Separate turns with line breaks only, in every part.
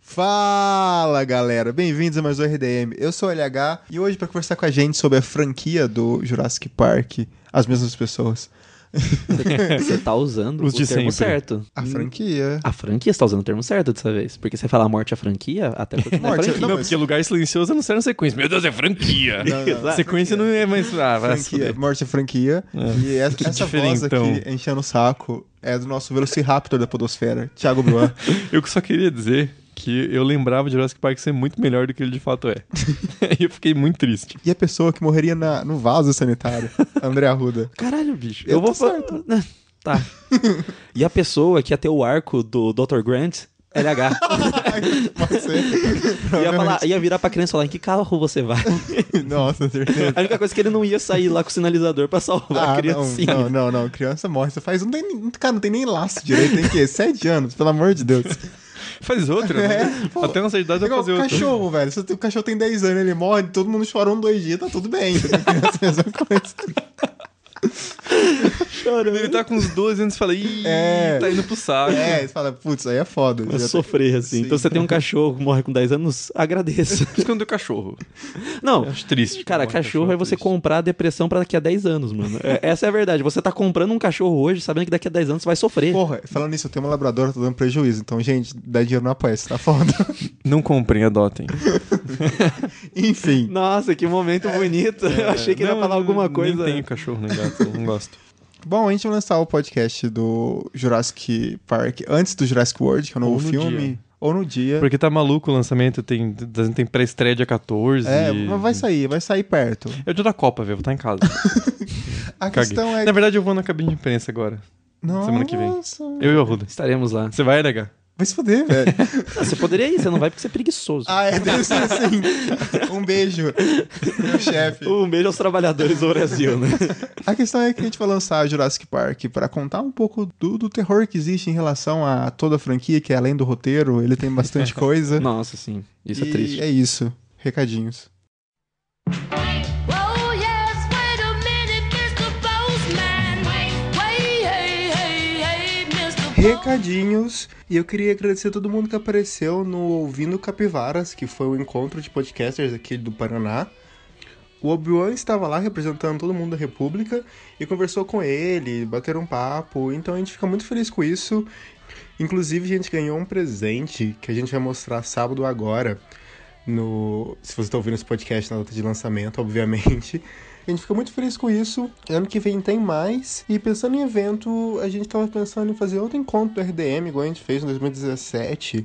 Fala galera, bem-vindos a mais um RDM. Eu sou o LH e hoje para conversar com a gente sobre a franquia do Jurassic Park, as mesmas pessoas.
Você tá usando
Os
o
de
termo
sempre.
certo. Hum.
A franquia.
A franquia você tá usando o termo certo dessa vez. Porque você fala morte à franquia, até porque não é
Morte à-
franquia.
Não,
Não,
mas-
porque lugar silencioso eu não serve sequência. Meu Deus, é franquia.
Não, não, não.
sequência não é mais. Ah, vai se
Franquia,
fuder.
morte é franquia. E essa,
Que
essa voz
diferentão.
aqui enchendo o saco é do nosso Velociraptor da Podosfera, Thiago Bruan.
Eu só queria dizer que eu lembrava de Jurassic Park ser muito melhor do que ele de fato é. e eu fiquei muito triste.
e a pessoa que morreria na- no vaso sanitário, André Arruda.
Caralho, bicho.
Eu
Eu, vou
tô
falar. Tá. E a pessoa que ia ter o arco do Dr. Grant, LH,
Pode ser.
ia, falar, ia virar pra criança e falar: em que carro você vai?
Nossa, certeza.
A única coisa é que ele não ia sair lá com o sinalizador pra salvar
Ah,
a criancinha.
Não, não, não, não. Criança morre. Você faz. Não tem, nem- cara, não tem nem laço direito. Tem o quê? Sete anos, pelo amor de Deus.
Faz outra, né?
pô.
Até na idade
É
eu
igual
fazer
o
outra.
cachorro, velho. Se o cachorro tem 10 anos ele morre, todo mundo chora um, dois dias, tá tudo bem. Criança é a mesma coisa.
Chorando.
Ele tá com uns 12 anos e fala, ih,
É.
tá indo pro saco.
É, você fala, putz, aí é foda.
Vai
Já tá-
sofrer assim.
Sim.
Então você tem um cachorro que morre com 10 anos, agradeça.
Por isso que eu não deu cachorro.
Não.
Eu acho triste.
Cara,
Morre
cachorro é você
triste.
comprar a depressão pra daqui a 10 anos, mano. É, essa é a verdade. Você tá comprando um cachorro hoje sabendo que daqui a 10 anos você vai sofrer.
Porra, falando nisso, eu tenho uma labradora, tô dando prejuízo. Então, gente, dá dinheiro no apoia tá foda.
Não comprem, adotem.
Enfim.
Nossa, que momento bonito. Eu achei que ele ia
É, Não,
falar alguma
nem
coisa.
tenho cachorro nem gato, não gosto.
Bom, a gente vai lançar o podcast do Jurassic Park antes do Jurassic World, que é o novo
no
filme.
dia.
Ou no dia.
Porque tá maluco o lançamento, tem, tem pré-estreia dia 14.
É, mas vai sair, vai sair perto.
É o dia da Copa, velho, vou estar em casa.
A
Caguei.
questão é.
Na verdade, eu vou na cabine de imprensa agora.
Nossa.
semana que vem. Eu e o Arruda.
Estaremos lá.
Você vai, negar?
Vai se fuder, velho.
Ah, você poderia ir, você não vai porque você é preguiçoso.
ah, é, deve ser assim. Um beijo, meu chefe.
Um beijo aos trabalhadores do Brasil, né?
A questão é que a gente vai lançar Jurassic Park pra contar um pouco do, do terror que existe em relação a toda a franquia, que é além do roteiro, ele tem bastante coisa.
Nossa, sim. Isso
E
é triste.
É isso. Recadinhos.
Oh yes, wait a minute, Mr. Postman. Wait, wait, hey, hey, hey, Mr. Postman.
Recadinhos. E eu queria agradecer a todo mundo que apareceu no Ouvindo Capivaras, que foi o encontro de podcasters aqui do Paraná. O Obi-Wan estava lá representando todo mundo da República e conversou com ele, bateram um papo. Então a gente fica muito feliz com isso. Inclusive, a gente ganhou um presente que a gente vai mostrar sábado agora. No, se você está ouvindo esse podcast na data de lançamento, obviamente. A gente fica muito feliz com isso. Ano que vem tem mais. E pensando em evento, a gente estava pensando em fazer outro encontro do RDM, igual a gente fez em 2017.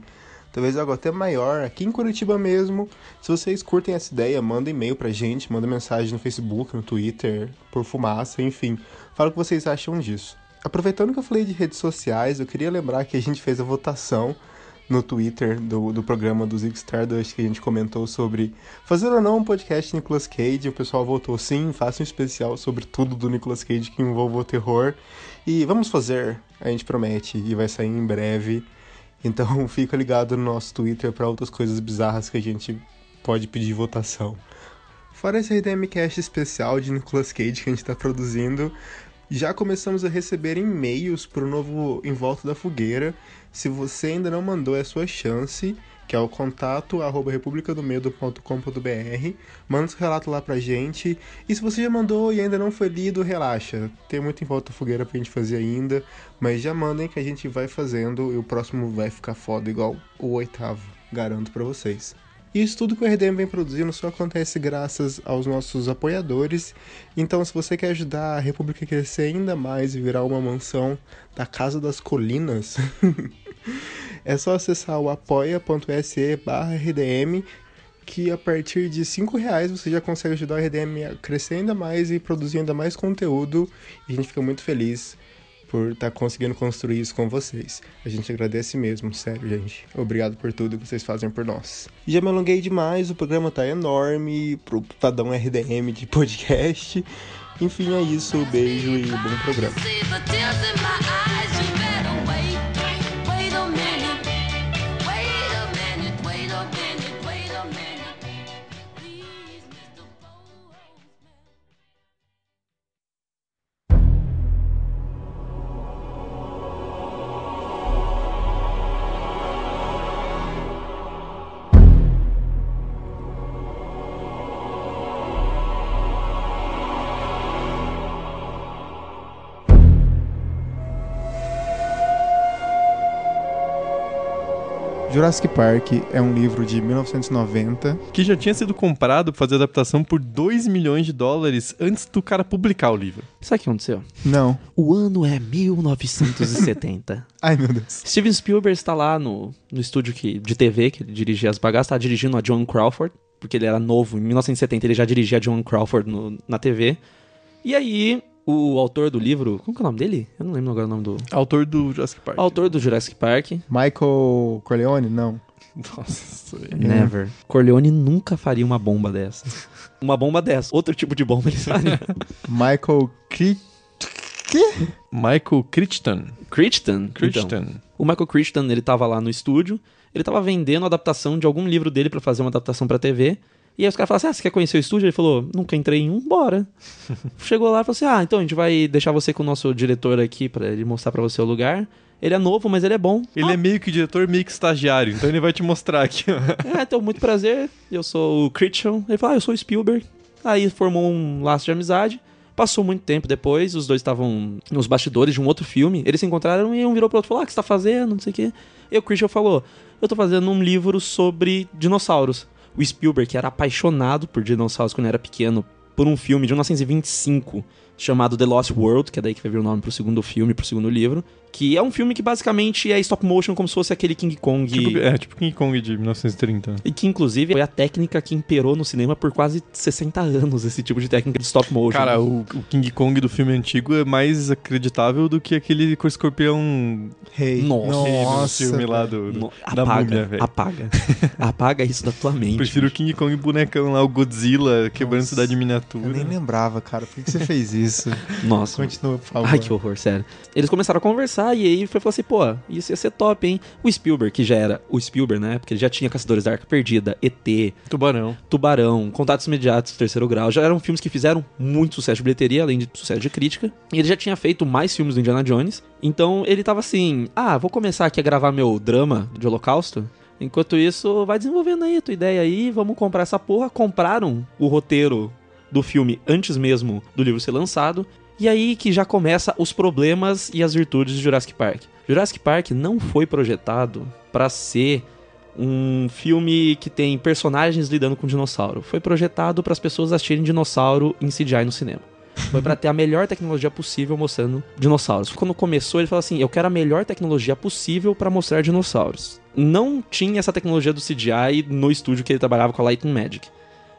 Talvez algo até maior, aqui em Curitiba mesmo. Se vocês curtem essa ideia, manda e-mail pra gente, manda mensagem no Facebook, no Twitter, por fumaça, enfim. Fala o que vocês acham disso. Aproveitando que eu falei de redes sociais, eu queria lembrar que a gente fez a votação no Twitter do, do programa do Zig Stardust que a gente comentou sobre fazer ou não um podcast Nicolas Cage. O pessoal votou sim, faça um especial sobre tudo do Nicolas Cage que envolva o terror. E vamos fazer, a gente promete, e vai sair em breve. Então fica ligado no nosso Twitter para outras coisas bizarras que a gente pode pedir votação. Fora esse RDMcast especial de Nicolas Cage que a gente está produzindo, já começamos a receber e-mails para o novo Em Volta da Fogueira. Se você ainda não mandou, é sua chance, que é o contato arroba republicadomedo.com.br. Manda seu relato lá pra gente. E se você já mandou e ainda não foi lido, relaxa. Tem muito Em Volta da Fogueira pra gente fazer ainda, mas já mandem que a gente vai fazendo e o próximo vai ficar foda igual o oitavo, garanto pra vocês. Isso tudo que o RDM vem produzindo só acontece graças aos nossos apoiadores. Então, se você quer ajudar a República a crescer ainda mais e virar uma mansão da Casa das Colinas, é só acessar o apoia.se barra RDM, que a partir de 5 reais você já consegue ajudar o RDM a crescer ainda mais e produzir ainda mais conteúdo. E a gente fica muito feliz por estar conseguindo construir isso com vocês. A gente agradece mesmo, sério, gente. Obrigado por tudo que vocês fazem por nós. Já me alonguei demais, o programa tá enorme, pro Tadão RDM de podcast. Enfim, é isso. Beijo e bom programa.
See the tears in my eyes, you better wait, wait a minute. Wait a minute, wait a minute, wait a minute. Please, Mr. Postman.
Jurassic Park é um livro de 1990.
Que já tinha sido comprado pra fazer adaptação por 2 milhões de dólares antes do cara publicar o livro.
Sabe o que aconteceu?
Não.
O ano é 1970.
Ai, meu Deus.
Steven Spielberg está lá no, no estúdio que, de TV que ele dirigia as bagaças, está dirigindo a John Crawford, porque ele era novo, em 1970 ele já dirigia a John Crawford no- na TV. E aí, o autor do livro, como que é o nome dele? Eu não lembro agora o nome do...
Autor do Jurassic Park.
Autor do Jurassic Park,
Michael Corleone? Não.
Nossa, velho.
Never. É. Corleone nunca faria uma bomba dessa. Uma bomba dessa. Outro tipo de bomba ele faria.
Michael Cri...
Michael Crichton.
Crichton? Então,
Crichton.
O Michael Crichton, ele tava lá no estúdio, ele tava vendendo a adaptação de algum livro dele pra fazer uma adaptação pra TV. E aí os caras falaram assim: "Ah, você quer conhecer o estúdio?" Ele falou: "Nunca entrei em um, bora". Chegou lá e falou assim: "Ah, então a gente vai deixar você com o nosso diretor aqui pra ele mostrar pra você o lugar. Ele é novo, mas ele é bom.
Ele é meio que diretor, meio que estagiário, então ele vai te mostrar aqui. ó.
É, então, muito prazer. Eu sou o Christian. Ele falou, ah, eu sou o Spielberg. Aí formou um laço de amizade. Passou muito tempo depois, os dois estavam nos bastidores de um outro filme. Eles se encontraram e um virou pro outro e falou: Ah, o que você tá fazendo? Não sei o quê. E o Christian falou: Eu tô fazendo um livro sobre dinossauros. O Spielberg, que era apaixonado por dinossauros quando era pequeno, por um filme de 1925 chamado The Lost World, que é daí que vai vir o nome pro segundo filme, pro segundo livro. Que é um filme que basicamente é stop motion, como se fosse aquele King Kong.
Tipo, é, tipo King Kong de 1930.
E que, inclusive, foi a técnica que imperou no cinema por quase 60 anos, esse tipo de técnica de stop motion.
Cara, o, o King Kong do filme antigo é mais acreditável do que aquele com o escorpião
Rei.
Nossa.
Nossa, filme lá do, do-
No-
da
apaga,
múmia, velho.
apaga. apaga isso da tua mente.
Prefiro o King Kong bonecão lá, o Godzilla quebrando
Nossa,
cidade em
é
Eu
miniatura.
nem lembrava, cara. Por que que você fez isso?
Nossa.
Continua, por favor.
Ai, que horror, sério. Eles começaram a conversar e aí foi falou assim, pô, isso ia ser top, hein? O Spielberg, que já era o Spielberg na época, ele já tinha Caçadores da Arca Perdida, ET,
Tubarão.
Tubarão, Contatos Imediatos, Terceiro Grau, já eram filmes que fizeram muito sucesso de bilheteria, além de sucesso de crítica. E ele já tinha feito mais filmes do Indiana Jones. Então ele tava assim: ah, vou começar aqui a gravar meu drama de Holocausto. Enquanto isso, vai desenvolvendo aí a tua ideia aí, vamos comprar essa porra. Compraram o roteiro do filme antes mesmo do livro ser lançado. E aí que já começa os problemas e as virtudes de Jurassic Park. Jurassic Park não foi projetado pra ser um filme que tem personagens lidando com dinossauro. Foi projetado para as pessoas assistirem dinossauro em CGI no cinema. Foi para ter a melhor tecnologia possível mostrando dinossauros. Quando começou, ele falou assim: "Eu quero a melhor tecnologia possível para mostrar dinossauros". Não tinha essa tecnologia do CGI no estúdio que ele trabalhava com a Light Magic.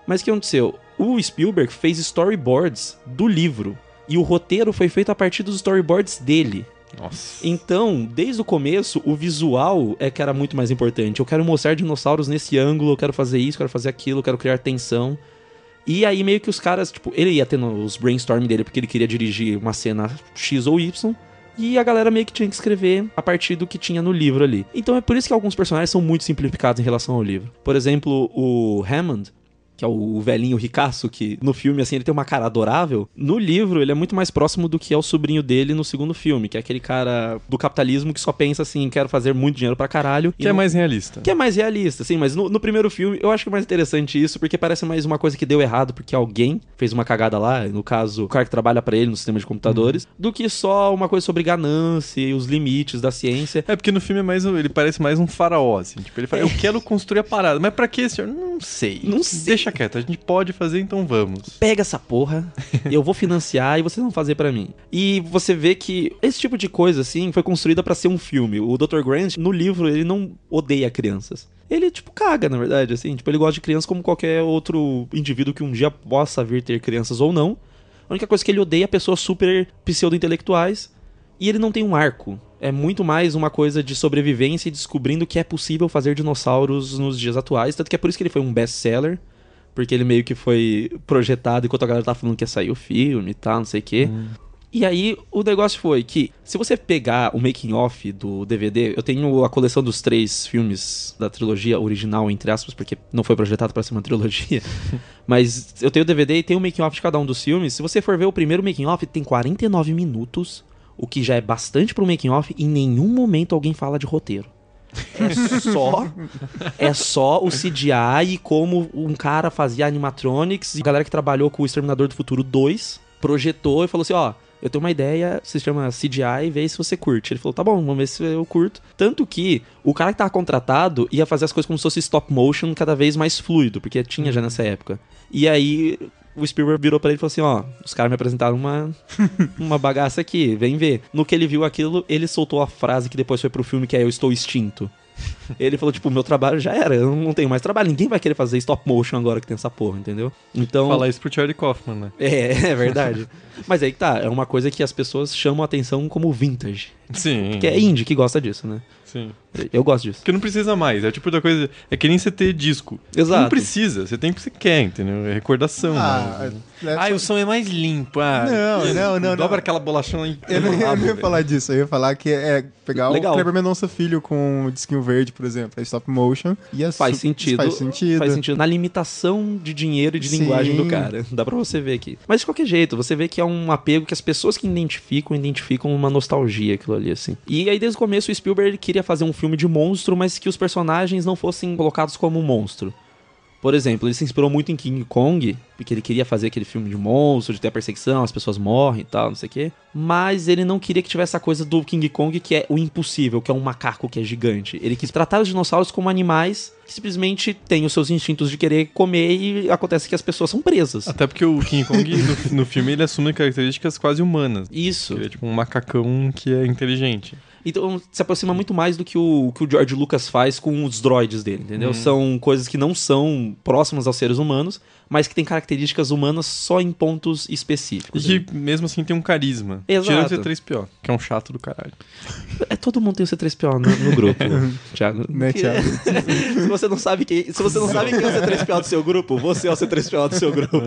Mas o que aconteceu? O Spielberg fez storyboards do livro e o roteiro foi feito a partir dos storyboards dele.
Nossa.
Então, desde o começo, o visual é que era muito mais importante. Eu quero mostrar dinossauros nesse ângulo, eu quero fazer isso, eu quero fazer aquilo, eu quero criar tensão. E aí meio que os caras, tipo, ele ia tendo os brainstorm dele porque ele queria dirigir uma cena X ou Y. E a galera meio que tinha que escrever a partir do que tinha no livro ali. Então é por isso que alguns personagens são muito simplificados em relação ao livro. Por exemplo, o Hammond, que é o velhinho ricaço, que no filme, assim, ele tem uma cara adorável. No livro, ele é muito mais próximo do que é o sobrinho dele no segundo filme, que é aquele cara do capitalismo que só pensa assim, quero fazer muito dinheiro pra caralho. e
Que é
não-
mais realista.
que é mais realista, sim, mas no, no primeiro filme eu acho que é mais interessante isso, porque parece mais uma coisa que deu errado, porque alguém fez uma cagada lá, no caso, o cara que trabalha pra ele no sistema de computadores, do que só uma coisa sobre ganância e os limites da ciência.
É porque no filme é mais, ele parece mais um faraó, assim. Tipo, ele fala, eu quero construir a parada. Mas pra que, senhor? Não sei.
É. Não
Deixa
sei.
quieto, a gente pode fazer, então vamos.
Pega essa porra, eu vou financiar e vocês vão fazer pra mim. E você vê que esse tipo de coisa, assim, foi construída pra ser um filme. O Dr. Grant, no livro, ele não odeia crianças. Ele, tipo, caga, na verdade, assim. Tipo, ele gosta de crianças como qualquer outro indivíduo que um dia possa vir ter crianças ou não. A única coisa que ele odeia é pessoas super pseudo-intelectuais. E ele não tem um arco. É muito mais uma coisa de sobrevivência e descobrindo que é possível fazer dinossauros nos dias atuais. Tanto que é por isso que ele foi um best-seller. Porque ele meio que foi projetado enquanto a galera tava falando que ia sair o filme e tal, não sei o quê. E aí o negócio foi que, se você pegar o making off do DVD, eu tenho a coleção dos três filmes da trilogia original, entre aspas, porque não foi projetado pra ser uma trilogia. Mas eu tenho o DVD e tenho o making off de cada um dos filmes. Se você for ver o primeiro making off, tem 49 minutos, o que já é bastante pro making off, e em nenhum momento alguém fala de roteiro. É só é só o CGI e como um cara fazia animatronics e a galera que trabalhou com o Exterminador do Futuro 2 projetou e falou assim, ó, eu tenho uma ideia, se chama CGI, vê se você curte. Ele falou, tá bom, vamos ver se eu curto. Tanto que o cara que tava contratado ia fazer as coisas como se fosse stop motion cada vez mais fluido, porque tinha já nessa época. E aí o Spielberg virou pra ele e falou assim, ó, os caras me apresentaram uma, uma bagaça aqui, vem ver. No que ele viu aquilo, ele soltou a frase que depois foi pro filme, que é eu estou extinto. Ele falou, tipo, meu trabalho já era, eu não tenho mais trabalho, ninguém vai querer fazer stop motion agora que tem essa porra, entendeu? Então...
Falar isso pro Charlie Kaufman, né?
É, é verdade. Mas aí que tá, é uma coisa que as pessoas chamam a atenção como vintage.
Sim.
Que é indie que gosta disso, né?
Sim.
Eu gosto disso.
Porque não precisa mais. É o tipo da coisa. É que nem você ter disco.
Exato.
Não precisa. Você tem o que você quer, entendeu? É recordação.
Ah,
né?
é
Ah,
só-
o som é mais limpo. Ah,
Não,
Ele
não, não,
Dobra
não.
aquela bolachão e.
Eu não, eu não ia falar disso, eu ia falar que é pegar
Legal.
o Kleber Mendonça Filho com o disquinho verde, por exemplo, é stop motion. E é
Faz
su-
sentido.
Faz sentido.
Faz sentido na limitação de dinheiro e de
Sim.
linguagem do cara. Dá pra você ver aqui. Mas de qualquer jeito, você vê que é um apego que as pessoas que identificam, identificam uma nostalgia aquilo ali, assim. E aí desde o começo o Spielberg ele queria fazer um filme de monstro, mas que os personagens não fossem colocados como um monstro. Por exemplo, ele se inspirou muito em King Kong, porque ele queria fazer aquele filme de monstro, de ter a perseguição, as pessoas morrem e tal, não sei o quê. Mas ele não queria que tivesse essa coisa do King Kong que é o impossível, que é um macaco que é gigante. Ele quis tratar os dinossauros como animais que simplesmente têm os seus instintos de querer comer e acontece que as pessoas são presas.
Até porque o King Kong no, no filme ele assume características quase humanas.
Isso.
Ele é tipo um macacão que é inteligente.
Então se aproxima muito mais do que o que o George Lucas faz com os droids dele, entendeu? São coisas que não são próximas aos seres humanos, mas que têm características humanas só em pontos
E
específicos. né?
que mesmo assim tem um carisma.
Exato.
Tirando o C3PO, que é um chato do caralho.
É, todo mundo tem o C3PO no, no grupo, Thiago.
Né,
Que- é.
Thiago?
se você não sabe quem, se você não sabe quem é o C3PO do seu grupo, você é o C3PO do seu grupo.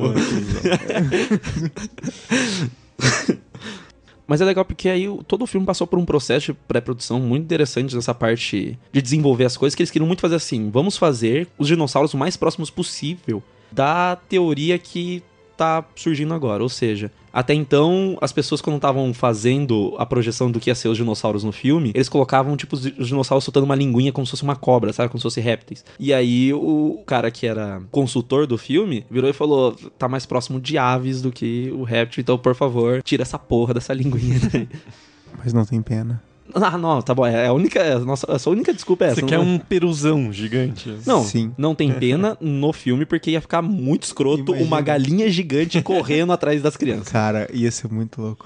Mas é legal porque aí o- todo o filme passou por um processo de pré-produção muito interessante nessa parte de desenvolver as coisas, que eles queriam muito fazer assim, vamos fazer os dinossauros o mais próximos possível da teoria que tá surgindo agora, ou seja, até então as pessoas quando estavam fazendo a projeção do que ia ser os dinossauros no filme, eles colocavam tipo os di- os dinossauros soltando uma linguinha como se fosse uma cobra, sabe, como se fosse répteis. E aí o cara que era consultor do filme virou e falou: "Tá mais próximo de aves do que o réptil, então por favor, tira essa porra dessa linguinha". daí."
Mas não tem pena.
ah, não, tá bom, é a única, é a nossa, a sua única desculpa é essa.
Você
não-
quer um peruzão gigante?
não,
Sim.
não tem pena no filme porque ia ficar muito escroto uma
Imagina.
galinha gigante correndo atrás das crianças.
Cara, ia ser muito louco.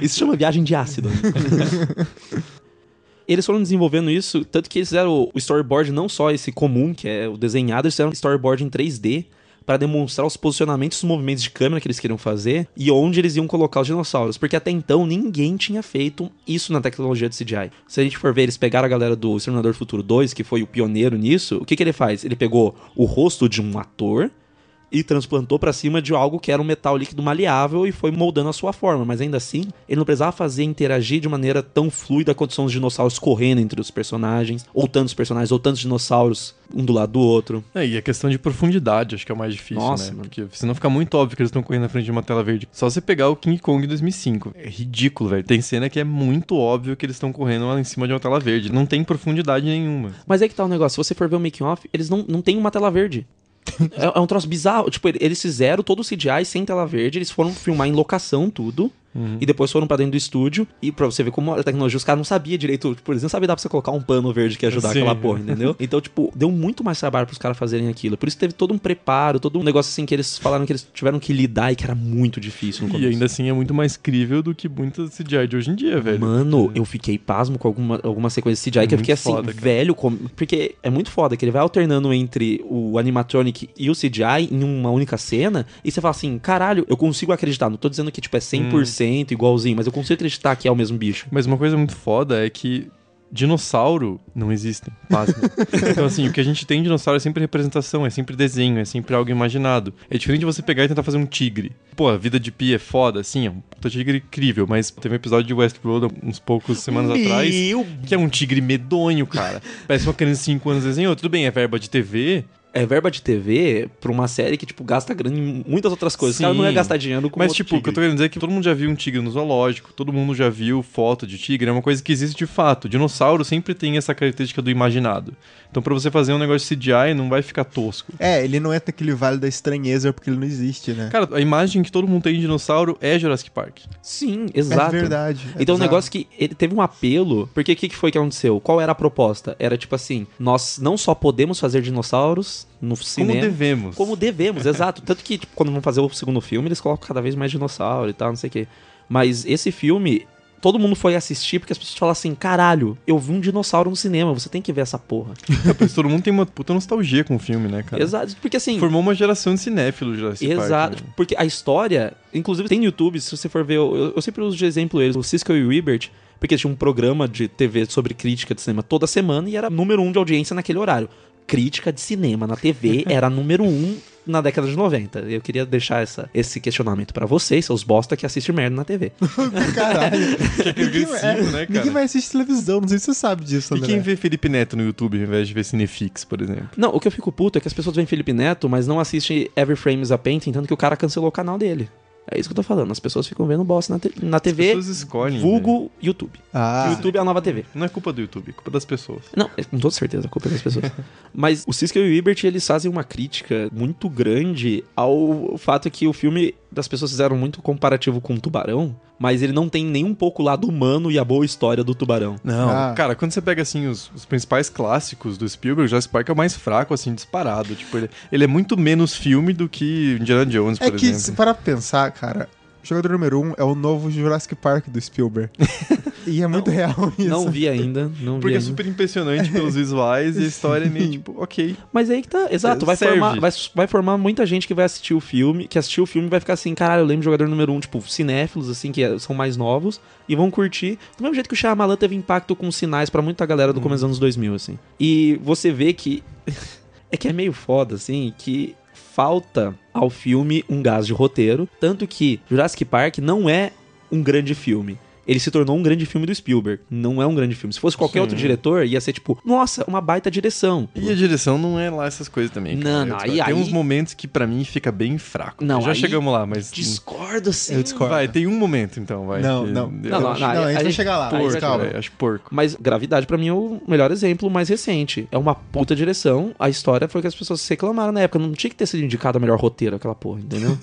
Isso chama viagem de ácido. Eles foram desenvolvendo isso, tanto que eles fizeram o storyboard, não só esse comum, que é o desenhado, eles fizeram storyboard em 3D para demonstrar os posicionamentos e os movimentos de câmera que eles queriam fazer e onde eles iam colocar os dinossauros. Porque até então ninguém tinha feito isso na tecnologia do CGI. Se a gente for ver, eles pegaram a galera do Exterminador do Futuro 2, que foi o pioneiro nisso, o que, que ele faz? Ele pegou o rosto de um ator e transplantou pra cima de algo que era um metal líquido maleável e foi moldando a sua forma, mas ainda assim, ele não precisava fazer interagir de maneira tão fluida quanto são os dinossauros correndo entre os personagens, ou tantos personagens, ou tantos dinossauros um do lado do outro.
É, e a questão de profundidade, acho que é o mais difícil,
Nossa,
né?
mano.
Porque senão fica muito óbvio que eles estão correndo na frente de uma tela verde. Só você pegar o King Kong 2005. É ridículo, velho. Tem cena que é muito óbvio que eles estão correndo lá em cima de uma tela verde. Não tem profundidade nenhuma.
Mas aí que tá o negócio, se você for ver o making off, eles não, não têm uma tela verde. é, é um troço bizarro. Tipo, ele- eles fizeram todo o CGI sem tela verde, eles foram filmar em locação tudo.
Uhum.
E depois foram pra dentro do estúdio. E pra você ver como a tecnologia, os caras não sabiam direito. Tipo, eles não sabiam dar pra você colocar um pano verde que ia ajudar
Sim.
aquela porra, entendeu? Então, tipo, deu muito mais trabalho pros caras fazerem aquilo. Por isso teve todo um preparo, todo um negócio assim que eles falaram que eles tiveram que lidar e que era muito difícil no
E
começo.
ainda assim é muito mais crível do que muitas CGI de hoje em dia, velho.
Mano, eu fiquei pasmo com alguma, alguma sequência de CGI que eu
Muito
fiquei assim,
foda, cara.
velho. como- Porque é muito foda que ele vai alternando entre o animatronic e o CGI em uma única cena. E você fala assim, caralho, eu consigo acreditar. Não tô dizendo que tipo é
Hum.
100% igualzinho, mas eu consigo acreditar que é o mesmo bicho.
Mas uma coisa muito foda é que dinossauro não existem, pasmem. então, assim, o que a gente tem de dinossauro é sempre representação, é sempre desenho, é sempre algo imaginado. É diferente de você pegar e tentar fazer um tigre. Pô, a vida de Pi é foda, assim, é um puta tigre incrível, mas teve um episódio de Westworld uns poucos semanas atrás que é um tigre medonho, cara. Parece uma criança de 5 anos desenhou. Tudo bem, é verba de TV,
é verba de TV pra uma série que, tipo, gasta grana em muitas outras coisas.
Sim.
O cara não ia gastar dinheiro com
Mas,
outro
tipo, o que eu tô
tigre.
querendo dizer é que todo mundo já viu um tigre no zoológico, todo mundo já viu foto de tigre, é uma coisa que existe de fato. dinossauro sempre tem essa característica do imaginado. Então, pra você fazer um negócio CGI, não vai ficar tosco.
É, ele não entra naquele vale da estranheza porque ele não existe,
É.
né?
Cara, a imagem que todo mundo tem de dinossauro é Jurassic Park.
Sim, exato.
É verdade.
Então,
o
um negócio que ele teve um apelo, porque o que, que foi que aconteceu? Qual era a proposta? Era tipo assim: nós não só podemos fazer dinossauros no
Como
cinema,
devemos.
Como devemos, exato. Tanto que, tipo, quando vão fazer o segundo filme, eles colocam cada vez mais dinossauro e tal, não sei o quê. Mas esse filme, todo mundo foi assistir porque as pessoas falam assim: caralho, eu vi um dinossauro no cinema, você tem que ver essa porra.
É, por isso todo mundo tem uma puta nostalgia com o filme, né, cara?
Exato, porque assim.
Formou uma geração de cinéfilos Jurassic Park.
Exato,
né?
porque a história, inclusive tem no YouTube, se você for ver, eu, eu sempre uso de exemplo eles, o Siskel e o Ebert, porque tinha um programa de TV sobre crítica de cinema toda semana e era número um de audiência naquele horário. Crítica de cinema na TV era número um na década de 90. Eu queria deixar essa, esse questionamento pra vocês, seus bosta que assistem merda na TV.
Caralho.
é agressivo,
vai-
né, cara?
Ninguém vai né? assistir televisão, não sei se você sabe disso,
E
André.
quem vê Felipe Neto no YouTube ao invés de ver Cinefix, por exemplo?
Não, o que eu fico puto é que as pessoas veem Felipe Neto, mas não assistem Every Frame is a Painting, tanto que o cara cancelou o canal dele. É isso que eu tô falando, as pessoas ficam vendo bosta na, te- na
As
TV,
pessoas escolhem. né?
vulgo YouTube.
Ah,
YouTube é a nova TV.
Não é culpa do YouTube, é culpa das pessoas.
Não, é com toda certeza, a culpa é das pessoas. Mas o Siskel e o Ebert, eles fazem uma crítica muito grande ao fato que o filme das pessoas fizeram muito comparativo com o Tubarão, mas ele não tem nem um pouco o lado humano e a boa história do Tubarão.
Não,
Ah.
cara, quando você pega assim os, os principais clássicos do Spielberg, Jurassic Park é o mais fraco, assim, disparado. Tipo, ele, ele é muito menos filme do que Indiana Jones, por
é que, se
exemplo.
parar pra pensar, cara, jogador número um é o novo Jurassic Park do Spielberg. e é muito real isso.
Não vi ainda, não vi
Porque é
ainda.
super impressionante pelos visuais e a história é meio tipo, ok.
Mas aí que tá, exato, vai
Serve.
formar, vai, vai formar muita gente que vai assistir o filme, que assistiu o filme vai ficar assim, caralho, eu lembro do jogador número um, tipo, cinéfilos, assim, que é- são mais novos, e vão curtir. Do mesmo jeito que o Shyamalan teve impacto com os sinais pra muita galera do começo dos anos 2000, assim. E você vê que... é que é meio foda, assim, que falta ao filme um gás de roteiro, tanto que Jurassic Park não é um grande filme. Ele se tornou um grande filme do Spielberg. Não é um grande filme. Se fosse qualquer
Sim.
outro diretor, ia ser tipo, nossa, uma baita direção.
E a direção não é lá essas coisas também. cara.
Não, não,
Eu-
aí-
Tem
aí-
uns momentos que pra mim fica bem fraco.
Não,
Já
aí-
chegamos lá, mas.
Discordo, sim.
Eu discordo.
Vai, tem um momento então, vai.
Não,
que-
não.
eu
Não, não,
acho
não, a gente
a
vai
gente-
chegar lá,
Pô,
mas
vai
calma.
velho, acho porco.
Mas Gravidade, pra mim, é o melhor exemplo mais recente. É uma puta direção. A história foi que as pessoas reclamaram na época. Não tinha que ter sido indicado a melhor roteiro, aquela porra, entendeu?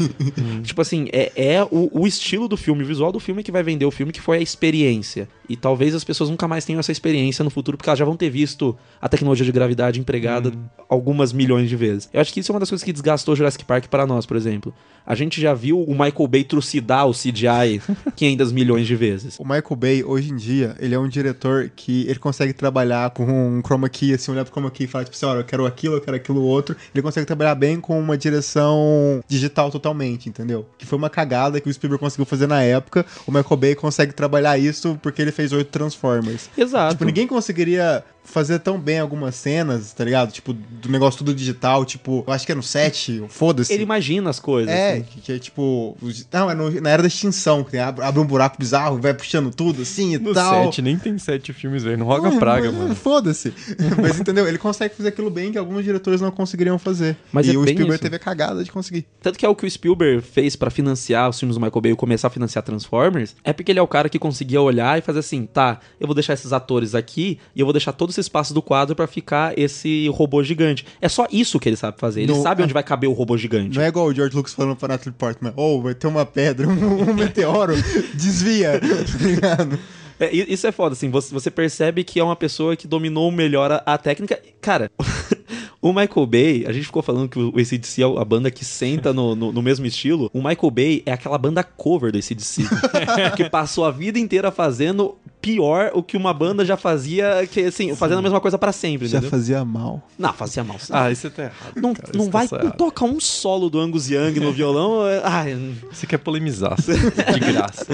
tipo assim, é, é o, o estilo do filme, o visual do filme que vai vender o filme, que foi a experiência. E talvez as pessoas nunca mais tenham essa experiência no futuro, porque elas já vão ter visto a tecnologia de gravidade empregada algumas milhões de vezes. Eu acho que isso é uma das coisas que desgastou Jurassic Park para nós, por exemplo. A gente já viu o Michael Bay trucidar o CGI 500 milhões de vezes.
O Michael Bay, hoje em dia, ele é um diretor que ele consegue trabalhar com um chroma key, assim, olhar pro chroma key e falar, tipo assim, olha, eu quero aquilo, eu quero aquilo outro. Ele consegue trabalhar bem com uma direção digital totalmente, entendeu? Que foi uma cagada que o Spielberg conseguiu fazer na época. O Michael Bay consegue trabalhar isso porque ele fez oito Transformers.
Exato.
Tipo, ninguém conseguiria fazer tão bem algumas cenas, tá ligado? Tipo, do negócio tudo digital, tipo, eu acho que é no 7, foda-se.
Ele imagina as coisas.
É,
assim.
que, que é tipo. os- Não, é no- na era da extinção, que tem- abre, abre um buraco bizarro, vai puxando tudo assim e
No
tal.
sete, nem tem sete filmes, velho. Não roga
Ué,
praga,
mas-
mano.
Foda-se. mas entendeu? Ele consegue fazer aquilo bem que alguns diretores não conseguiriam fazer.
Mas
e
é
o
bem
Spielberg
isso.
teve a cagada de conseguir.
Tanto que é o que o Spielberg fez pra financiar os filmes do Michael Bay e começar a financiar Transformers, é porque ele é o cara que conseguia olhar e fazer assim, tá, eu vou deixar esses atores aqui e eu vou deixar todo esse espaço do quadro pra ficar esse robô gigante. É só isso que ele sabe fazer. Ele
Não,
sabe
é-
onde vai caber o robô gigante.
Não é igual o George Lucas falando pra Natalie Portman: ou vai ter uma pedra, um, um meteoro, desvia. tá ligado?
É, i- isso é foda, assim, você, você percebe que é uma pessoa que dominou melhor a, a técnica. Cara, o Michael Bay, a gente ficou falando que o ACDC é a banda que senta no, no, no mesmo estilo. O Michael Bay é aquela banda cover do ACDC, que passou a vida inteira fazendo pior o que uma banda já fazia, que assim, fazendo a mesma coisa pra sempre,
Já
entendeu?
fazia mal.
Não, fazia mal.
Ah, isso tá errado.
não
cara,
não
isso tá
vai
só
não
errado.
toca um solo do Angus Young no violão. é- Ai,
Você quer polemizar, de graça.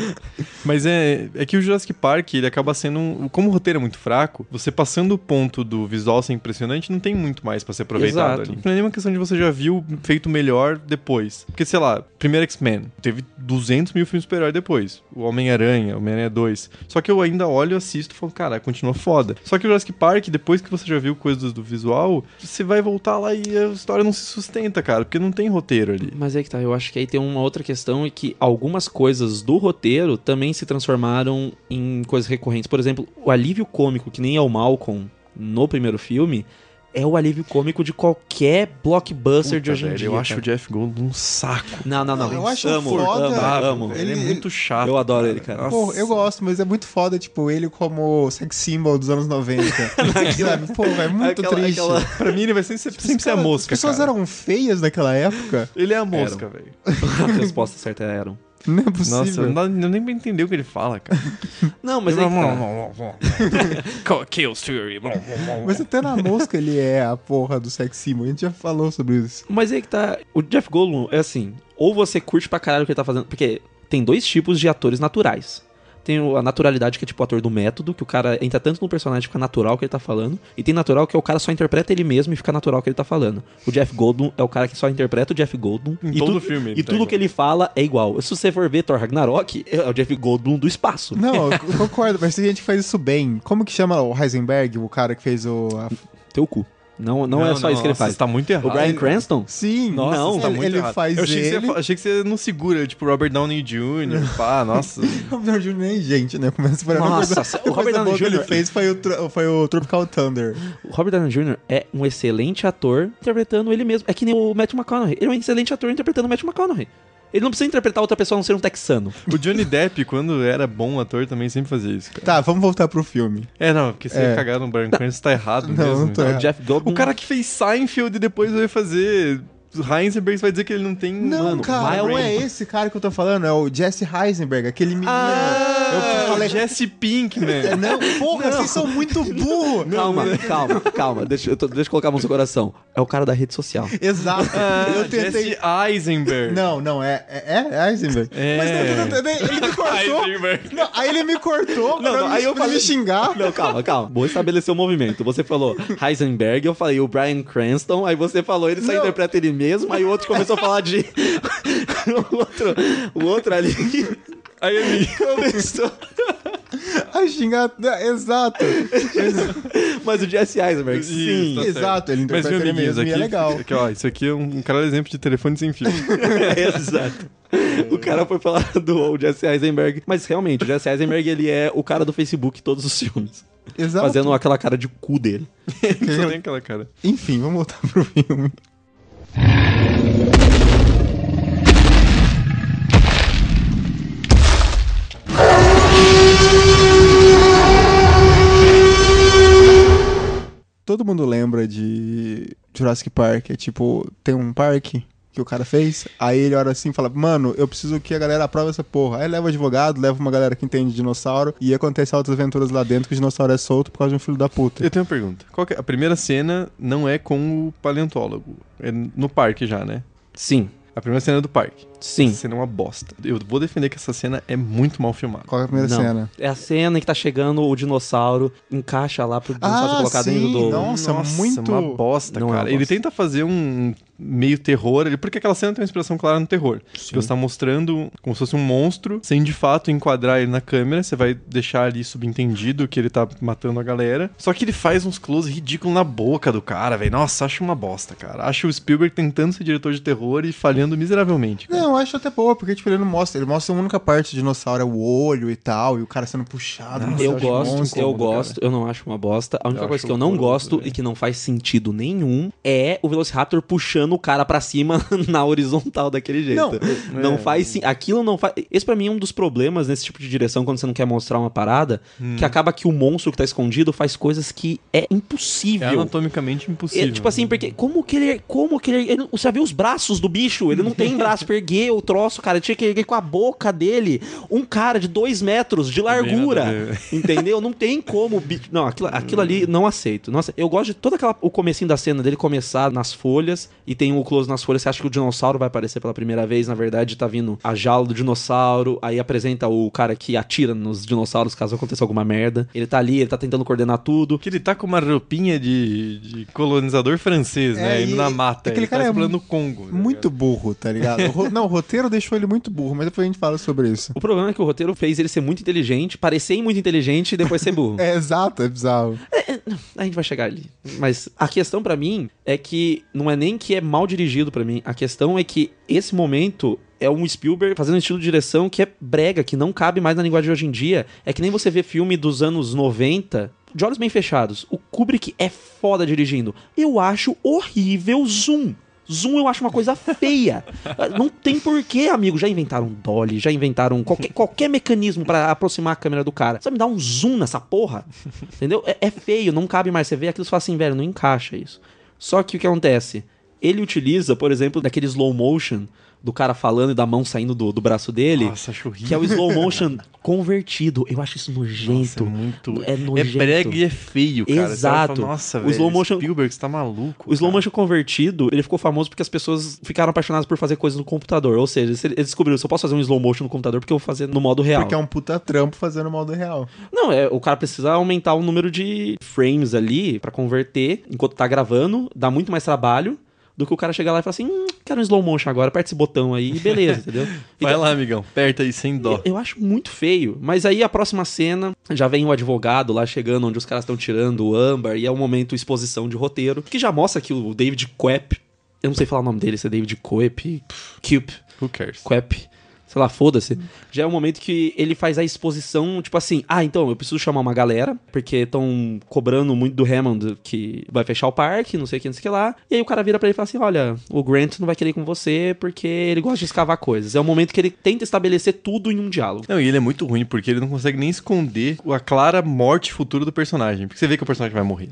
Mas é, é que o Jurassic Park, ele acaba sendo. um- como o roteiro é muito fraco, você passando o ponto do visual ser impressionante, não tem muito mais pra ser aproveitado
Exato.
ali. Não é nenhuma questão de você já viu feito melhor depois. Porque, sei lá, primeiro X-Men. Teve 200 mil filmes de super-herói depois. O Homem-Aranha, Homem-Aranha 2. Só que eu ainda olho, assisto e falo, cara, continua foda. Só que o Jurassic Park, depois que você já viu coisas do visual, você vai voltar lá e a história não se sustenta, cara, porque não tem roteiro ali.
Mas é que tá, eu acho que aí tem uma outra questão e que algumas coisas do roteiro também se transformaram em coisas recorrentes. Por exemplo, o alívio cômico, que nem é o Malcolm no primeiro filme, é o alívio cômico de qualquer blockbuster
Puta,
de hoje em
velho,
dia.
eu acho o
cara.
Jeff Gold um saco.
Não, não, não.
Eu acho
amo,
foda,
amo,
velho.
Ah, amo.
Ele, é
Ele-
muito chato.
Eu adoro ele, cara.
Nossa.
Pô, eu gosto, mas é muito foda, tipo, ele como sex symbol dos anos 90. sabe? Pô, é muito
Aquela-
triste.
aquela-
Pra mim ele vai sempre, sempre,
Os
ser a
cara-
mosca,
As pessoas
cara.
eram feias naquela época?
Ele é a mosca, velho.
A resposta certa era um. Aaron.
Não é
Nossa,
possível.
não dá- eu nem entender o que ele fala, cara.
Não, mas é que tá.
Chaos Theory.
Mas até na mosca ele é a porra do sex symbol. A gente já falou sobre isso.
Mas aí que tá. O Jeff Goldblum é assim, ou você curte pra caralho o que ele tá fazendo, porque tem dois tipos de atores naturais. Tem o- a naturalidade, que é tipo o ator do método, que o cara entra tanto no personagem que fica natural o que ele tá falando, e tem natural que é o cara só interpreta ele mesmo e fica natural o que ele tá falando. O Jeff Goldblum é o cara que só interpreta o Jeff Goldblum.
Em
e
todo
tudo,
filme ele
E
tá
tudo
igual.
que ele fala é igual. Se você for ver Thor Ragnarok, é o Jeff Goldblum do espaço.
Não, eu concordo, mas tem gente que faz isso bem. Como que chama o Heisenberg, o cara que fez o. a-
Teu cu. Não, não, é só isso que ele
nossa,
faz.
Você tá muito errado.
O Brian Cranston?
Sim,
Nossa,
não,
você tá
ele,
muito
ele
errado.
faz
eu achei, Que
ele.
você, achei que você não segura, tipo, Robert Downey Jr. Pá, nossa.
O Robert Downey Jr. nem gente, né? Começa por
Nossa,
coisa,
é
o Robert Downey
que ele
Jr.
fez foi o, tro- foi o Tropical Thunder.
O Robert Downey Jr. é um excelente ator interpretando ele mesmo. É que nem o Matthew McConaughey. Ele é um excelente ator interpretando o Matthew McConaughey. Ele não precisa interpretar outra pessoa a não ser um texano.
o Johnny Depp, quando era bom ator, também sempre fazia isso, cara.
Tá, vamos voltar pro filme.
É, não, porque você
É.
ia cagar no Brian Cranston, tá errado
Não,
mesmo.
não tô
Então,
errado. É.
O Jeff Goldblum...
O cara que fez Seinfeld e depois vai fazer... Heisenberg vai dizer que ele não tem...
Não,
Mano,
cara, não
Myron-
é esse cara que eu tô falando, é o Jesse Heisenberg, aquele menino.
Ah,
eu falei.
Jesse Pink, né?
É, Não, porra, vocês são muito burro.
Calma, calma, calma. Deixa eu, tô- deixa eu colocar a mão no seu coração. É o cara da rede social.
Exato. eu tentei.
Ah, Jesse Eisenberg.
Não, não, é, é, é Heisenberg.
É.
Mas não, não, não, ele me cortou.
Heisenberg.
Não, aí ele me cortou pra, me,
aí eu
pra
falei-
me xingar.
Não, calma, calma. Vou estabelecer o movimento. Você falou Heisenberg, eu falei o Brian Cranston, aí você falou ele só
Não.
interpreta ele mesmo, aí o outro começou a falar de. o, outro, o outro ali. Aí
é
ele começou.
A xingar. não, Exato.
Mas o Jesse Eisenberg,
Isso,
sim.
tá certo.
Exato, ele
Mas,
interpreta
meu
ele
amiguinho, isso
mesmo
aqui,
e é legal.
Aqui, ó, isso aqui é um, um cara exemplo de telefone sem fio.
Exato. O cara foi falar do Jesse Eisenberg. Mas realmente, o Jesse Eisenberg, ele é o cara do Facebook em todos os filmes.
Exato.
Fazendo aquela cara de cu dele.
Só tem aquela cara.
Enfim, vamos voltar pro filme. Todo mundo lembra de Jurassic Park, é tipo, tem um parque que o cara fez, aí ele olha assim e fala, mano, eu preciso que a galera aprove essa porra. Aí leva o advogado, leva uma galera que entende de dinossauro, e acontece altas aventuras lá dentro que o dinossauro é solto por causa de um filho da puta.
Eu tenho uma pergunta. Qual que é- A primeira cena não é com o paleontólogo. É no parque já, né?
Sim,
A primeira cena é do parque.
sim.
Essa cena é uma bosta. Eu vou defender que essa cena é muito mal filmada.
Qual é a primeira
Não.
cena?
É a cena em que tá chegando o dinossauro, encaixa lá pro dinossauro
Ah,
colocar
sim,
dentro do.
não. Nossa, muito-
uma bosta,
é Não é uma
cara. Ele
bosta.
tenta fazer um meio terror ali, porque aquela cena tem uma inspiração clara no terror. Que você tá mostrando como se fosse um monstro, sem de fato enquadrar ele na câmera, você vai deixar ali subentendido que ele tá matando a galera. Só que ele faz uns close ridículos na boca do cara, velho. Nossa, acho uma bosta, cara. Acho o Spielberg tentando ser diretor de terror e falhando miseravelmente. cara.
Não, eu acho até boa, porque tipo, ele não mostra. Ele mostra a única parte do dinossauro, é o olho e tal, e o cara sendo puxado. não sei,
Eu
um
acho
gosto,
monstro.
eu
incômodo, cara.
gosto, eu não acho uma bosta. A única
Eu
coisa
acho um
que eu não
horroroso,
gosto
velho.
e que não faz sentido nenhum é o Velociraptor puxando o cara pra cima na horizontal daquele jeito. Não,
é.
faz sim. Aquilo não faz. Esse pra mim é um dos problemas nesse tipo de direção quando você não quer mostrar uma parada,
Hum.
que acaba que o monstro que tá escondido faz coisas que é
É
impossível.
anatomicamente impossível.
É, tipo assim, porque como que ele. Como que ele. ele- você já viu os braços do bicho? Ele não tem braço pra erguer o troço, cara. Ele tinha que erguer com a boca dele. Um cara de dois metros de largura.
Bem nada a
Entendeu? Não tem como. o bicho- Não, aquilo, aquilo ali não aceito. Nossa, eu gosto de toda aquela. O comecinho da cena dele começar nas folhas e tem o close nas folhas, você acha que o dinossauro vai aparecer pela primeira vez, na verdade tá vindo a jaula do dinossauro, aí apresenta o cara que atira nos dinossauros caso aconteça alguma merda. Ele tá ali, ele tá tentando coordenar tudo.
Que ele tá com uma roupinha de, de colonizador francês,
É,
né?
e
Indo na mata.
aquele
ele
cara
tá
é
explorando o Congo. tá
Muito burro, tá ligado? O ro- Não, o roteiro deixou ele muito burro, mas depois a gente fala sobre isso.
O problema é que o roteiro fez ele ser muito inteligente, parecer muito inteligente e depois ser burro.
É exato, é bizarro.
A gente vai chegar ali. Mas a questão pra mim é que não é nem que é mal dirigido pra mim. A questão é que esse momento é um Spielberg fazendo um estilo de direção que é brega, que não cabe mais na linguagem de hoje em dia. É que nem você vê filme dos anos 90 de olhos bem fechados. O Kubrick é foda dirigindo. Eu acho horrível Zoom. Zoom eu acho uma coisa feia. Ah, Não tem porquê, amigo. Já inventaram dolly, já inventaram qualquer, qualquer mecanismo pra aproximar a câmera do cara. Você vai me dar um zoom nessa porra? Entendeu? É, é feio, não cabe mais. Você vê aquilo e fala assim, velho, não encaixa isso. Só que o que acontece? Ele utiliza, por exemplo, daquele slow motion do cara falando e da mão saindo do, do braço dele,
Nossa, acho horrível.
que é o slow motion convertido. Eu acho isso
Nossa,
nojento.
é muito...
é
É
nojento.
brega e é feio, cara. Você olha e
Exato.
Fala, Nossa,
O
velho.
slow motion-
Spielberg, você tá maluco.
O slow
cara."
motion convertido, ele ficou famoso porque as pessoas ficaram apaixonadas por fazer coisas no computador. Ou seja, eles eles descobriram, se eu posso fazer um slow motion no computador, porque eu vou fazer no modo real.
Porque é um puta trampo fazendo mal do real.
Não, é, o cara precisa aumentar o número de frames ali pra converter enquanto tá gravando, dá muito mais trabalho do que o cara chegar lá e falar assim, hum, quero um slow motion agora, aperta esse botão aí e beleza, entendeu? Então,
Vai lá, amigão. Aperta aí, sem dó.
Eu, eu acho muito feio. Mas aí a próxima cena já vem o advogado lá chegando onde os caras estão tirando o âmbar e é um momento exposição de roteiro que já mostra que o David Quep, eu não sei falar o nome dele, se é David Quep, Quep,
Who cares?
Quep. Sei lá, foda-se. Já é um momento que ele faz a exposição, tipo assim, ah, então, eu preciso chamar uma galera, porque estão cobrando muito do Hammond que vai fechar o parque, não sei o que, não sei o que lá. E aí o cara vira pra ele e fala assim: olha, o Grant não vai querer ir com você porque ele gosta de escavar coisas. É um momento que ele tenta estabelecer tudo em um diálogo.
Não, e ele é muito ruim porque ele não consegue nem esconder a clara morte futura do personagem. Porque você vê que o personagem vai morrer.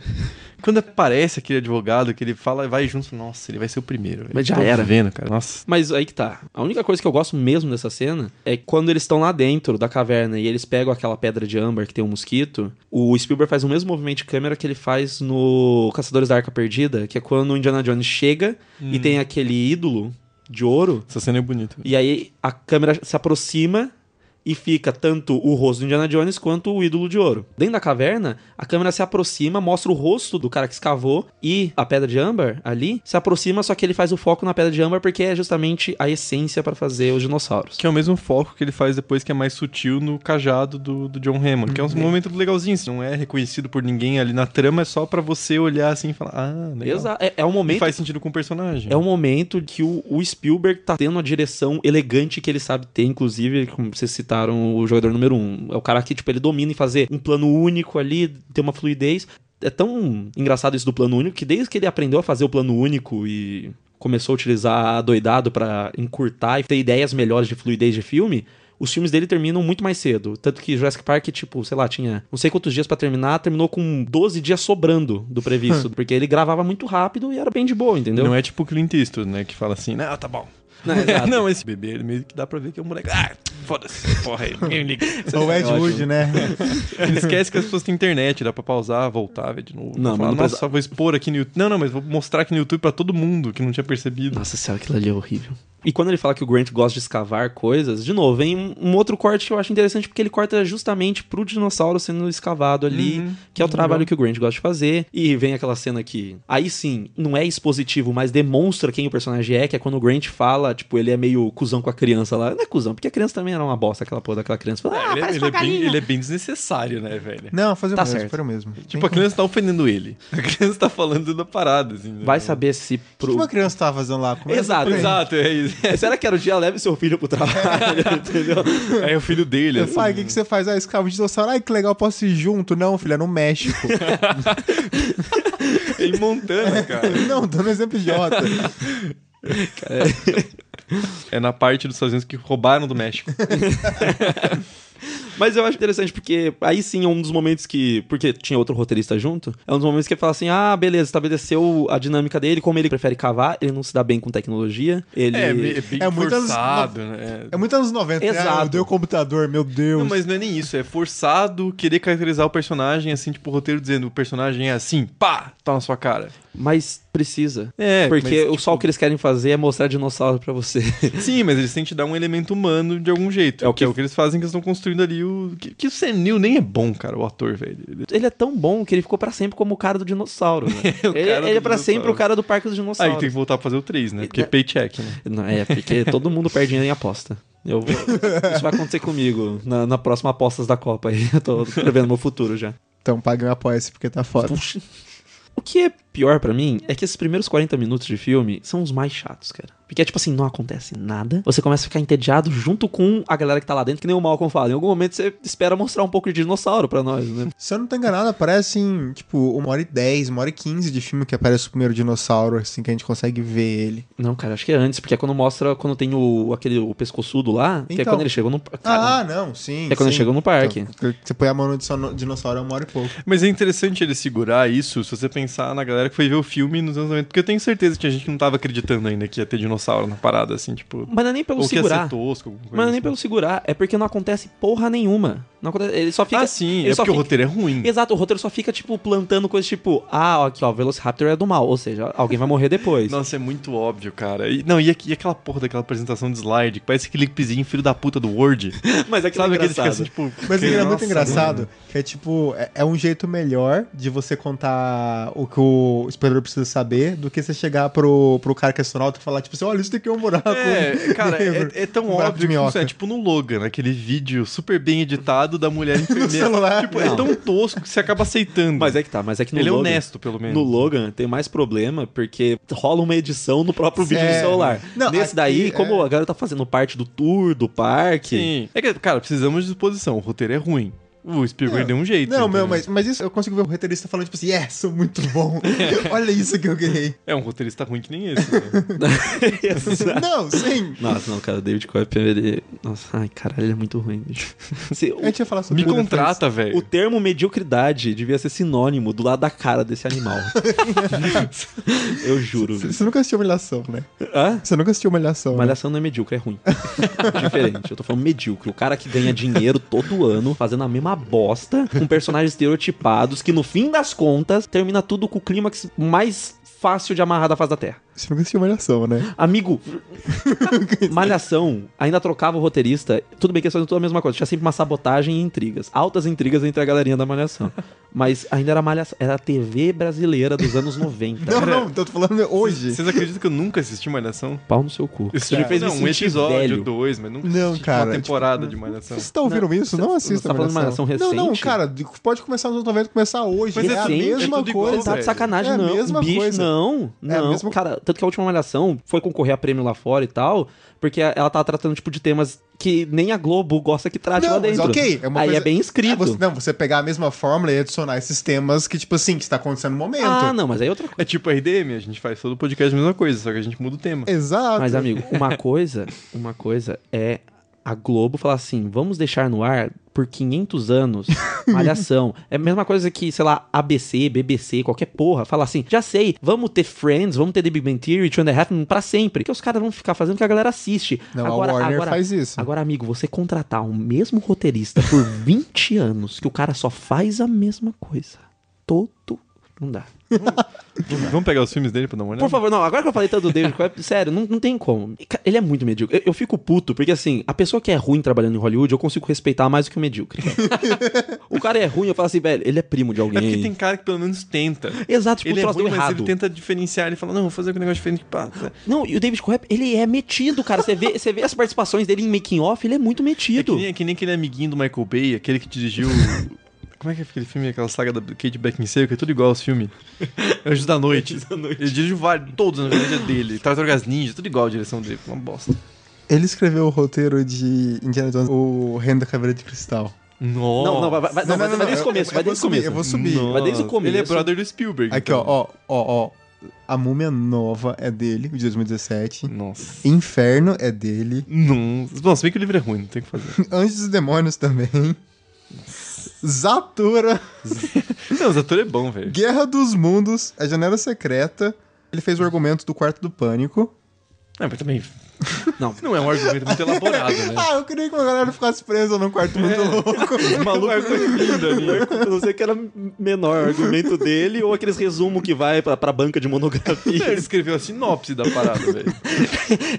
Quando aparece aquele advogado que ele fala, vai junto, nossa, ele vai ser o primeiro. velho.
Mas já
Tô
era.
vendo, cara. Nossa.
Mas aí que tá. A única coisa que eu gosto mesmo dessa cena é quando eles estão lá dentro da caverna e eles pegam aquela pedra de âmbar que tem um mosquito. O Spielberg faz o mesmo movimento de câmera que ele faz no Caçadores da Arca Perdida, que é quando o Indiana Jones chega e tem aquele ídolo de ouro.
Essa cena é bonita.
E aí a câmera se aproxima e fica tanto o rosto do Indiana Jones quanto o ídolo de ouro. Dentro da caverna, a câmera se aproxima, mostra o rosto do cara que escavou e a pedra de âmbar ali se aproxima, só que ele faz o foco na pedra de âmbar porque é justamente a essência pra fazer os dinossauros.
Que é o mesmo foco que ele faz depois, que é mais sutil no cajado do, do John Hammond. Que é um
Uhum.
momento legalzinho, assim, não é reconhecido por ninguém ali na trama, é só pra você olhar assim e falar, ah, legal.
Exa- É, é um
E
momento
faz sentido com o personagem.
É um momento que o, o Spielberg tá tendo a direção elegante que ele sabe ter, inclusive, como vocês citaram, o jogador número um. É o cara que, tipo, ele domina em fazer um plano único ali, ter uma fluidez. É tão engraçado isso do plano único que desde que ele aprendeu a fazer o plano único e começou a utilizar doidado pra encurtar e ter ideias melhores de fluidez de filme, os filmes dele terminam muito mais cedo. Tanto que Jurassic Park, tipo, sei lá, tinha não sei quantos dias pra terminar, terminou com 12 dias sobrando do previsto. porque ele gravava muito rápido e era bem de boa, entendeu?
Não é tipo o Clint Eastwood, né? Que fala assim, não, tá bom.
Não, exato.
não, esse bebê, ele meio que dá pra ver que é um moleque. Ah,
Foda-se, porra aí, ninguém liga.
Ou Ed
é ótimo.
Wood, né?
ele esquece que as pessoas têm internet, dá pra pausar, voltar, ver de novo.
Não, mas
Fala,
não
Nossa,
precisa-
só vou expor aqui no YouTube. Não, não, mas vou mostrar aqui no YouTube pra todo mundo que não tinha percebido.
Nossa senhora, aquilo ali é horrível. E quando ele fala que o Grant gosta de escavar coisas, de novo, vem um, um outro corte que eu acho interessante, porque ele corta justamente pro dinossauro sendo escavado ali,
Uhum,
que é o trabalho que o Grant gosta de fazer. E vem aquela cena que, aí sim, não é expositivo, mas demonstra quem o personagem é, que é quando o Grant fala, tipo, ele é meio cuzão com a criança lá. Não é cuzão, porque a criança também era uma bosta, aquela porra daquela criança. Fala, ah,
ele, é-
parece
ele é
uma
bem,
galinha.
ele é bem desnecessário, né, velho?
Não, fazer o
Tá
mesmo,
certo.
foi o mesmo.
Tipo, a criança tá ofendendo ele. A criança tá falando da parada, assim. né?
Vai saber se...
O que
Pro...
uma criança tava fazendo lá? Começa
Exato,
por aí.
Exato, é isso.
Será que era o dia leve seu filho pro trabalho, entendeu?
É o filho dele. assim.
Pai, o que, que você faz? Ah, escravo de dinossauro. Ai, que legal, posso ir junto? Não, filha, é no México.
É Em Montana, cara.
não, dando exemplo idiota.
É na parte dos Estados Unidos que roubaram do México.
Mas eu acho interessante, porque aí sim é um dos momentos que. Porque tinha outro roteirista junto. É um dos momentos que ele fala assim: ah, beleza, estabeleceu a dinâmica dele, como ele prefere cavar, ele não se dá bem com tecnologia. Ele.
É, é bem
É muito anos-
forçado, né?
É muito anos 90, né?
Exato.
Ah, eu dei o computador, meu Deus.
Não, mas não é nem isso, é forçado querer caracterizar o personagem assim, tipo, o roteiro dizendo o personagem é assim, pá, tá na sua cara.
Mas precisa.
É,
porque
mas,
o só o que eles querem fazer é mostrar dinossauro pra você.
tipo, Sim, mas eles têm que te dar um elemento humano de algum jeito.
É o
que
que-
é o que eles fazem, que eles estão construindo ali o. Que, que o senil nem é bom, cara, o ator, velho. Ele-
ele é tão bom que ele ficou pra sempre como o cara do dinossauro. Né?
o
ele
cara do
ele é pra
dinossauro. Ah,
sempre o cara do parque dos
Aí
dinossauros.
tem que voltar pra fazer o 3, né? Porque é
É.
paycheck, né?
Não, é, porque todo mundo perde dinheiro em aposta. Eu vou- Isso vai acontecer comigo na, na próxima apostas da Copa aí. Eu tô prevendo meu futuro já.
Então paga um apoia-se porque tá foda.
Puxa. O que é pior pra mim é que esses primeiros 40 minutos de filme são os mais chatos, cara. Porque é tipo assim, não acontece nada. Você começa a ficar entediado junto com a galera que tá lá dentro, que nem o Malcolm fala. Em algum momento você espera mostrar um pouco de dinossauro pra nós, né?
Se eu não tô enganado, aparecem, tipo, uma hora e dez, uma hora e quinze de filme que aparece o primeiro dinossauro, assim, que a gente consegue ver ele.
Não, cara, acho que é antes, porque é quando mostra, quando tem o, aquele, o pescoçudo lá, que é
Então.
quando ele chegou no...
Ah,
Cara,
não, sim.
é quando
sim.
ele chegou no parque.
Então, Você põe a mão no disso- dinossauro é uma hora e pouco.
Mas é interessante ele segurar isso se você pensar na galera que foi ver o filme nos anos 90. Porque eu tenho certeza que a gente que não tava acreditando ainda que ia ter dinossauro na parada, assim, tipo.
Mas não é nem pelo
ou que ia
segurar.
ser tosco. alguma coisa
Mas não é
assim.
nem pelo segurar, é porque não acontece porra nenhuma. Não acontece, ele só fica.
Ah, sim,
ele
é
só
porque o
fica-
roteiro é ruim.
Exato, o roteiro só fica, tipo, plantando coisas tipo, ah, ó, aqui, ó, Velociraptor é do mal, ou seja, alguém vai morrer depois.
Nossa, é muito óbvio, cara. E- não, e, aqui- e aquela porra daquela apresentação de slide, que parece aquele clipezinho filho da puta do Word.
Mas é que
Sabe
sabe
aquele
aquele
que assim, tipo.
Mas
que-
ele é
nossa,
muito engraçado, que é tipo, é, é um jeito melhor de você contar o que o espectador precisa saber do que você chegar pro, pro cara que é astronauta e falar, tipo assim, olha, isso daqui é um buraco.
É, cara,
Negro.
é, é tão
Um buraco de
óbvio que não sei,
minhoca.
é tipo no Logan, aquele vídeo super bem editado da mulher enfermeira.
celular.
tipo, é
Não.
tão tosco que você acaba aceitando.
Mas é que tá, mas é que no
ele é
Logan,
honesto, pelo menos.
No Logan tem mais problema porque rola uma edição no próprio vídeo do
É.
celular.
Não,
Nesse
aqui,
daí,
é.
como a galera tá fazendo parte do tour, do parque.
Sim. É que, cara, precisamos de disposição. O roteiro é ruim. O Spielberg deu um jeito.
Não, meu,
entendeu?
mas, mas isso eu consigo ver o roteirista falando, tipo assim, yeah, sou muito bom. Olha isso que eu ganhei.
É um roteirista ruim que nem esse. né?
Exato.
Não, sim.
Nossa, não, cara, o David Cobb, ele. Nossa, ai, caralho, ele é muito ruim, bicho. Se-
A gente ia falar sobre
Me
ele depois.
contrata,
O
velho.
termo mediocridade devia ser sinônimo do lado da cara desse animal. Eu juro.
Você você nunca assistiu Malhação, né?
Hã?
Você nunca assistiu Malhação. né?
Malhação não é medíocre, é ruim. Diferente. Eu tô falando medíocre. O cara que ganha dinheiro todo ano fazendo a mesma bosta com personagens estereotipados que, no fim das contas, termina tudo com o clímax mais fácil de amarrar da face da Terra.
Você nunca assistiu Malhação, né?
Amigo, Malhação ainda trocava o roteirista. Tudo bem que eles faziam tudo a mesma coisa. Tinha sempre uma sabotagem e intrigas. Altas intrigas entre a galerinha da Malhação. Mas ainda era Malhação. Era a TV brasileira dos anos 90.
Não, não, tô falando hoje.
Vocês acreditam que eu nunca assisti Malhação?
Pau no seu cu.
Isso
já
fez
me
um
sentir
episódio,
velho.
dois, mas nunca
Não,
assisti
cara,
uma
tipo,
temporada de Malhação.
Vocês estão ouvindo
Não,
isso?
você-
Não
você
assista
tá falando de
Malhação.
Malhação
Não, não,
recente? assim,
cara, de- pode começar nos anos 90, começar hoje.
Mas
é,
é
a
sim, é
mesma
tudo igual,
coisa.
Tá de
velho.
sacanagem,
É a
não.
mesma
bicho,
coisa.
Não, não.
É a mesma-
Cara, tanto que a última malhação foi concorrer a prêmio lá fora e tal, porque ela tava tratando, tipo, de temas que nem a Globo gosta que trate lá
Não, mas
Tá dentro.
ok.
Aí
coisa-
é bem escrito.
É, você- não, você pegar a mesma fórmula e adicionar esses temas que, tipo assim, que está acontecendo no momento.
Ah, não, mas aí é outra coisa.
É tipo RDM, a gente faz todo podcast a mesma coisa, só que a gente muda o tema.
Exato.
Mas, amigo, uma coisa, uma coisa é a Globo falar assim, vamos deixar no ar por 500 anos Malhação. é a mesma coisa que, sei lá, ABC, BBC, qualquer porra, falar assim, já sei, vamos ter Friends, vamos ter The Big Bang Theory, Two and a Half Men pra sempre. Que os caras vão ficar fazendo que a galera assiste.
Não, a Warner faz isso.
Agora, amigo, você contratar o mesmo roteirista por 20 anos, que o cara só faz a mesma coisa. Todo... Não dá.
Vamos pegar os filmes dele pra dar uma olhada?
Por favor, não, agora que eu falei tanto do David Cobb, sério, não, não tem como. E, ca- Ele é muito medíocre. Eu, eu fico puto, porque assim, a pessoa que é ruim trabalhando em Hollywood, eu consigo respeitar mais do que o medíocre. o cara é ruim, eu falo assim, velho, ele é primo de
É
alguém.
porque tem cara que pelo menos tenta.
Exato, tipo,
ele
o
é
troço
ruim,
deu
mas
errado.
ele tenta diferenciar. Ele fala, não, vou fazer um negócio diferente. Pá.
Não, e o David Cobb, ele é metido, cara. Você vê, você vê as participações dele em making off, ele é muito
É que,
metido.
nem, é que nem aquele amiguinho do Michael Bay, aquele que dirigiu... Como é que é aquele filme, aquela saga da Kate Beckinsale, que é tudo igual aos filmes? Anjos da Noite. Ele dirigiu vários, todos, na verdade, é dele. Tartarugas Ninja, tudo igual a direção dele. Uma bosta.
Ele escreveu o roteiro de Indiana Jones, o Reino da Caveira de Cristal.
Nossa.
Não, não, vai, vai, vai- vai- vai desde o
eu-
começo,
eu vou
vai desde o
subir,
começo.
Eu vou subir.
Vai desde o começo.
Ele é brother do Spielberg.
Aqui, ó,
então.
ó, ó, ó. A Múmia Nova é dele, o de 2017.
Nossa.
Inferno é dele.
Nossa. Bom, se bem que o livro é ruim, não tem o que fazer.
Anjos e Demônios também. Zatura,
Não, o Zatura é bom, velho.
Guerra dos Mundos, A Janela Secreta. Ele fez o argumento do Quarto do Pânico.
Não, mas também
Não.
não é um argumento muito elaborado, né?
Ah, eu queria que uma galera ficasse presa num quarto muito
É.
louco.
O maluco
é Eu não sei que era menor o argumento dele ou aqueles resumos que vai pra, pra banca de monografia.
Ele escreveu a sinopse da parada, velho.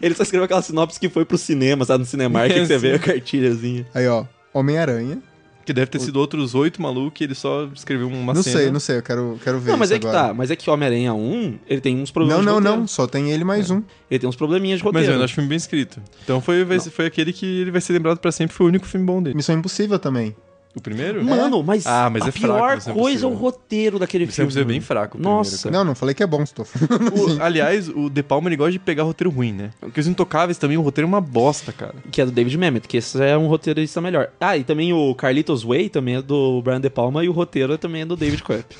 Ele só escreveu aquela sinopse que foi pro cinema, sabe? No Cinemark, que
É,
você
sim.
vê a cartilhazinha.
Aí, ó, Homem-Aranha.
Que deve ter sido outros oito malucos e ele só escreveu uma
Não
cena.
sei, não sei, eu quero, quero ver
Não, mas
isso
é que
agora.
tá. Mas é que Homem-Aranha 1, ele tem uns
Não,
problemas de
não,
roteiro.
não, só tem ele mais um.
Ele tem uns probleminhas de
Mas
roteiro.
eu ainda acho o filme bem escrito. Então foi, vai- foi aquele que ele vai ser lembrado pra sempre, foi o único filme bom dele.
Missão Impossível também.
O primeiro?
Mano, mas,
Ah, mas
a
é fraco,
pior
Missão
coisa é o
Impossível.
roteiro daquele
Esse filme
filme.
é bem fraco. o
Nossa.
primeiro,
Não, não falei que é bom, estou falando.
cara. O- aliás, o De Palma ele gosta de pegar roteiro ruim, né? Porque os Intocáveis também, o roteiro é uma bosta, cara.
Que é do David Mamet, que esse é um roteirista melhor. Ah, e também o Carlitos Way também é do Brian De Palma e o roteiro também é do David Koepp.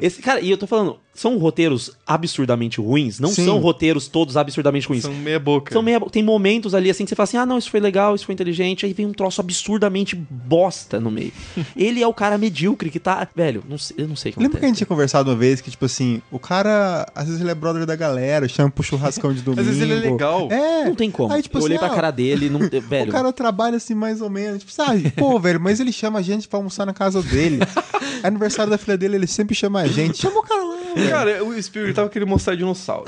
Esse, cara, e eu tô falando, são roteiros absurdamente ruins? Não
Sim.
são roteiros todos absurdamente ruins.
São meia boca.
São meia- tem momentos ali assim que você fala assim: ah, não, isso foi legal, isso foi inteligente. Aí vem um troço absurdamente bosta no meio. Ele é o cara medíocre que tá. Velho, não sei, eu não sei o que
Lembra que a gente
acontece.
tinha conversado uma vez que, tipo assim, o cara, às vezes ele é brother da galera, chama pro churrascão de domingo.
Às vezes ele é legal.
É.
Não tem como.
Aí, tipo
eu
assim,
olhei pra
ah,
cara dele, não, eu- velho.
O cara trabalha assim mais ou menos, tipo, sabe? Pô, velho, mas ele chama a gente pra almoçar na casa dele. Aniversário da filha dele, ele sempre chama a gente. Chama o cara lá, velho.
Cara, o Spielberg tava querendo mostrar dinossauro.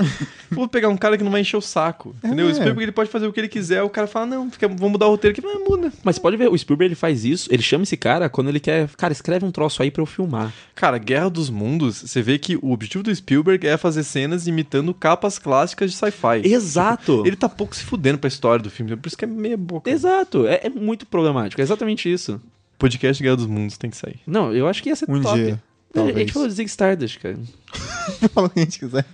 Vou pegar um cara que não vai encher o saco. Entendeu?
É.
O Spielberg ele pode fazer o que ele quiser, o cara fala, não, fica- vamos mudar o roteiro aqui, mas muda.
Mas pode ver, o Spielberg ele faz isso, ele chama esse cara quando ele quer. Cara, escreve um troço aí pra eu filmar.
Cara, Guerra dos Mundos, você vê que o objetivo do Spielberg é fazer cenas imitando capas clássicas de sci-fi.
Exato!
Ele tá pouco se fudendo pra história do filme, por isso que é meia boca.
Exato! É, é muito problemático, é exatamente isso.
Podcast Guerra dos Mundos tem que sair.
Não, eu acho que ia ser
Um
top.
dia,
Não, A
talvez.
gente falou de Zig Stardust, cara.
Fala o que a gente quiser.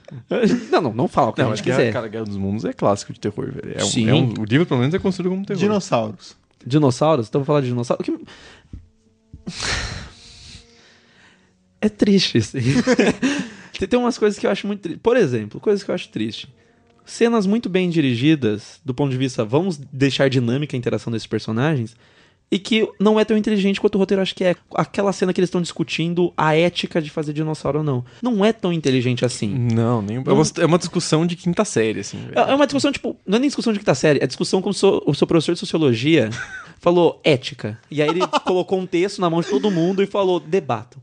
Não, não, não fala o que
Não,
a
mas
gente
Guerra-
quiser.
cara, Guerra dos Mundos é clássico de terror, velho. É um-
Sim.
é um- o livro, pelo menos, é construído como terror.
Dinossauros.
Dinossauros? Então vou falar de dinossauros. Que- É triste, assim. Tem- Tem umas coisas que eu acho muito triste. Por exemplo, coisas que eu acho triste. Cenas muito bem dirigidas, do ponto de vista, vamos deixar dinâmica a interação desses personagens, e que não é tão inteligente quanto o roteiro acho que é. Aquela cena que eles estão discutindo a ética de fazer dinossauro ou não. Não é tão inteligente assim.
Não, nem. É uma, é uma discussão de quinta série, assim, velho.
É é uma discussão, tipo, não é nem discussão de quinta série, é discussão como se o o seu professor de sociologia falou ética. E aí ele colocou um texto na mão de todo mundo e falou, debatam.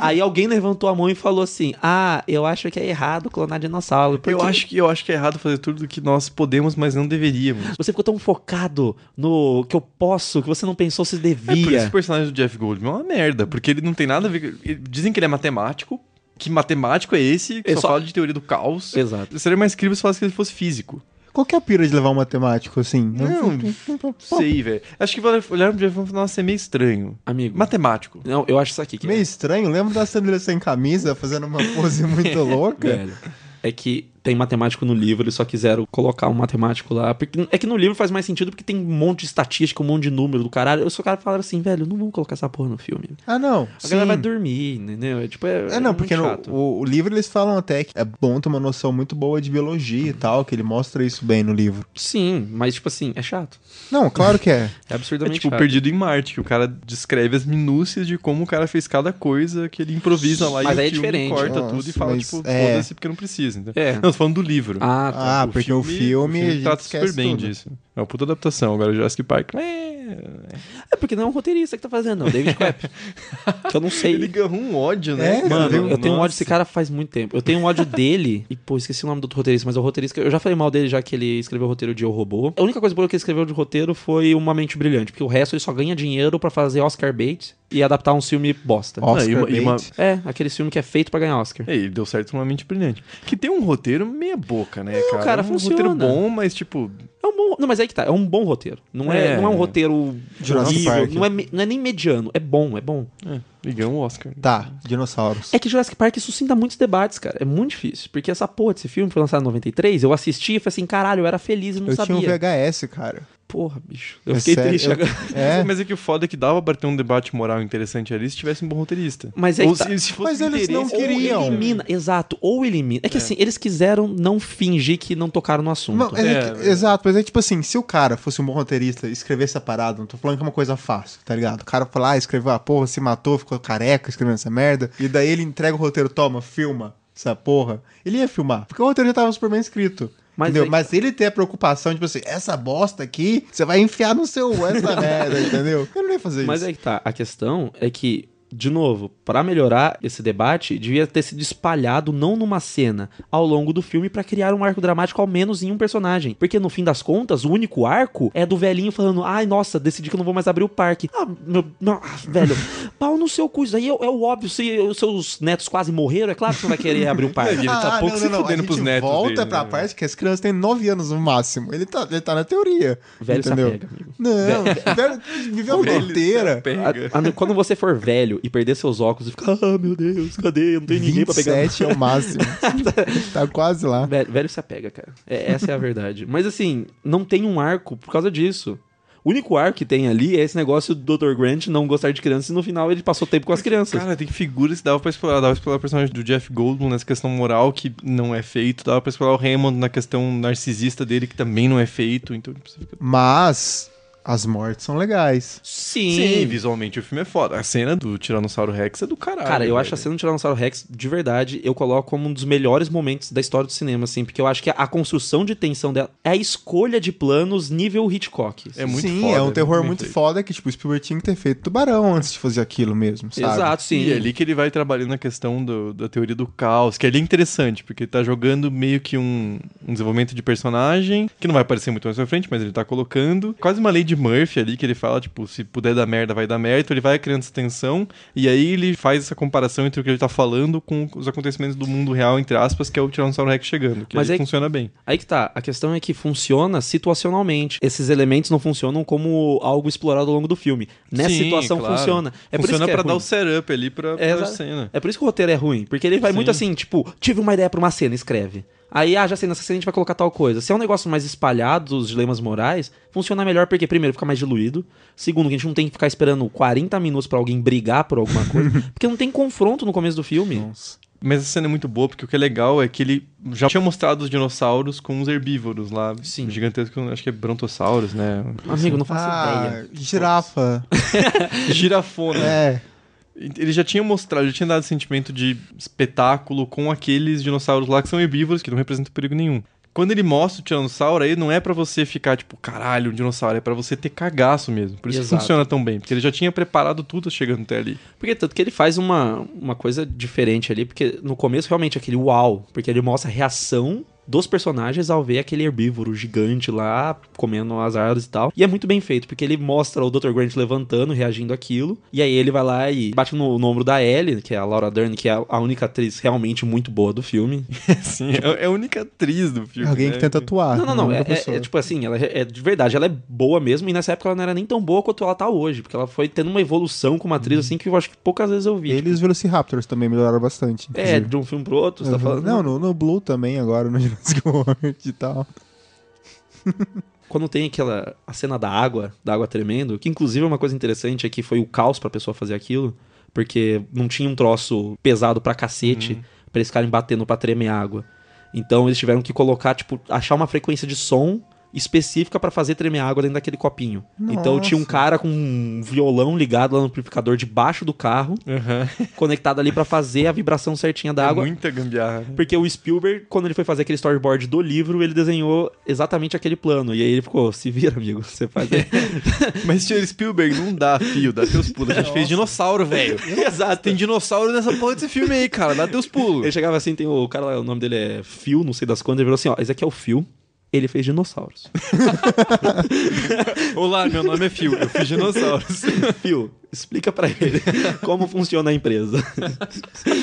Aí alguém levantou a mão e falou assim: Ah, eu acho que é errado clonar dinossauro. porque
Eu acho, que, eu acho que é errado fazer tudo que nós podemos, mas não deveríamos.
Você ficou tão focado no que eu posso, que você não pensou se
É por isso que
devia.
o personagem do Jeff Goldblum é uma merda, porque ele não tem nada a ver. com- ele- Dizem que ele é matemático, que matemático é esse, que
Ele
só,
só-
fala de teoria do caos.
Exato.
Seria mais incrível se falasse que ele fosse físico.
Qual que é a pira de levar um matemático assim?
Não,
hum.
sei, velho. Acho que olharam pro Jeff Goldblum e falaram, nossa, é meio estranho.
Amigo.
Matemático.
Não, eu acho isso aqui. Que é.
Meio estranho, lembra da Sandra sem camisa fazendo uma pose muito louca?
Velho, é que tem matemático no livro, eles só quiseram colocar um matemático lá. Porque, é que no livro faz mais sentido porque tem um monte de estatística, um monte de número do caralho. Eu só cara falaram assim, velho, não vamos colocar essa porra no filme.
Ah, não.
A galera
sim.
vai dormir, entendeu? É, tipo, é,
É, não,
muito
porque no-
chato.
o, o livro eles falam até que é bom ter uma noção muito boa de biologia e tal, que ele mostra isso bem no livro.
Sim, mas tipo assim, é chato.
Não, claro que é.
É
É
absurdamente
tipo
chato.
Perdido em Marte, que o cara descreve as minúcias de como o cara fez cada coisa que ele improvisa lá
Mas
e
aí é
o filme
diferente.
corta
Nossa,
tudo e fala,
mas
tipo,
é.
foda-se porque não precisa. entendeu?
É.
Não, tô falando do livro.
Ah, tá.
Ah, porque o filme,
o
a
filme
gente
trata
esquece
super bem
tudo.
disso. É uma puta adaptação. Agora Jurassic Park. É,
É porque não é um roteirista que tá fazendo, não. David Koepp. que eu não sei.
Ele ganhou um ódio,
né,
né?
É,
Mano,
Entendeu?
eu tenho um ódio desse cara faz muito tempo. Eu tenho um ódio dele. E, pô, esqueci o nome do outro roteirista, mas é o roteirista. que- Eu já falei mal dele, já que ele escreveu o roteiro de Eu Robô. A única coisa boa que ele escreveu de roteiro foi Uma Mente Brilhante, porque o resto ele só ganha dinheiro pra fazer Oscar bait e adaptar um filme bosta.
Ó. Oscar
e uma- e uma-
bait.
É, aquele filme que é feito pra ganhar Oscar.
É, ele deu certo numa mente brilhante. Que tem um roteiro meia boca, né, cara?
cara,
é um
funciona.
roteiro bom, mas tipo...
É um bom. Não, mas aí que tá. É um bom roteiro. Não é,
É.
não é um roteiro
Jurassic
horrível.
Park.
Não é, me- não é nem mediano. É bom, é bom.
É, ele ganhou um Oscar.
Tá, dinossauros.
É que Jurassic Park suscita muitos debates, cara. É muito difícil. Porque essa porra desse filme foi lançado em 93. Eu assisti e falei assim, caralho, eu era feliz e não
eu um
sabia.
tinha um VHS, cara.
Porra, bicho. Eu
É
fiquei
sério,
triste
eu-
agora.
É.
Mas é que o foda é que dava pra ter um debate moral interessante ali se tivesse um bom roteirista.
Mas aí
Ou
tá.
se, se fosse
Mas eles não
interesse-
Ou
queriam.
elimina, exato, ou elimina. É que assim, eles quiseram não fingir que não tocaram no assunto.
Não, é,
É,
que-
velho.
exato, mas é tipo assim, se o cara fosse um bom roteirista e escrevesse essa parada, não tô falando que é uma coisa fácil, tá ligado? O cara foi lá, escreveu a porra, se matou, ficou careca escrevendo essa merda, e daí ele entrega o roteiro, toma, filma essa porra. Ele ia filmar, porque o roteiro já tava super bem escrito. Mas,
Mas
entendeu?
aí-
mas ele tem a preocupação, tipo assim, essa bosta aqui, você vai enfiar no seu essa merda, entendeu? Eu não ia fazer
Mas
isso.
é que tá. A questão é que, de novo, pra melhorar esse debate, devia ter sido espalhado não numa cena, ao longo do filme, pra criar um arco dramático ao menos em um personagem. Porque no fim das contas, o único arco é do velhinho falando: ai, nossa, decidi que eu não vou mais abrir o parque. Ah, meu. Não, ah, velho, pau no seu cu. Isso aí é, é o óbvio. Se os seus netos quase morreram, é claro que você não vai querer abrir o parque.
ele
Ah,
tá pouco se
a
fudendo
gente
pros netos
volta
dele,
pra
né?
parte que as crianças têm 9 anos no máximo. Ele tá, ele tá na teoria.
Velho se
entendeu?
apega, amigo.
Não, velho, viveu a
Velho,
fronteira.
Pega.
A- a- quando você for velho e perder seus óculos e ficar, ah, meu Deus, cadê? Não tem ninguém pra pegar.
27 é o máximo. tá quase lá.
Velho, velho se apega, cara. É- essa é a verdade. Mas assim, não tem um arco por causa disso. O único arco que tem ali é esse negócio do Dr. Grant não gostar de crianças e no final ele passou tempo com as crianças.
Cara, tem figuras que dava pra explorar. Dava pra explorar o personagem do Jeff Goldblum nessa questão moral que não é feito. Dava pra explorar o Raymond na questão narcisista dele que também não é feito. Então tipo, você fica...
Mas as mortes são legais.
sim.
Sim, visualmente o filme é foda. A cena do Tiranossauro Rex é do caralho.
Cara, eu
velho.
acho a cena do Tiranossauro Rex, de verdade, eu coloco como um dos melhores momentos da história do cinema, assim, porque eu acho que a, a construção de tensão dela é a escolha de planos nível Hitchcock. assim.
É muito
Sim,
foda,
é um terror
bem
muito
feito.
foda que, tipo, o Spielberg tinha que ter feito tubarão antes de fazer aquilo mesmo, sabe?
Exato, sim.
E é ali que ele vai trabalhando a questão do- da teoria do caos, que ali é interessante, porque ele tá jogando meio que um, um desenvolvimento de personagem, que não vai aparecer muito mais pra frente, mas ele tá colocando. Quase uma lei de Murphy ali, que ele fala, tipo, se puder dar merda, vai dar merda. Então ele vai criando essa tensão, e aí ele faz essa comparação entre o que ele tá falando com os acontecimentos do mundo real, entre aspas, que é o Tiranossauro Rex chegando, que
Mas
mas
é-
funciona bem.
Aí que tá, a questão é que funciona situacionalmente. Esses elementos não funcionam como algo explorado ao longo do filme. Nessa
Sim,
situação
claro.
funciona. É por isso
funciona
que é
pra
ruim.
dar o setup ali pra,
É,
pra
exato.
cena.
É por isso que o roteiro é ruim, porque ele vai
Sim.
muito assim, tipo, tive uma ideia pra uma cena, escreve. Aí, ah, já sei, nessa cena a gente vai colocar tal coisa. Se é um negócio mais espalhado, os dilemas morais, funciona melhor porque, primeiro, fica mais diluído. Segundo, que a gente não tem que ficar esperando 40 minutos pra alguém brigar por alguma coisa. porque não tem confronto no começo do filme.
Nossa.
Mas essa cena é muito boa, porque o que é legal é que ele já tinha mostrado os dinossauros com os herbívoros lá.
Sim.
Gigantescos, acho que é brontossauros, né?
Amigo, não faço ideia.
Ah, girafa.
Girafona.
É.
Ele já tinha mostrado, já tinha dado esse sentimento de espetáculo com aqueles dinossauros lá que são herbívoros, que não representam perigo nenhum. Quando ele mostra o tiranossauro, aí não é pra você ficar tipo, caralho, um dinossauro, é pra você ter cagaço mesmo. Por isso que
Exato.
funciona tão bem, porque ele já tinha preparado tudo chegando até ali.
Porque tanto que ele faz uma, uma coisa diferente ali, porque no começo realmente é aquele uau, porque ele mostra a reação dos personagens ao ver aquele herbívoro gigante lá comendo as árvores e tal. E é muito bem feito, porque ele mostra o Dr. Grant levantando, reagindo àquilo, e aí ele vai lá e bate no, no ombro da Ellie, que é a Laura Dern, que é a única atriz realmente muito boa do filme.
Sim, é, é a única atriz do filme.
Alguém que
né?
tenta atuar.
não, não, não,
é
é,
outra
é-
pessoa.
é tipo assim, ela é, é de verdade, ela é boa mesmo, e nessa época ela não era nem tão boa quanto ela tá hoje, porque ela foi tendo uma evolução como atriz, assim, que eu acho que poucas vezes eu vi.
Eles e os Velociraptors também melhoraram bastante.
É,
inclusive.
de um filme pro outro, você tá
Uhum.
falando.
Não, no, no Blue também agora, no Jurassic World e tal.
Quando tem aquela a cena da água, da água tremendo, que inclusive é uma coisa interessante é que foi o caos pra pessoa fazer aquilo, porque não tinha um troço pesado pra
Uhum.
cacete pra eles ficarem batendo pra tremer a água. Então eles tiveram que colocar, tipo, achar uma frequência de som específica pra fazer tremer a água dentro daquele copinho. Então tinha um
Nossa.
cara com um violão ligado lá no amplificador debaixo do carro,
Aham.
conectado ali pra fazer a vibração certinha da
É
água.
muita gambiarra.
Porque o Spielberg, quando ele foi fazer aquele storyboard do livro, ele desenhou exatamente aquele plano. E aí ele ficou, se vira, amigo, você faz aí.
Mas, senhor Spielberg, não dá, fio, dá teus pulos. A gente fez dinossauro, velho.
Exato.
Tem dinossauro nessa porra desse filme aí, cara. Dá teus pulos.
Ele chegava assim, tem o cara lá, o nome dele é Phil, não sei das quantas, ele falou assim, ó, esse aqui é o Phil. Ele fez dinossauros.
Olá, meu nome é Phil. Eu fiz dinossauros.
Phil, explica pra ele como funciona a empresa.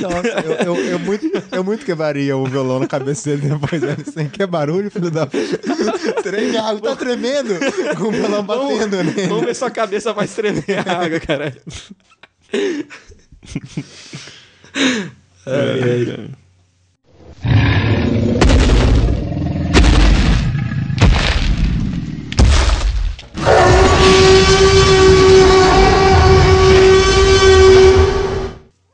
Nossa, eu, eu, eu muito, eu muito quebraria o violão na cabeça dele depois. né? Sem que é barulho, filho da puta. Treme a água, tá tremendo com o violão batendo nele.
Vamos ver sua cabeça vai tremer a água, caralho. É.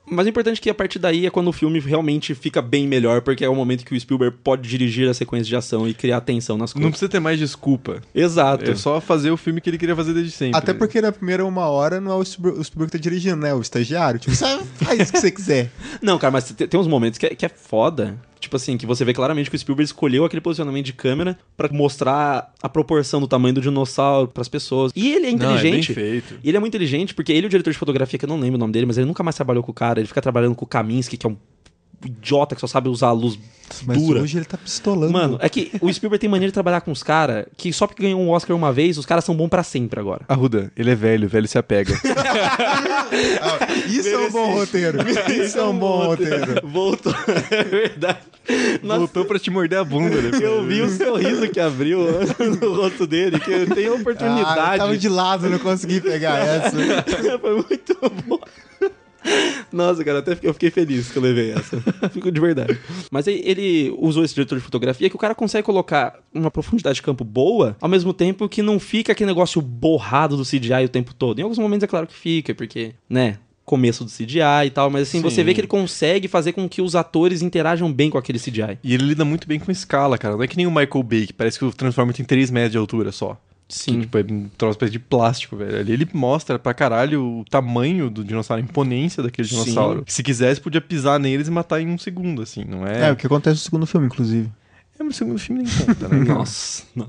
Mas o importante é que a partir daí é quando o filme realmente fica bem melhor, porque é o momento que o Spielberg pode dirigir a sequência de ação e criar tensão nas
Não
coisas.
precisa ter mais desculpa.
Exato.
É só fazer o filme que ele queria fazer desde sempre.
Até porque na primeira uma hora não é o Spielberg o Spielberg que tá dirigindo, né? É O estagiário. Tipo, você faz o que você quiser.
Não, cara, mas te- tem uns momentos que é, que é foda. Tipo assim, que você vê claramente que o Spielberg escolheu aquele posicionamento de câmera pra mostrar a proporção do tamanho do dinossauro pras pessoas. E ele é
Não, é bem
inteligente.
feito.
E ele é muito inteligente, porque ele é o diretor de fotografia, que eu não lembro o nome dele, mas ele nunca mais trabalhou com o cara. Ele fica trabalhando com o Kaminsky, que é um idiota que só sabe usar a luz
Mas
dura.
hoje ele tá pistolando.
Mano, é que o Spielberg tem maneira de trabalhar com os caras que só porque ganhou um Oscar uma vez, os caras são bons pra sempre agora.
Arruda, ele é velho, velho se apega.
Ah, isso é um bom roteiro. Isso é um bom roteiro.
Voltou. É verdade. Nossa,
Voltou pra te morder a bunda, né?
eu vi o sorriso que abriu no rosto dele, que eu
Ah,
tenho
eu
oportunidade.
tava de lado, não consegui pegar essa.
Foi muito bom. Nossa, cara, até fiquei- eu fiquei feliz que eu levei essa. Fico de verdade. Mas aí ele usou esse diretor de fotografia que o cara consegue colocar uma profundidade de campo boa, ao mesmo tempo que não fica aquele negócio borrado do CGI o tempo todo. Em alguns momentos é claro que fica, porque, né, começo do CGI e tal, mas assim, você
Sim.
vê que ele consegue fazer com que os atores interajam bem com aquele CGI.
E ele lida muito bem com escala, cara. Não é que nem o Michael Bay, que parece que o Transformer tem 3 metros de altura só. Que,
Sim.
tipo, é um troço de plástico, velho. Ali ele mostra pra caralho o tamanho do dinossauro, a imponência daquele
Sim.
dinossauro. Se quisesse, podia pisar neles e matar em um segundo, assim, não
É,
é?
o que acontece no segundo filme, inclusive.
É, mas o segundo filme nem conta, né? cara?
Nossa. Não.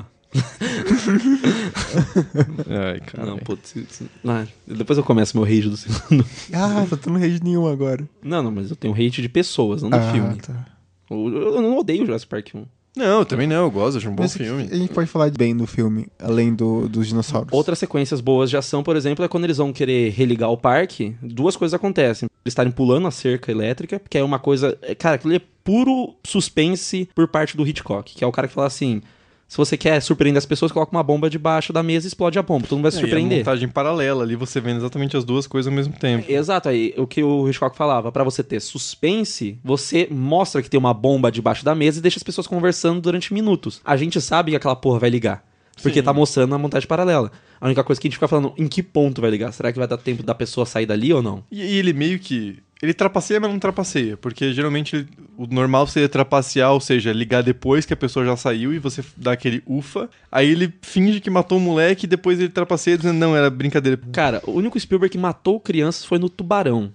Ai, cara.
Não,
velho.
putz. isso- ah, depois eu começo meu rage do segundo.
Ah, eu tô no rede nenhum agora.
Não, não, mas eu tenho hate de pessoas, não do
ah,
filme.
tá.
Eu, eu não odeio Jurassic Park 1.
não, eu também não, eu gosto, acho um bom
Mas
filme.
A gente pode falar de bem do filme, além do, dos dinossauros.
Outras sequências boas de ação, por exemplo, é quando eles vão querer religar o parque, duas coisas acontecem. Eles estarem pulando a cerca elétrica, que é uma coisa. é, Cara, aquilo é puro suspense por parte do Hitchcock, que é o cara que fala assim. Se você quer surpreender as pessoas, coloca uma bomba debaixo da mesa e explode a bomba. Todo mundo vai se
É, e a
surpreender. É,
montagem paralela ali, você vendo exatamente as duas coisas ao mesmo tempo.
Exato, aí o que o Hitchcock falava, pra você ter suspense, você mostra que tem uma bomba debaixo da mesa e deixa as pessoas conversando durante minutos. A gente sabe que aquela porra vai ligar, porque
Sim.
tá mostrando a montagem paralela. A única coisa que a gente fica falando, em que ponto vai ligar? Será que vai dar tempo da pessoa sair dali ou não?
E, e ele meio que. Ele trapaceia, mas não trapaceia. Porque geralmente ele- o normal seria trapacear, ou seja, ligar depois que a pessoa já saiu e você dá aquele ufa. Aí ele finge que matou o moleque e depois ele trapaceia dizendo, não, era brincadeira.
Cara, o único Spielberg que matou crianças foi no Tubarão.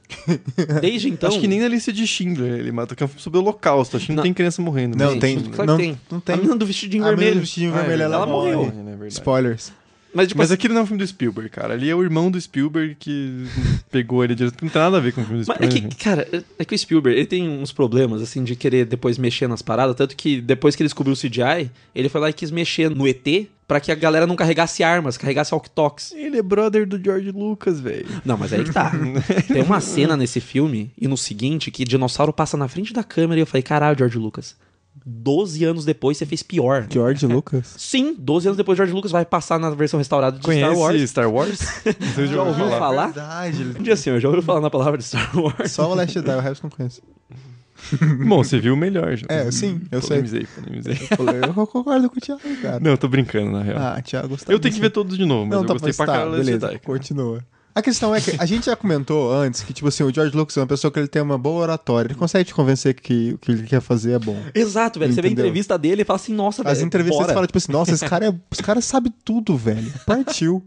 Desde então...
Acho que nem na lista de Schindler ele mata, que é um filme sobre o holocausto. Acho que não,
Não.
tem criança morrendo.
Não,
né?
tem.
Claro
não,
que tem.
Não tem.
A menina do vestidinho
A menina
vermelho.
do vestidinho
Ah, é
vermelho, ela,
Ela
morre.
morreu.
né, é verdade.
Spoilers.
Mas, tipo,
Mas aquele não é um filme do Spielberg, cara. Ali é o irmão do Spielberg que pegou ele direto. Não tem nada a ver com o filme do
Mas é
Spielberg.
que, cara, é que o Spielberg, ele tem uns problemas, assim, de querer depois mexer nas paradas. Tanto que depois que ele descobriu o CGI, ele foi lá e quis mexer no ET pra que a galera não carregasse armas, carregasse walkie-talkies.
Ele é brother do George Lucas, velho.
Não, mas aí que tá. tem uma cena nesse filme e no seguinte que dinossauro passa na frente da câmera e eu falei, caralho, George Lucas, 12 anos depois você fez pior.
George Lucas.
Sim, 12 anos depois George Lucas vai passar na versão restaurada de
Conhece
Star Wars.
Star Wars? Vocês
Já ouviu falar?
Verdade.
Um dia assim, eu já ouvi falar na palavra de Star Wars.
Só o Last Jedi, o resto eu não conheço.
Bom, você viu o melhor já.
É, sim, eu sei.
Polemizei, polemizei.
Eu concordo com o Thiago, cara.
Não, eu tô brincando, na real.
Ah, Thiago, gostava
eu tenho que ver todos de novo, mas eu
tá,
gostei pra
tá,
caralho desse
beleza,
Jedi.
Continua. A questão é que a gente já comentou antes que, tipo assim, o George Lucas é uma pessoa que ele tem uma boa oratória. Ele consegue te convencer que o que ele quer fazer é bom.
Exato, velho. Você vê a
Entendeu.
entrevista dele e fala assim, nossa, velho.
As entrevistas
bora.
falam, tipo assim, nossa, esse cara, é, esse cara sabe tudo, velho. Partiu.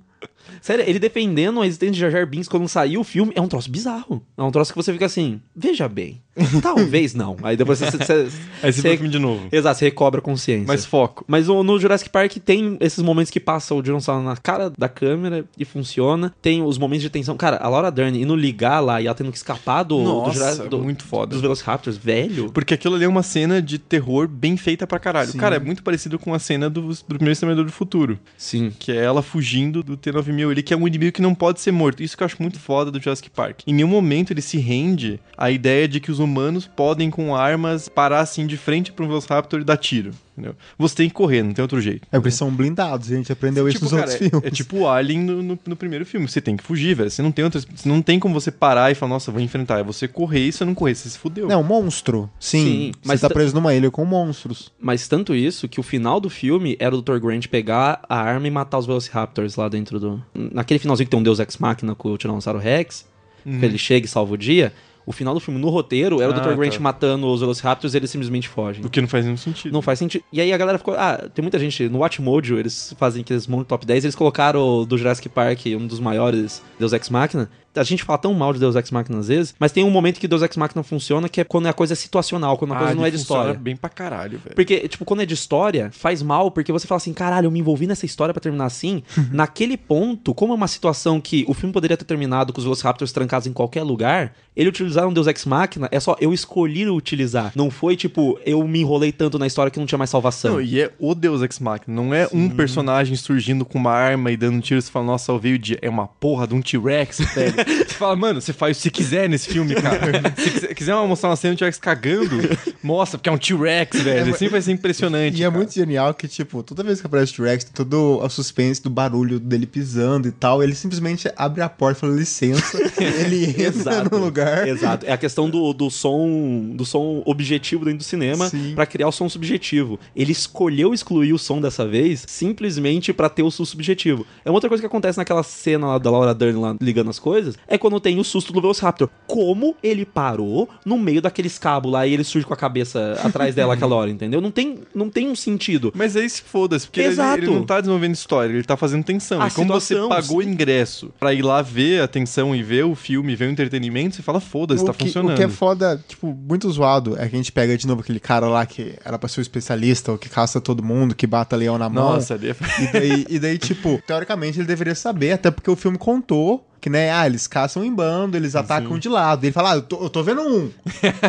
Sério, ele defendendo a existência de Jar Jar Binks quando saiu o filme é um troço bizarro. É um troço que você fica assim, veja bem, talvez não. Aí depois você... você-
Aí você
você-
vê o filme de novo.
Exato, você recobra a consciência.
Mas
Mas,
foco.
o- no Jurassic Park tem esses momentos que passa o dinossauro na cara da câmera e funciona. Tem os momentos de tensão. Cara, a Laura Dern indo ligar lá e ela tendo que escapar do, do,
É
Jurassic- do-
muito foda.
dos Velociraptors, velho.
Porque aquilo ali é uma cena de terror bem feita pra caralho.
Sim.
Cara, é muito parecido com a cena do, do primeiro Exterminador do Futuro.
Sim.
Que é ela fugindo do T-9000 ali, que é um inimigo que não pode ser morto. Isso que eu acho muito foda do Jurassic Park. Em nenhum momento ele se rende à ideia de que os humanos podem, com armas, parar assim de frente pra um Velociraptor e dar tiro. Entendeu? Você tem que correr, não tem outro jeito.
É porque eles são blindados, a gente aprendeu isso
Tipo,
nos
cara,
outros
é-
filmes.
É, tipo o Alien no, no- no primeiro filme. Você tem que fugir, velho. Você não tem outra. Você não tem como você parar e falar, nossa, vou enfrentar. É você correr e se eu não correr, você se fudeu.
Não, monstro. Sim,
Sim,
mas
mas
tá
tá-
preso numa ilha com monstros.
Mas tanto isso que o final do filme era o Dr. Grant pegar a arma e matar os Velociraptors lá dentro do. Naquele finalzinho que tem um Deus Ex Machina com o Tiranossauro Rex, que ele chega e salva o dia. O final do filme, no roteiro, era o
Uhum. Ah,
Dr. Grant
tá.
matando os Velociraptors e eles simplesmente fogem.
O que não faz nenhum sentido.
Não faz sentido. E aí a galera ficou. Ah, tem muita gente. No Watchmojo, eles fazem aqueles monte top 10. Eles colocaram do Jurassic Park, um dos maiores, Deus Ex Machina. A gente fala tão mal de Deus Ex Machina às vezes, mas tem um momento que Deus Ex Machina funciona que é quando a coisa é situacional, quando a coisa
Ah,
não
ele
é de
funciona
história.
bem pra caralho, velho.
Porque, tipo, quando é de história, faz mal, porque você fala assim, caralho, eu me envolvi nessa história pra terminar assim. Naquele ponto, como é uma situação que o filme poderia ter terminado com os Velociraptors trancados em qualquer lugar, ele utilizar um Deus Ex Machina, é só eu escolhi utilizar. Não foi, tipo, eu me enrolei tanto na história que não tinha mais salvação.
Não, e é o Deus Ex Machina. Não é um personagem surgindo com uma arma e dando um tiro e você fala, nossa, salvei o dia. É uma porra de um T-Rex, velho. você fala, mano, você faz o que quiser nesse filme, cara. se quiser, quiser mostrar uma cena de T-Rex cagando, mostra, porque é um T-Rex, velho. Assim vai ser impressionante.
E é
cara.
muito genial que, tipo, toda vez que aparece o T-Rex, tem todo o suspense do barulho dele pisando e tal, ele simplesmente abre a porta e fala licença, ele entra
Exato.
no lugar.
Exato. É a questão do, do som do som objetivo dentro do cinema
Sim.
pra criar o som subjetivo. Ele escolheu excluir o som dessa vez simplesmente pra ter o susto subjetivo. É uma outra coisa que acontece naquela cena lá da Laura Dern lá ligando as coisas, é quando tem o susto do Velociraptor. Como ele parou no meio daqueles cabos lá e ele surge com a cabeça atrás dela aquela hora, entendeu? Não tem, não tem um sentido.
Mas aí se foda-se, porque ele-
Exato.
Ele, não tá desenvolvendo história, ele tá fazendo tensão.
A
e como você
situação,
pagou o ingresso pra ir lá ver a tensão e ver o filme, ver o entretenimento, você fala, foda-se,
O
tá
que,
funcionando.
o que é foda, tipo, muito zoado, é que a gente pega de novo aquele cara lá que era pra ser o especialista, ou que caça todo mundo, que bata leão na mão.
Nossa, ali é...
E daí, e daí, tipo, teoricamente ele deveria saber, até porque o filme contou que, né, ah, eles caçam em bando, eles atacam de lado. Ele fala, ah, eu tô, eu tô vendo um.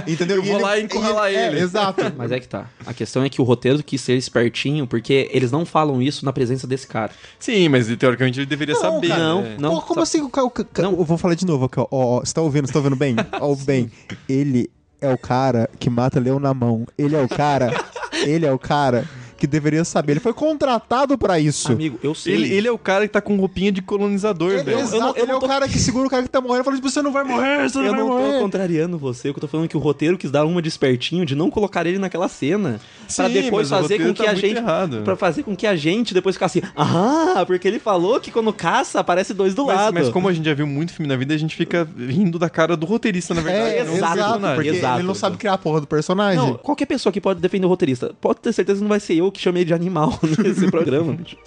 Entendeu?
Eu vou lá encurralar
é,
ele.
exato.
Mas é que tá. A questão é que o roteiro quis ser espertinho, porque eles não falam isso na presença desse cara.
Sim, mas teoricamente ele deveria saber.
não,
né?
não.
Pô, como assim? O, ca- o, ca- Eu vou falar de novo aqui, ó. Ó, ó, Você tá ouvindo? Você tá ouvindo bem? Ó, o bem. Ele é o cara que mata leão na mão. Ele é o cara. ele é o cara que deveria saber. Ele foi contratado pra isso.
Amigo, eu sei.
Ele, ele é o cara que tá com roupinha de colonizador,
Ele,
velho.
exato,
eu não- eu
ele é
não
o
tô- É,
cara que segura o cara que tá morrendo e fala: tipo, você não vai morrer, você não
Eu
vai
não tô
morrer.
contrariando você, o que eu tô falando é que o roteiro quis dar uma de espertinho de não colocar ele naquela cena. pra
Sim,
depois
mas o
fazer com
roteiro tá
que a
muito
gente.
errado.
Pra fazer com que a gente depois ficasse. Ah, porque ele falou que quando caça aparece dois do
Mas,
lado.
mas como a gente já viu muito filme na vida, a gente fica rindo da cara do roteirista, na verdade.
É,
não do
exato,
personagem.
porque
Exato.
ele não sabe criar a porra do personagem.
Não, qualquer pessoa que pode defender o roteirista, pode ter certeza que não vai ser eu que chamei ele de animal nesse programa, bicho.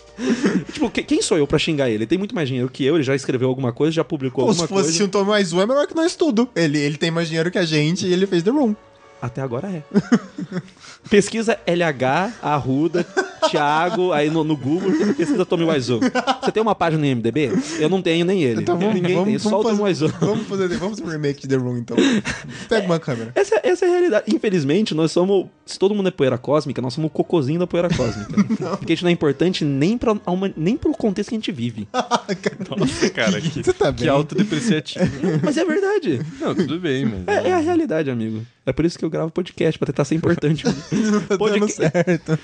Tipo, que- quem sou eu pra xingar ele? Ele tem muito mais dinheiro que eu, ele já escreveu alguma coisa, já publicou
Pô, se
alguma
fosse
coisa.
assistir um Tom mais um, é melhor que nós tudo. Ele, ele tem mais dinheiro que a gente e ele fez The Room.
Até agora é. Pesquisa LH, Arruda, Thiago, aí no, no Google, pesquisa Tommy Wiseau. Você tem uma página no MDB? Eu não tenho nem ele. Ninguém tem, só o Tommy
fazer,
Wiseau.
Então vamos fazer, vamos pro remake de The Room, então. Pega uma câmera.
Essa, essa é a realidade. Infelizmente, nós somos. Se todo mundo é poeira cósmica, nós somos o cocôzinho da poeira cósmica. Porque a gente não é importante nem, pra, a uma- nem pro contexto que a gente vive.
Nossa, cara, que,
Você tá
que
bem?
autodepreciativo.
Mas é verdade.
não, tudo bem, mas...
É, é a realidade, amigo. É por isso que eu gravo podcast, pra tentar ser importante.
Tá
Pode-
dando certo.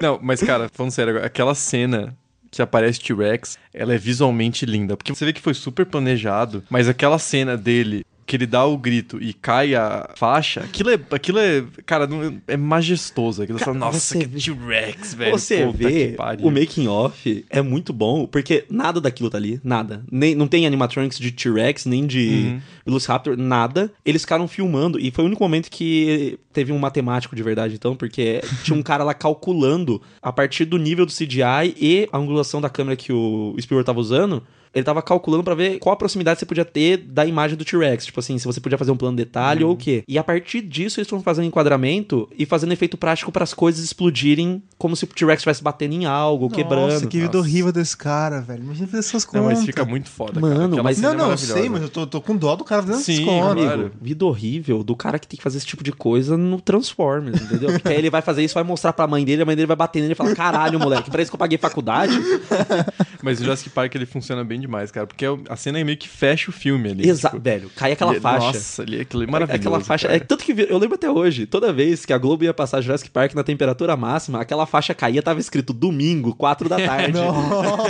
Não, mas cara, falando sério, agora, aquela cena que aparece T-Rex, ela é visualmente linda, porque você vê que foi super planejado, mas aquela cena dele que ele dá o grito e cai a faixa, aquilo é, aquilo é, cara, não- é majestoso, aquilo você fala, nossa,
você
que
vê-
T-Rex, velho.
Você
puta
vê,
que pariu."
o making off é muito bom, porque nada daquilo tá ali, nada. Nem, não tem animatronics de T-Rex, nem de Velociraptor, nada. Eles ficaram filmando, e foi o único momento que teve um matemático de verdade, então, porque tinha um cara lá calculando a partir do nível do CGI e a angulação da câmera que o Spielberg tava usando. Ele tava calculando pra ver qual a proximidade você podia ter da imagem do T-Rex. Tipo assim, se você podia fazer um plano de detalhe ou o quê. E a partir disso, eles foram fazendo enquadramento e fazendo efeito prático para as coisas explodirem como se o T-Rex estivesse batendo em algo, ou quebrando.
Nossa, que vida
Nossa.
horrível desse cara, velho. Imagina fazer essas
Não,
contas.
mas fica muito foda, cara.
Mano,
Aquela
mas-
cena
Não,
é
não, eu
maravilhosa.
sei, mas eu tô, tô com dó do cara fazendo essas
Sim,
contas.
Amigo,
Claro.
vida horrível do cara que tem que fazer esse tipo de coisa no Transformers, entendeu? Porque aí ele vai fazer isso, vai mostrar pra mãe dele, a mãe dele vai bater nele e falar: caralho, moleque, pra isso que eu paguei faculdade.
Mas o Jurassic Park ele funciona bem demais, cara, porque a cena é meio que fecha o filme ali.
Exato,
tipo,
velho, cai aquela
ele-
faixa.
Nossa, ali, aquilo é maravilhoso.
Aquela faixa.
cara.
É tanto que vir- eu lembro até hoje, toda vez que a Globo ia passar Jurassic Park na temperatura máxima, aquela faixa caía, tava escrito domingo, 4 da tarde.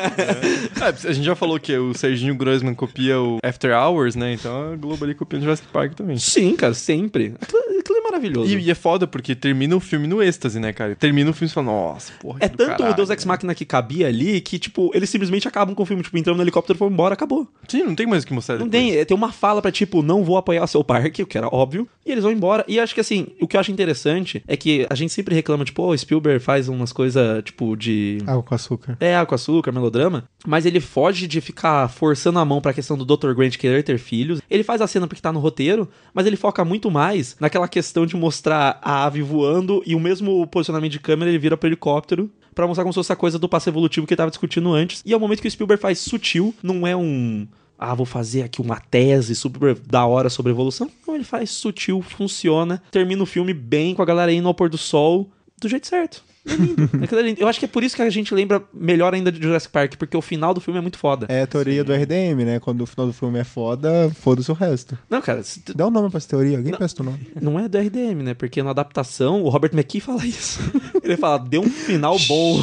É, a gente já falou que o Serginho Grossman copia o After Hours, né? Então a Globo ali copia o Jurassic Park também.
Sim, cara, sempre. Aquilo, aquilo é maravilhoso.
E, e é foda, porque termina o filme no êxtase, né, cara? Termina o filme e você fala, nossa, porra.
É
que do
tanto o
caralho,
Deus Ex
né?
Machina que cabia ali que, tipo, eles simplesmente acabam com o filme. Tipo, entramos no helicóptero, foi embora, acabou.
Sim, não tem mais o que mostrar
Não
depois.
tem, é, tem uma fala pra tipo, não vou apoiar o seu parque, o que era óbvio, e eles vão embora. E acho que assim, o que eu acho interessante é que a gente sempre reclama, tipo, "Pô, o Spielberg faz umas coisas, tipo, de.
Água com açúcar.
É, água com açúcar, melodrama. Mas ele foge de ficar forçando a mão pra questão do Dr. Grant querer ter filhos. Ele faz a cena porque tá no roteiro, mas ele foca muito mais naquela questão de mostrar a ave voando e o mesmo posicionamento de câmera ele vira pro helicóptero. Pra mostrar como se fosse a coisa do passo evolutivo que ele tava discutindo antes. E é o momento que o Spielberg faz sutil, não é um. Ah, vou fazer aqui uma tese super da hora sobre evolução. Não, ele faz sutil, funciona. Termina o filme bem com a galera indo ao pôr do sol, do jeito certo. É lindo. Aquilo é lindo. Eu acho que é por isso que a gente lembra melhor ainda de Jurassic Park, porque o final do filme é muito foda.
É a teoria do RDM, né? Quando o final do filme é foda, foda-se o resto.
Não, cara, se tu-
Dá um nome pra essa teoria, alguém presta o nome.
não é do RDM, né? Porque na adaptação, o Robert McKee fala isso. Ele fala, deu um final bom.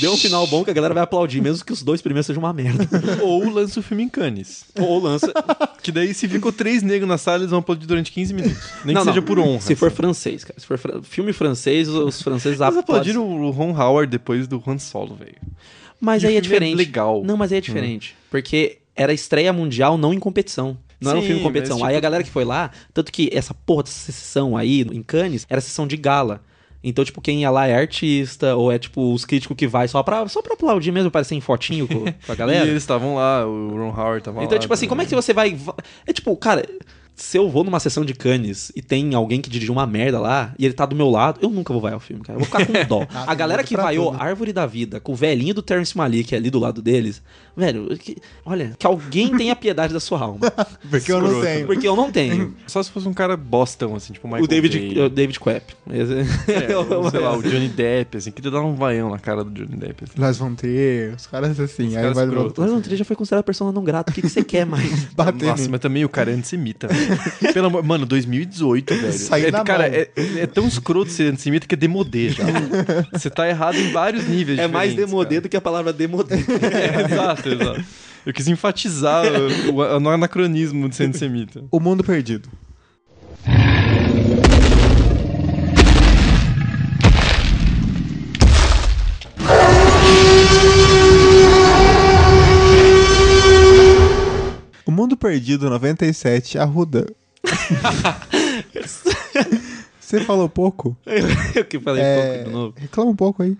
deu um final bom que a galera vai aplaudir, mesmo que os dois primeiros sejam uma merda.
Ou lança o filme em Cannes.
Ou lança.
Que daí, se ficou três negros na sala, eles vão aplaudir durante 15 minutos. Nem
Não,
que seja
não.
por honra.
Se for
assim.
francês, cara. Se for fran- filme francês, os
Eles
franceses aplaudem.
aplaudiram o Ron Howard depois do Han Solo, velho.
Mas
E o
aí é
filme é
diferente.
legal.
Não, mas aí é diferente. Porque era estreia mundial, não em competição. Não era um
Sim,
filme em competição.
mas, tipo-
Aí a galera que foi lá, tanto que essa porra dessa sessão aí em Cannes era sessão de gala. Então, tipo, quem ia lá é artista, ou é tipo os críticos que vai só pra, só pra aplaudir mesmo, parecer em fotinho com, com a galera.
E eles estavam lá, o Ron Howard tava lá.
Então, tipo assim, como é
né?
que você vai. É tipo, cara, se eu vou numa sessão de Cannes e tem alguém que dirigiu uma merda lá e ele tá do meu lado, eu nunca vou vaiar o filme, cara. Eu vou ficar com dó.
Ah,
a
tem
galera
muito
que
pra
vaiou
tudo.
Árvore da Vida com o velhinho do Terence Malik ali do lado deles, velho, que- olha, que alguém tenha piedade da sua alma.
Porque eu não
Escroto.
tenho.
Porque eu não tenho.
Só se fosse um cara bostão, assim, tipo o Michael
o David,
Bay.
o David Quepp. Esse-
É, ou, sei lá, o Johnny Depp, assim. Queria dar um vaião na cara do Johnny Depp, assim.
Nós vamos ter, os caras assim, aí
caras
vai
escroto.
O Lázaro Trier já foi considerado persona não grata. O que, que você quer mais? É
bater
Nossa,
nele.
mas também o cara é antissemita. velho. Pelo amor... Mano, 2018, velho.
Saiu
é,
na
cara,
mão.
é, é tão escroto ser antissemita que é demodê já. Você tá errado em vários níveis
É mais
diferentes,
demodê
cara.
do que a palavra demodê.
É, exato, exato. Eu quis enfatizar o, o- o anacronismo de ser antissemita.
O mundo perdido. O Mundo Perdido 97, Arruda. Você falou pouco?
Eu que falei
É,
pouco de novo.
Reclama um pouco aí.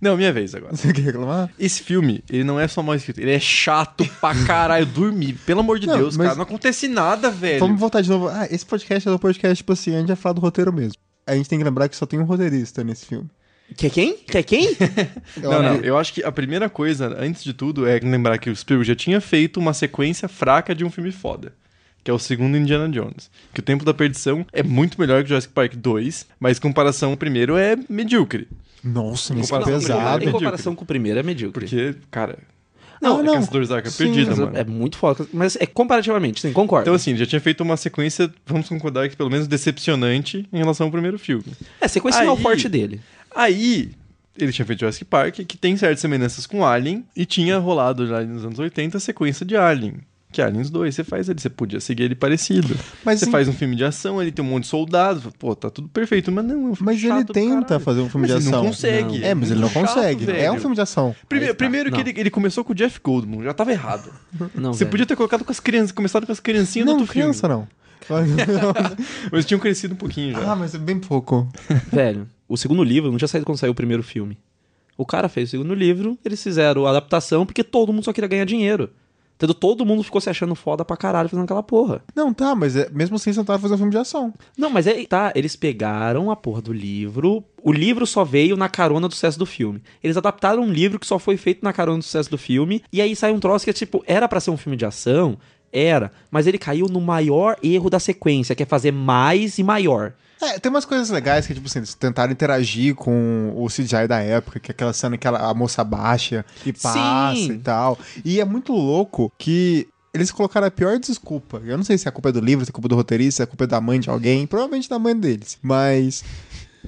Não, minha vez agora.
Você quer reclamar?
Esse filme, ele não é só mal escrito, ele é chato pra caralho. Dormir, pelo amor de
Não,
Deus,
mas-
cara. Não acontece nada, velho.
Vamos voltar de novo. Ah, esse podcast é um podcast, tipo assim, a gente já fala do roteiro mesmo. A gente tem que lembrar que só tem um roteirista nesse filme.
Quer quem? Quer quem?
Eu
Não, não.
abri-
Eu acho que a primeira coisa, antes de tudo, é lembrar que o Spielberg já tinha feito uma sequência fraca de um filme foda. Que é o segundo Indiana Jones. Que o Tempo da Perdição é muito melhor que Jurassic Park 2, mas comparação ao primeiro é medíocre.
Nossa,
Em
mas que
comparação-
pesado.
Em comparação com o primeiro, é medíocre.
Porque, cara,
Não,
é
não.
Caçador Zaca
Sim,
perdida,
Mas
mano.
É muito foda. Mas é comparativamente, sim, concordo.
Então, assim, ele já tinha feito uma sequência, vamos concordar que pelo menos decepcionante em relação ao primeiro filme.
é, sequência não é o
aí-
forte dele.
Aí, ele tinha feito Jurassic Park, que tem certas semelhanças com Alien, e tinha rolado lá nos anos 80 a sequência de Alien. Que é Aliens 2, você faz ele, você podia seguir ele parecido.
Mas
você
em-
faz um filme de ação, ele tem um monte de soldados, pô, tá tudo perfeito, mas não, é um filme
Mas
chato
ele
do
tenta
caralho.
fazer um filme
Mas
de
ele
ação.
não consegue.
É, mas ele não
muito chato,
consegue. é um
velho.
filme de ação.
Prime-
Aí tá.
Primeiro que
Não.
ele, ele começou com o Jeff Goldman, já tava errado.
Não,
você
velho.
podia ter colocado com as crianças, começado com as criancinhas
não,
do outro
criança não.
filme. Mas tinham crescido um pouquinho já.
ah, mas é bem pouco.
Velho, o segundo livro não tinha saído quando saiu o primeiro filme. O cara fez o segundo livro, eles fizeram a adaptação porque todo mundo só queria ganhar dinheiro. Entendeu? Todo mundo ficou se achando foda pra caralho fazendo aquela porra.
Não, tá, mas é, mesmo assim você tava fazendo um filme de ação.
Não, mas é. Tá, eles pegaram a porra do livro. O livro só veio na carona do sucesso do filme. Eles adaptaram um livro que só foi feito na carona do sucesso do filme. E aí saiu um troço que é tipo, era pra ser um filme de ação? Era. Mas ele caiu no maior erro da sequência, que é fazer mais e maior.
É, tem umas coisas legais que, tipo assim, eles tentaram interagir com o CGI da época, que é aquela cena que ela- a moça baixa e passa
Sim.
e tal. E é muito louco que eles colocaram a pior desculpa. Eu não sei se a culpa é do livro, se a culpa é do roteirista, se a culpa é da mãe de alguém, provavelmente da mãe deles. Mas,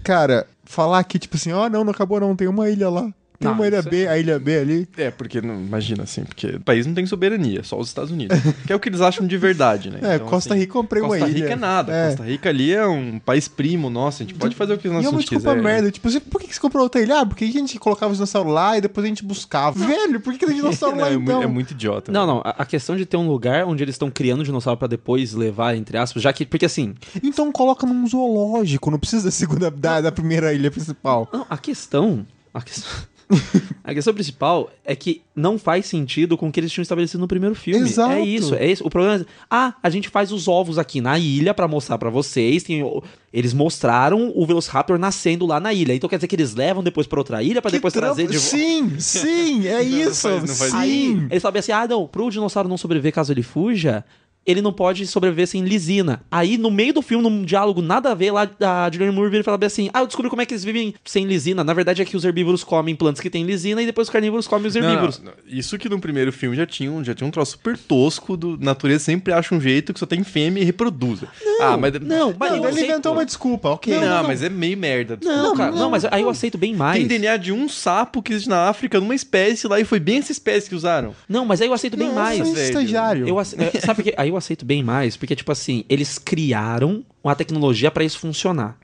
cara, falar que, tipo assim, ó, não, não acabou não, tem uma ilha lá. Tem
Ah,
uma ilha
isso é-
B, a ilha B ali.
É, porque, não, imagina assim, porque o país não tem soberania, só os Estados Unidos. que é o que eles acham de verdade, né?
É,
Então,
Costa
assim,
Rica comprei uma
Costa
ilha.
Rica é nada.
É.
Costa Rica ali é um país primo nosso, a gente pode fazer o que nós
E é uma
quiser.
desculpa merda. Tipo, você- por que que você comprou outra ilha? Ah, porque a gente colocava os dinossauros lá e depois a gente buscava. Velho, por que que tem dinossauro
Não,
lá
é,
então?
muito, é muito idiota.
Não,
né?
não. A a questão de ter um lugar onde eles estão criando dinossauro pra depois levar, entre aspas, já que. Porque assim,
Então coloca num zoológico, não precisa da segunda, da, da primeira ilha principal.
não, a questão. A questão. a questão principal é que não faz sentido com o que eles tinham estabelecido no primeiro filme.
Exato.
É isso, é isso. O problema é. Ah, a gente faz os ovos aqui na ilha pra mostrar pra vocês. Tem o- Eles mostraram o Velociraptor nascendo lá na ilha. Então quer dizer que eles levam depois pra outra ilha pra depois
Que
trazer
trampo-
de volta.
Sim, sim, é
não
isso.
faz- não faz
Aí
sim.
eles sabem assim: ah, não, pro dinossauro não sobreviver caso ele fuja, ele não pode sobreviver sem lisina. Aí no meio do filme, num diálogo nada a ver, lá a Julianne Moore vira e fala bem assim: ah, eu descobri como é que eles vivem sem lisina. Na verdade é que os herbívoros comem plantas que têm lisina e depois os carnívoros comem os
Não, não,
herbívoros.
não. Isso que no primeiro filme já tinha, um- já tinha um troço super tosco do natureza sempre acha um jeito que só tem fêmea e reproduz. ah, mas
Não, mas
Não,
eu
ele
aceito.
inventou uma desculpa, ok.
não, mas é meio merda.
Não,
desculpa.
cara, não, mas aí eu aceito bem mais.
Tem DNA de um sapo que existe na África, numa espécie lá, e foi bem essa espécie que usaram.
Não, mas aí eu aceito bem
Não,
mais.
mas
velho.
estagiário.
Eu ace- é, Sabe por quê? Aí eu aceito bem mais, porque, tipo assim, eles criaram uma tecnologia pra isso funcionar.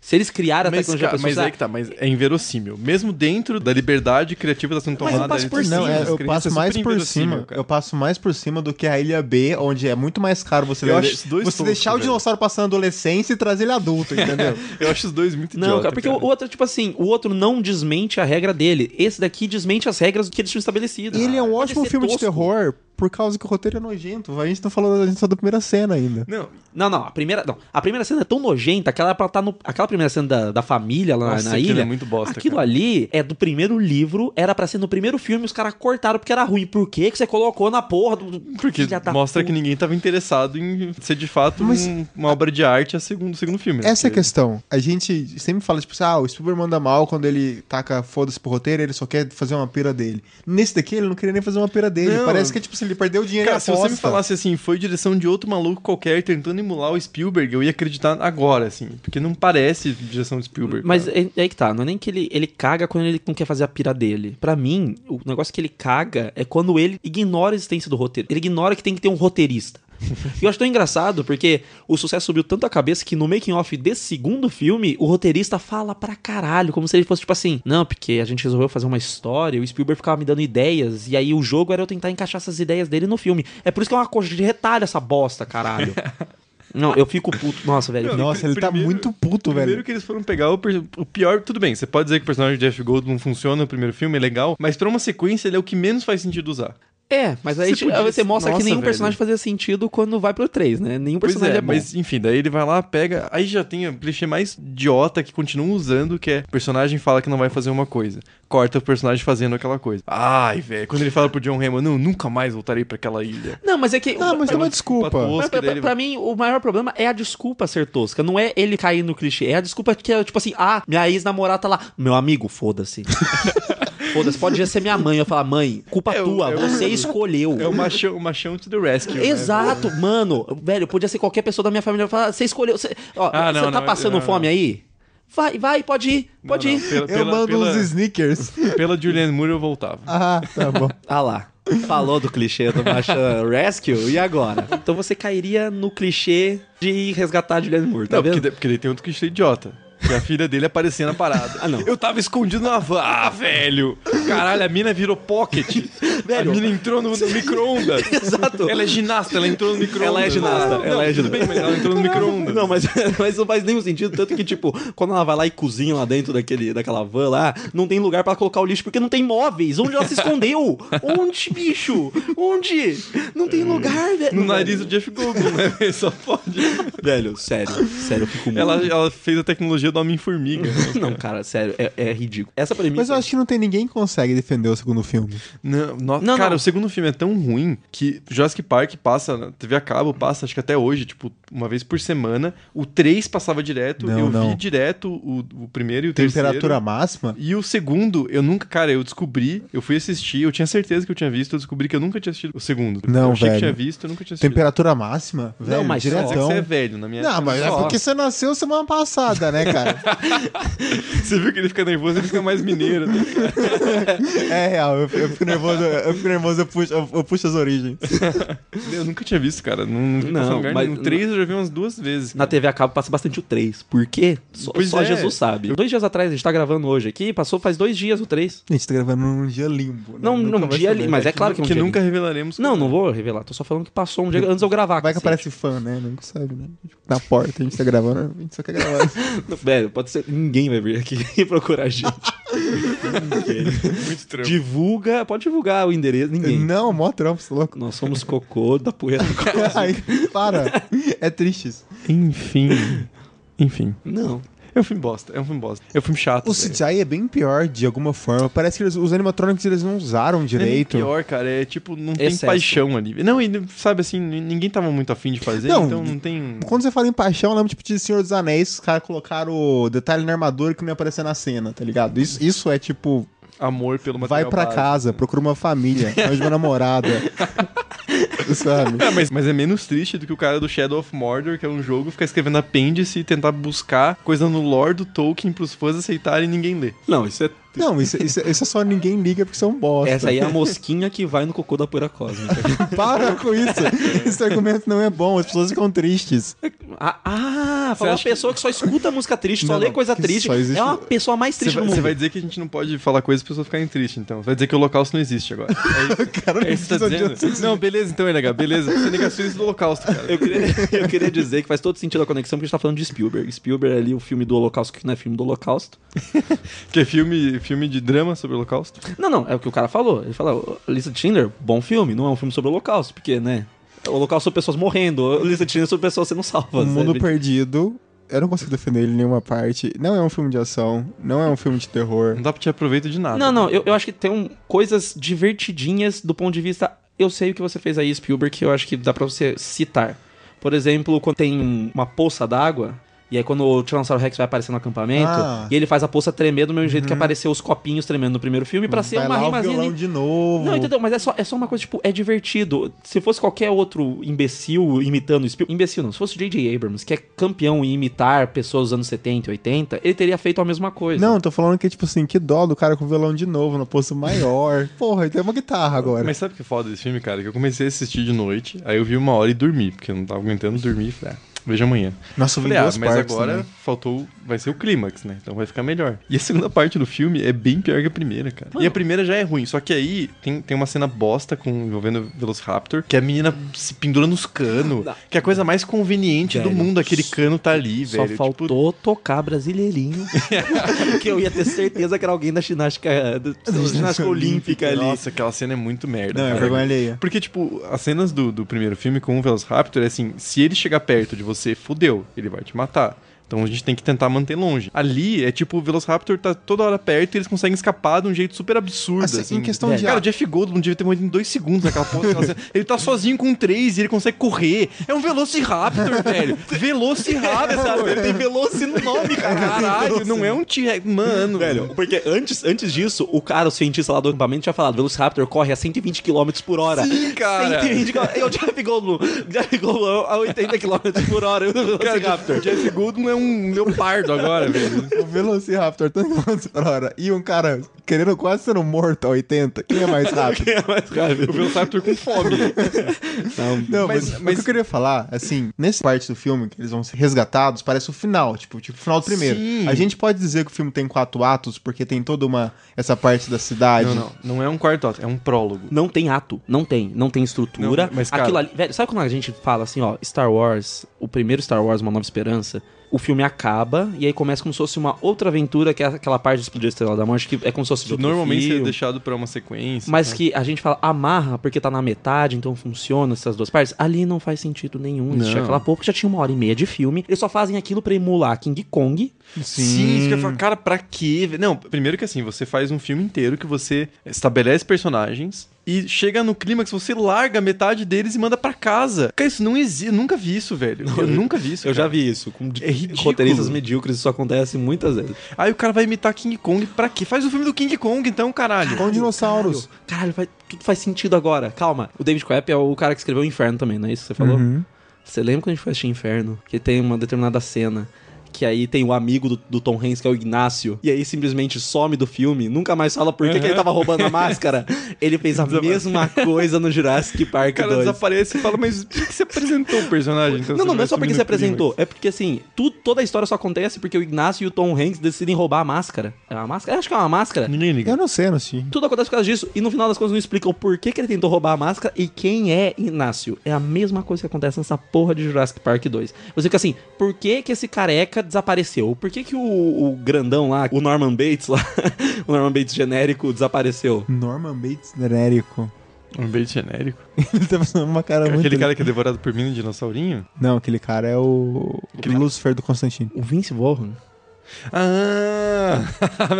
Se eles criaram a
Mas,
tecnologia pra
cara,
isso
mas
funcionar,
aí que tá, mas é inverossímil. Mesmo dentro da liberdade criativa da sendo
Mas eu
tomada...
passo
entre
por
os
cima.
Não, é,
crimes,
eu
isso
passo
super
mais por
inverossímil,
cima.
cara.
Eu passo mais por cima do que a Ilha B, onde é muito mais caro você,
Eu
le-
acho os dois
você
tosco,
deixar o
velho.
dinossauro passar na adolescência e trazer ele adulto, entendeu?
Eu acho os dois muito
Não,
idiota,
cara, porque o outro, tipo assim, o outro não desmente a regra dele. Esse daqui desmente as regras que eles tinham estabelecido.
E ele é
Ah,
um
Pode
ótimo
ser
filme de
tosco.
terror por causa que o roteiro é nojento. A gente não falou a gente só da primeira cena ainda.
Não,
Não, não, a primeira, não. A primeira cena é tão nojenta, aquela pra tá no, aquela primeira cena da, da família lá
Nossa,
na
aquilo
ilha.
é muito bosta,
Aquilo
cara.
ali é do primeiro livro, era pra ser no primeiro filme, os caras cortaram porque era ruim. Por que que você colocou na porra do
Porque
filha da
mostra
puta?
que ninguém tava interessado em ser de fato
Mas-
um- uma obra de arte a segundo, segundo filme. né?
Essa é a
Porque-
questão. A gente sempre fala, tipo, assim, ah, o Spielberg manda mal quando ele taca foda-se pro roteiro, ele só quer fazer uma pira dele. Nesse daqui, ele não queria nem fazer uma pira dele.
Não.
Parece que, tipo, se ele perdeu o dinheiro
Cara,
em
se você me
aposta.
falasse assim, foi direção de outro maluco qualquer tentando emular o Spielberg, eu ia acreditar agora, assim. Porque não parece direção de Spielberg.
Mas
cara.
é, é aí que tá, não é nem que ele, ele caga quando ele não quer fazer a pira dele. Pra mim, o negócio que ele caga é quando ele ignora a existência do roteiro. Ele ignora que tem que ter um roteirista. e eu acho tão engraçado porque o sucesso subiu tanto a cabeça que no making off desse segundo filme, o roteirista fala pra caralho, como se ele fosse tipo assim: "Não, porque a gente resolveu fazer uma história, o Spielberg ficava me dando ideias e aí o jogo era eu tentar encaixar essas ideias dele no filme. É por isso que é uma coxa de retalho essa bosta, caralho." Não, eu fico puto. Nossa, velho. eu fico-
Nossa, ele tá
Primeiro-
muito puto,
Primeiro
velho.
que eles foram pegar o, per- o pior, tudo bem, você pode dizer que o personagem de Jeff Gold não funciona no primeiro filme, é legal, mas pra uma sequência ele é o que menos faz sentido usar.
É, mas aí
Você
você,
podia-
você mostra
Nossa,
que nenhum
velho.
personagem fazia sentido quando vai pro 3, né? Nenhum
Pois
personagem é,
é,
bom.
mas enfim, daí ele vai lá, pega. Aí já tem o clichê mais idiota que continuam usando, que é o personagem fala que não vai fazer uma coisa. Corta o personagem fazendo aquela coisa. Ai, velho, quando ele fala pro John Hammond, não, nunca mais voltarei pra aquela ilha.
Não, mas é que.
Ah,
Não, mas é
pra,
uma desculpa.
Pra-
pra- pra-
dele-
pra mim, o maior problema é a desculpa ser tosca. Não é ele cair no clichê. É a desculpa que é tipo assim: ah, minha ex-namorada tá lá. Meu amigo, foda-se. foda-se, pode ser minha mãe. Eu falar, mãe, culpa
É o-
tua,
é o-
você escolheu.
É o machão, o machão to the rescue. né?
Exato, mano. Velho, podia ser qualquer pessoa da minha família. Eu falar, você escolheu. Você, ó,
Ah, não,
você tá
não,
passando
não, não.
fome aí? Vai, vai, pode ir,
Não,
pode
não,
ir.
Pela,
Eu
pela,
mando
pela,
uns sneakers.
pela Julianne Moore eu voltava.
ah, tá bom.
Ah lá. Falou do clichê do Macha Rescue, e agora? Então você cairia no clichê de resgatar a Julianne Moore, tá
não, porque,
vendo?
daí- porque ele tem outro clichê idiota. Que é a filha dele aparecia na parada.
Ah, não.
Eu tava escondido na van. Ah, velho! Caralho, a mina virou pocket.
Velho.
A mina entrou no, no micro-ondas.
Exato.
Ela é ginasta, ela entrou no micro-ondas.
Ela é ginasta,
Ah,
ela
não,
é
tudo
um ginasta.
bem, mas ela entrou no micro-ondas.
Não, mas, mas não faz nenhum sentido, tanto que, tipo, quando ela vai lá e cozinha lá dentro daquele, daquela van lá, não tem lugar pra colocar o lixo porque não tem móveis. Onde ela se escondeu? Onde, bicho? Onde? Não tem lugar, velho.
No nariz do Jeff Goldblum, né? Só pode.
Velho, sério, sério, eu fico muito.
Ela, ela fez a tecnologia do Homem-Formiga.
Não, cara, sério, é, é ridículo. Essa premissa.
Mas eu acho que não tem ninguém que consegue defender o segundo filme.
Não, no-
Não,
cara,
não.
o segundo filme é tão ruim que Jurassic Park passa, na TV a cabo passa, acho que até hoje, tipo, uma vez por semana. O 3 passava direto,
Não,
eu
não.
vi direto o, o primeiro e o
Temperatura
terceiro.
máxima?
E o segundo, eu nunca, cara, eu descobri, eu fui assistir, eu tinha certeza que eu tinha visto, eu descobri que eu nunca tinha assistido o segundo.
Não,
eu achei
velho.
que tinha visto, eu nunca tinha assistido.
Temperatura máxima? Velho,
mas
direto
só,
você
que
então-
você é velho, na minha
Não, mas é
Só.
porque você nasceu semana passada, né, cara?
Você viu que ele fica nervoso, ele fica mais mineiro. né?
É real, eu, eu fico nervoso, eu fico nervoso, eu puxo, eu, eu puxo as origens.
Eu nunca tinha visto, cara. Não, não, vi
Não,
passar em lugar
mas-
nenhum. Três eu já vi umas duas vezes.
Na
cara.
TV a cabo passa bastante o 3. Por quê? Só,
Pois
só
é.
Jesus sabe. Dois dias atrás, a gente tá gravando hoje aqui, passou faz dois dias o 3.
A gente tá gravando num dia limbo. né?
Não,
Nunca
não,
vai
dia
saber.
ali, mas é claro que é um
Que
dia
nunca
ali.
revelaremos.
Não, não vou revelar, tô só falando que passou um dia antes de eu gravar.
Vai que
cacete.
aparece fã, né? Nunca sabe, né? Tipo, Na porta a gente tá gravando, a gente só quer gravar.
Assim, tipo, Velho, pode ser. Ninguém vai vir aqui e procurar a gente. Ninguém.
é Muito estranho.
Divulga, pode divulgar o endereço, ninguém.
Não, mó trampo, você é louco.
Nós somos cocô da poeira. do co-
Ai, para. É triste isso.
Enfim. Enfim.
Não.
É um filme bosta. É um filme bosta. É um filme chato.
O
velho.
CGI é bem pior de alguma forma. Parece que eles- os animatronics eles não usaram
Não é nem
direito.
pior, cara. É tipo, não
Excesso.
tem paixão ali. Não, e sabe assim, n- ninguém tava muito afim de fazer,
Não,
então não tem.
Quando você fala em paixão, eu lembro tipo de Senhor dos Anéis, os caras colocaram o detalhe na armadura que não ia aparecer na cena, tá ligado? Isso, isso é tipo,
Amor pelo
vai
material
pra
básico.
casa, procura uma família, arranja uma namorada. Sabe?
É, mas, mas é menos triste do que o cara do Shadow of Mordor, que é um jogo, ficar escrevendo apêndice e tentar buscar coisa no lore do Tolkien pros fãs aceitarem e ninguém ler.
Não, isso é.
Não, isso, isso, isso é só ninguém liga porque você é um bosta.
Essa aí é a mosquinha que vai no cocô da poeira cósmica.
Para com isso. Esse argumento não é bom, as pessoas ficam tristes.
É ah, ah falar uma
acha que-
pessoa que só escuta música triste, só
Não,
lê
não,
coisa
que
triste.
só existe-
É uma pessoa mais
Você
triste
vai,
do
você
mundo.
vai dizer que a gente não pode falar coisas e as pessoas ficarem tristes, então. Você vai dizer que o holocausto não existe agora.
Cara,
É
não
isso que
precisa
você
de
tá
outro-
dizendo? Não, beleza então, NH, beleza. Você nega suicídio do holocausto, cara.
Eu queria, eu queria dizer que faz todo sentido a conexão, porque a gente tá falando de Spielberg. Spielberg é ali o filme do Holocausto, que não é filme do Holocausto.
Que é filme, filme de drama sobre o holocausto.
Não, não, é o que o cara falou. Ele falou, "Ô, Lista de Schindler, bom filme, não é um filme sobre o Holocausto, porque, né? O Holocausto sobre pessoas morrendo, a Lista de Schindler sobre pessoas sendo salvas. É
O Mundo
sabe?
Perdido. Eu não consigo defender ele em nenhuma parte. Não é um filme de ação, não é um filme de terror.
Não dá pra te aproveitar de nada.
Não, não, eu, eu acho que tem um, coisas divertidinhas do ponto de vista. Eu sei o que você fez aí, Spielberg, que eu acho que dá pra você citar. Por exemplo, quando tem uma poça d'água. E aí, quando o Tiranossauro Rex vai aparecer no acampamento,
Ah. Uhum.
e ele faz a poça tremer do mesmo jeito que apareceu os copinhos tremendo no primeiro filme, pra ser
Vai
uma
lá o
rimazinha.
violão
ali.
de novo.
Não, entendeu? Mas é só, é só uma coisa, tipo, é divertido. Se fosse qualquer outro imbecil imitando o Spielberg... Imbecil não, se fosse o J.J. Abrams, que é campeão em imitar pessoas dos anos 70, 80, ele teria feito a mesma coisa.
Não, eu tô falando que, tipo assim, que dó do cara com o violão de novo, na posto maior. Porra, ele tem uma guitarra agora.
Mas sabe o que é foda desse filme, cara? Que eu comecei a assistir de noite, aí eu vi uma hora e dormi, porque eu não tava aguentando dormir. Falei, ah, veja amanhã.
Nossa, eu vi
Falei, ah,
duas
mas
partes
agora
também.
faltou. Vai ser o clímax, né? Então vai ficar melhor. E a segunda parte do filme é bem pior que a primeira, cara. E a primeira já é ruim, só que aí tem, tem uma cena bosta com, envolvendo o Velociraptor, que a menina se pendura nos canos,
Não.
que é a coisa mais conveniente do
Velho,
mundo, aquele cano tá ali,
Só
velho. Tipo,
faltou tocar brasileirinho. que eu ia ter certeza que era alguém da ginástica, do- da ginástica olímpica ali.
Nossa, aquela cena é muito merda.
Não, é
cara.
vergonha alheia.
Porque, tipo, as cenas do, do primeiro filme com o Velociraptor é assim: se ele chegar perto de você, fudeu, ele vai te matar. Então a gente tem que tentar manter longe. Ali é tipo, o Velociraptor tá toda hora perto e eles conseguem escapar de um jeito super absurdo.
Assim,
Assim,
em questão
velho.
de
Cara, o Jeff Goldblum devia ter morrido em dois segundos naquela porra. daquela cena. Ele tá sozinho com três e ele consegue correr. É um Velociraptor, velho. Velociraptor. Ele tem Veloci no nome, cara. Caralho, não é um T-Rex. Mano.
Velho, porque antes, antes disso, o cara, o cientista lá do acampamento tinha falado, Velociraptor corre a 120 km por hora.
Sim, cara.
120 km. E o Jeff Goldblum, Jeff Goldblum a 80 km por hora. e o
Cara, o
Velociraptor.
Jeff Goldblum é um leopardo agora, velho.
O Velociraptor tá tanto quanto por hora e um cara querendo quase ser um morto a 80, quem é mais rápido?
É mais rápido.
O Velociraptor com fome.
Não,
Mas-
mas,
mas-
o que eu queria falar, assim, nessa parte do filme que eles vão ser resgatados, parece o final, tipo, tipo o final do primeiro.
Sim.
A gente pode dizer que o filme tem quatro atos porque tem toda uma essa parte da cidade.
Não, não. Não é um quarto ato, é um prólogo.
Não tem ato, não tem, não tem estrutura.
Não, mas, cara-
Aquilo ali, velho, sabe quando a gente fala assim, ó, Star Wars, o primeiro Star Wars, Uma Nova Esperança, o filme acaba e aí começa como se fosse uma outra aventura, que é aquela parte de explodir a Estrela da Morte, que é como se fosse de
Que
outro
normalmente
filme,
seria deixado pra uma sequência.
Mas
tá?
que a gente fala amarra porque tá na metade, então funciona essas duas partes. Ali não faz sentido nenhum existir
Não.
aquela porra, porque já tinha uma hora e meia de filme. Eles só fazem aquilo pra emular King Kong.
Sim, isso que eu ia falar, cara, pra quê? velho? Não, primeiro que assim, você faz um filme inteiro que você estabelece personagens e chega no clímax, você larga metade deles e manda pra casa. Cara, isso não existe, eu nunca vi isso, velho. eu, nunca vi isso. cara.
vi isso. Com
É ridículo.
roteiristas medíocres, isso acontece muitas vezes.
Aí o cara vai imitar King Kong pra quê? Faz o filme do King Kong então, caralho.
Com dinossauros.
Caralho,
Uhum.
caralho, faz- tudo faz sentido agora. Calma. O David Quapp é o cara que escreveu o Inferno também, não é isso que você falou? Você lembra quando a gente foi assistir Inferno? Que tem uma determinada cena. Que aí tem o amigo do, do Tom Hanks, que é o Ignacio, e aí simplesmente some do filme, nunca mais fala por que,
Uhum.
que ele tava roubando a máscara. Ele fez a mesma coisa no Jurassic
O
Park
cara
2.
desaparece e fala, mas por que você apresentou o personagem? Então,
Não, não,
vai
não é só porque
sumindo
você
por aí,
apresentou. É porque, assim, tu- toda a história só acontece porque o Ignacio e o Tom Hanks decidem roubar a máscara. É uma máscara? Eu Acho que é uma máscara.
mas Ninguém liga.
Eu não sei, não sei.
Tudo acontece por causa disso. E no final das contas não explicam por que, que ele tentou roubar a máscara e quem é Ignacio. É a mesma coisa que acontece nessa porra de Jurassic Park 2. Você fica assim, por que, que esse careca desapareceu? Por que, que o, o grandão lá, o Norman Bates lá, o Norman Bates genérico desapareceu?
Norman Bates genérico.
Um bait genérico.
Ele tá fazendo uma cara muito.
Aquele cara que é devorado por mim, um dinossaurinho?
Não, aquele cara é o. o Lucifer do Constantino.
O Vince Vaughn?
Ah!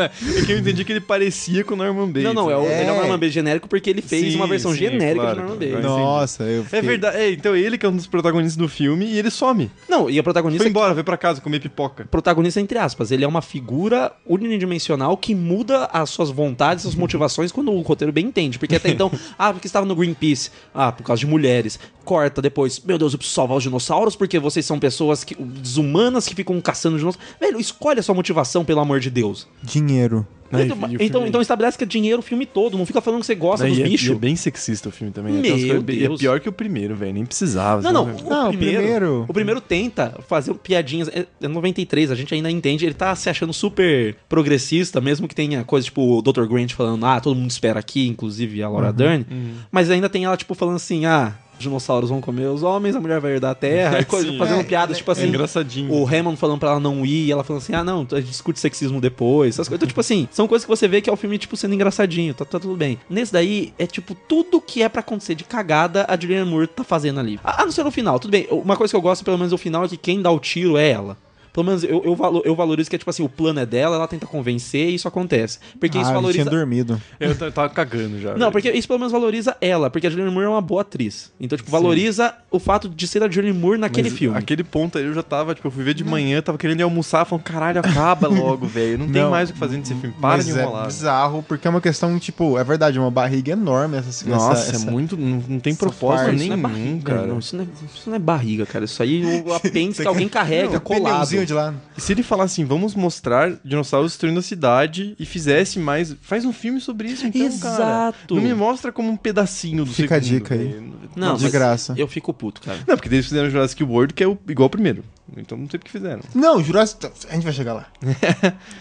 é que eu entendi que ele parecia com o Norman Bates. né?
Não, não, é o,
É.
ele é o Norman Bates genérico porque ele fez
Sim,
uma versão
sim,
genérica
claro,
do Norman
claro.
Bates.
Não.
Nossa, eu
É
fiquei-
verdade, é, então ele que é um dos protagonistas do filme e ele some.
Não, e a protagonista
Foi embora, foi pra casa comer pipoca.
protagonista entre aspas. Ele é uma figura unidimensional que muda as suas vontades, suas motivações quando o roteiro bem entende. Porque até então, ah, porque estava no Greenpeace, ah, por causa de mulheres. Corta depois, meu Deus, eu preciso salvar os dinossauros porque vocês são pessoas que, desumanas que ficam caçando dinossauros. Velho, escolhe a sua motivação, pelo amor de Deus.
Dinheiro.
Aí,
então,
e o
então,
filme-
então estabelece que é dinheiro o filme todo, não fica falando que você gosta
Não,
dos
e é, e
bichos.
é bem sexista o filme também. né?
Meu
Tem umas coisas bem- e
Deus.
É pior que o primeiro, velho. Nem precisava. né?
Não, não.
sabe?
O,
Não, o
primeiro,
primeiro.
O primeiro tenta fazer piadinhas. É é 93, a gente ainda entende. Ele tá se achando super progressista, mesmo que tenha coisa tipo o Dr. Grant falando, ah, todo mundo espera aqui, inclusive a Laura Dern.
Uhum.
Mas ainda tem ela, tipo, falando assim, ah. Os dinossauros vão comer os homens, a mulher vai herdar a terra, e coisa,
Sim,
fazendo
é.
piadas,
É
tipo assim.
engraçadinho.
Uhum.
O Hammond falando pra ela não ir, e ela falando assim, ah, não, a gente discute sexismo depois, essas coisas. Então, tipo assim, são coisas que você vê que é o filme, tipo, sendo engraçadinho, tá, tá tudo bem. Nesse daí, é tipo, tudo que é pra acontecer de cagada, a Julianne Moore tá fazendo ali. A, a não ser no final, tudo bem. Uma coisa que eu gosto, pelo menos, no final, é que quem dá o tiro é ela. Pelo menos eu, eu, valo- eu valorizo que é tipo assim, o plano é dela, ela tenta convencer e isso acontece. Porque
ah,
isso
eu tinha
valoriza
dormido.
Eu t- tava cagando já.
não,
velho.
porque isso pelo menos valoriza ela, porque a Julianne Moore é uma boa atriz. Então, tipo, valoriza o fato de ser a Julianne Moore naquele
Mas
filme.
Aquele ponto aí eu já tava, tipo, eu fui ver de manhã, tava querendo ir almoçar, falando, caralho, acaba logo, velho. Não, tem
Não,
mais o que fazer nesse filme. Para
Mas
de
é
enrolar.
bizarro, porque é uma questão, tipo, é verdade, é uma barriga enorme essa
Nossa,
essa,
é muito. Não, não tem
essa
propósito
farsa.
Isso não é
nenhum,
barriga,
cara.
Não, isso, não é, isso não é barriga, cara. Isso aí é o apêndice que alguém carrega
Não, um
colado.
pneuzinho de lá.
E se ele falar assim, vamos mostrar dinossauros destruindo a cidade e fizesse mais. Faz um filme sobre isso, então, cara.
Exato.
Não me mostra como um pedacinho do
Fica a
segundo,
dica aí.
velho.
Não,
de
mas
graça.
Eu fico puto, cara.
Não, porque daí eles fizeram Jurassic World, que é o, igual ao primeiro. Então não sei porque fizeram.
Não, Jurassic. A gente vai chegar lá.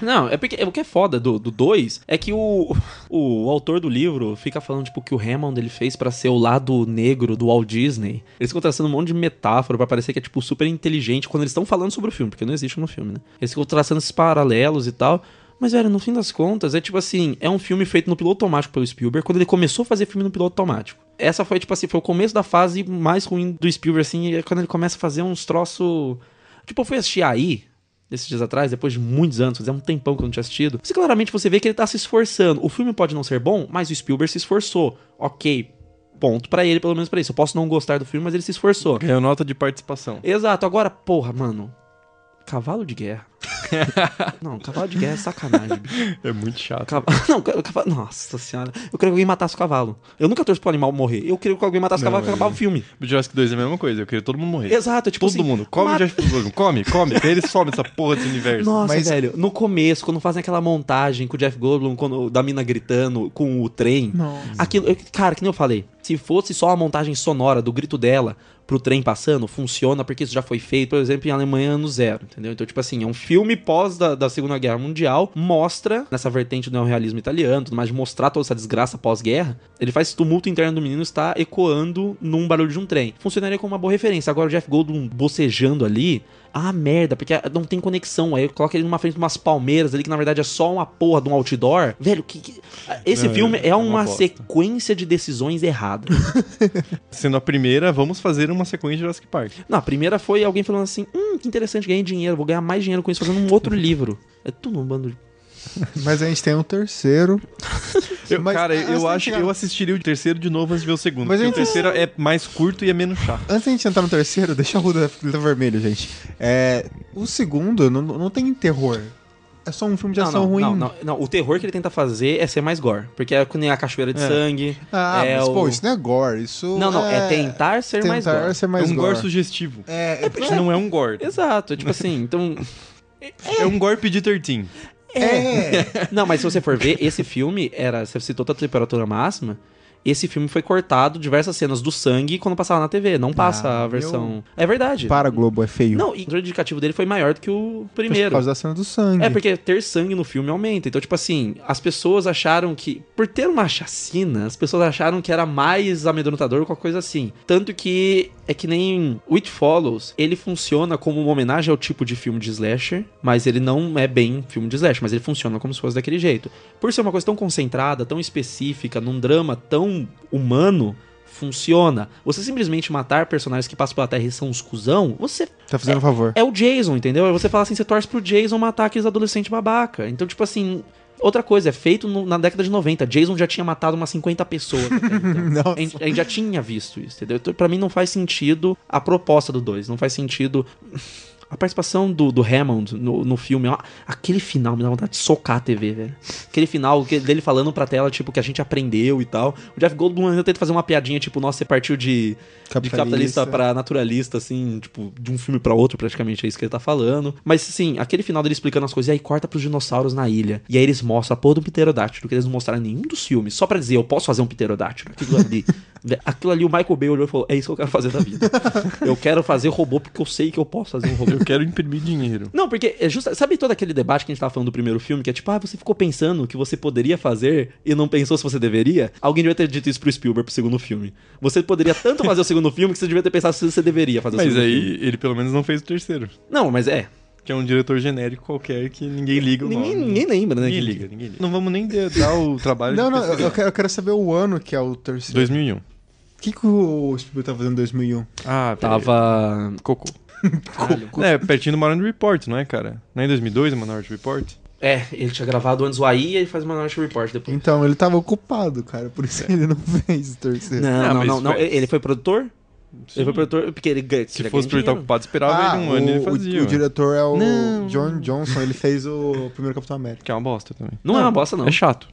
Não, é porque é, o que é foda do 2 dois é que o, o autor do livro fica falando, tipo, que o Hammond ele fez pra ser o lado negro do Walt Disney. Eles ficam traçando um monte de metáfora pra parecer que é, tipo, super inteligente quando eles estão falando sobre o filme, porque não existe no filme, né? Eles ficam traçando esses paralelos e tal. Mas, velho, no fim das contas, é tipo assim, é um filme feito no piloto automático pelo Spielberg, quando ele começou a fazer filme no piloto automático. Essa foi, tipo assim, foi o começo da fase mais ruim do Spielberg, assim, é quando ele começa a fazer uns troços... Tipo, eu fui assistir aí, esses dias atrás, depois de muitos anos, fazia um tempão que eu não tinha assistido. Você claramente você vê que ele tá se esforçando. O filme pode não ser bom, mas o Spielberg se esforçou. Ok, ponto pra ele, pelo menos pra isso. Eu posso não gostar do filme, mas ele se esforçou.
Ganhou é nota de participação.
Exato, agora, porra, mano. Cavalo de guerra. não, cavalo de guerra é sacanagem, bicho.
É muito chato.
Cavalo, não, ca- cavalo, nossa senhora. Eu queria que alguém matasse o cavalo. Eu nunca torço pro animal morrer. Eu queria que alguém matasse o
Não,
cavalo pra
é-
acabar o filme.
O Jurassic 2 é a mesma coisa, eu queria todo mundo morrer.
Exato, é tipo
Todo
assim,
mundo. Come
mata-
o Jurassic World. Come, come. Daí ele some essa porra desse universo.
Nossa,
Mas-
velho, no começo, quando fazem aquela montagem com o Jeff Goldblum, quando, da mina gritando com o trem. Aquilo, eu- cara, que nem eu falei, se fosse só a montagem sonora do grito dela pro trem passando, funciona porque isso já foi feito, por exemplo, em Alemanha ano zero, entendeu? Então, tipo assim, é um filme pós da, da Segunda Guerra Mundial, mostra, nessa vertente do neorrealismo italiano, tudo mais, de mostrar toda essa desgraça pós-guerra, ele faz esse tumulto interno do menino está ecoando num barulho de um trem. Funcionaria como uma boa referência. Agora o Jeff Goldblum bocejando ali, ah, merda, porque ah, não tem conexão. Aí coloca ele numa frente de umas palmeiras ali, que na verdade é só uma porra de um outdoor. Velho, que. que- ah, Esse
Não,
filme é,
é uma
uma,
bosta.
sequência de decisões erradas.
Sendo a primeira, vamos fazer uma sequência de Jurassic Park.
não, a primeira foi alguém falando assim: hum, que interessante, ganhei dinheiro, vou ganhar mais dinheiro com isso fazendo um outro livro. É tudo um bando de.
Mas a gente tem um terceiro.
Eu-
Mas-
cara,
ah, você
eu
tem
acho
que
que
chegar-
eu assistiria o terceiro de novo antes de ver o segundo.
Mas
Mas porque o
então-
terceiro é mais curto e é menos chato.
Antes da gente entrar no terceiro, deixa a Ruda da Fita Vermelho, gente. É, o segundo não, não tem terror. é só um filme de
Não,
ação
não,
ruim.
Não, não, não. o terror que ele tenta fazer é ser mais gore. Porque é que nem a cachoeira de sangue.
Ah,
é
mas pô,
o-
isso não é gore, isso
Não, não, é, tentar ser mais
tentar
gore.
ser
É
mais
um gore
gore.
sugestivo.
É,
Isso Não é um gore.
Exato, é tipo assim, então.
É um gore PG-13.
é, é.
Não, mas se você for ver, esse filme era. Você citou a temperatura máxima. Esse filme foi cortado diversas cenas do sangue quando passava na TV. Não passa
Ah,
a versão. É verdade.
Para, Globo, é feio.
Não, e o indicativo dele foi maior do que o
Por
primeiro.
causa da cena do sangue.
É porque ter sangue no filme aumenta. Então, tipo assim, as pessoas acharam que. Por ter uma chacina, as pessoas acharam que era mais amedrontador ou qualquer coisa assim. Tanto que é que nem o It Follows, ele funciona como uma homenagem ao tipo de filme de slasher, mas ele não é bem filme de slasher, mas ele funciona como se fosse daquele jeito. Por ser uma coisa tão concentrada, tão específica, num drama tão humano. Funciona. Você simplesmente matar personagens que passam pela terra e são uns cuzão, você
Tá fazendo um favor.
é o Jason, entendeu? Aí Você fala assim, você torce pro Jason matar aqueles adolescentes babaca. Então, tipo assim, outra coisa, é feito no- na década de 90. Jason já tinha matado umas 50 pessoas. até então.
Não.
A gente, a gente já tinha visto isso, entendeu? Então, pra mim não faz sentido a proposta do 2. Não faz sentido. A participação do, do Hammond no, no filme, ó, aquele final me dá vontade de socar a TV, velho. Aquele final que- dele falando pra tela, tipo, que a gente aprendeu e tal. O Jeff Goldblum ainda tenta fazer uma piadinha, tipo, nossa, você partiu de de capitalista pra naturalista, assim, tipo, de um filme pra outro, praticamente, é isso que ele tá falando. Mas, assim, aquele final dele explicando as coisas, e aí corta pros dinossauros na ilha. E aí eles mostram a porra do pterodátilo, que eles não mostraram em nenhum dos filmes, só pra dizer, eu posso fazer um pterodátilo. Aquilo ali. Vé, aquilo ali, o Michael Bay olhou e falou: é isso que eu quero fazer da vida. Eu quero fazer robô porque eu sei que eu posso fazer um robô.
Eu quero imprimir dinheiro.
Não, porque é justa, sabe todo aquele debate que a gente tava falando do primeiro filme, que é tipo, ah, você ficou pensando o que você poderia fazer e não pensou se você deveria? Alguém devia ter dito isso pro Spielberg pro segundo filme. Você poderia tanto fazer o segundo filme que você devia ter pensado se você deveria fazer o
Mas
segundo filme.
aí ele pelo menos não fez o terceiro.
Não, mas é.
Que é um diretor genérico qualquer que ninguém liga o
Ninguém,
nome.
ninguém lembra, né?
Ninguém
que-
liga, ninguém liga. Não vamos nem de- dar o
é,
trabalho
Não,
de
não, eu-
pesquisar.
eu quero, eu quero saber o ano que é o terceiro.
2001.
O que, que o Spielberg tá fazendo em 2001?
Ah, peraí.
Tava.
Cocô. É, pertinho do Minority Report, não é, cara? Não é em 2002 o Minority Report?
É, ele tinha gravado antes o AI e ele faz uma Minority Report depois.
Então, ele tava ocupado, cara, por isso que ele não fez o terceiro.
É. Não,
Ah,
não,
mas
não, não.
foi-
Ele foi produtor?
Sim.
Ele foi produtor porque ele ganha.
Se fosse pra ele é estar ocupado, esperava ele um ano e ele
Ah, o-
fazia.
O,
ué.
diretor é o
Não.
John Johnson, ele fez o primeiro Capitão América.
Que é uma bosta também.
Não é uma bosta, não.
É chato.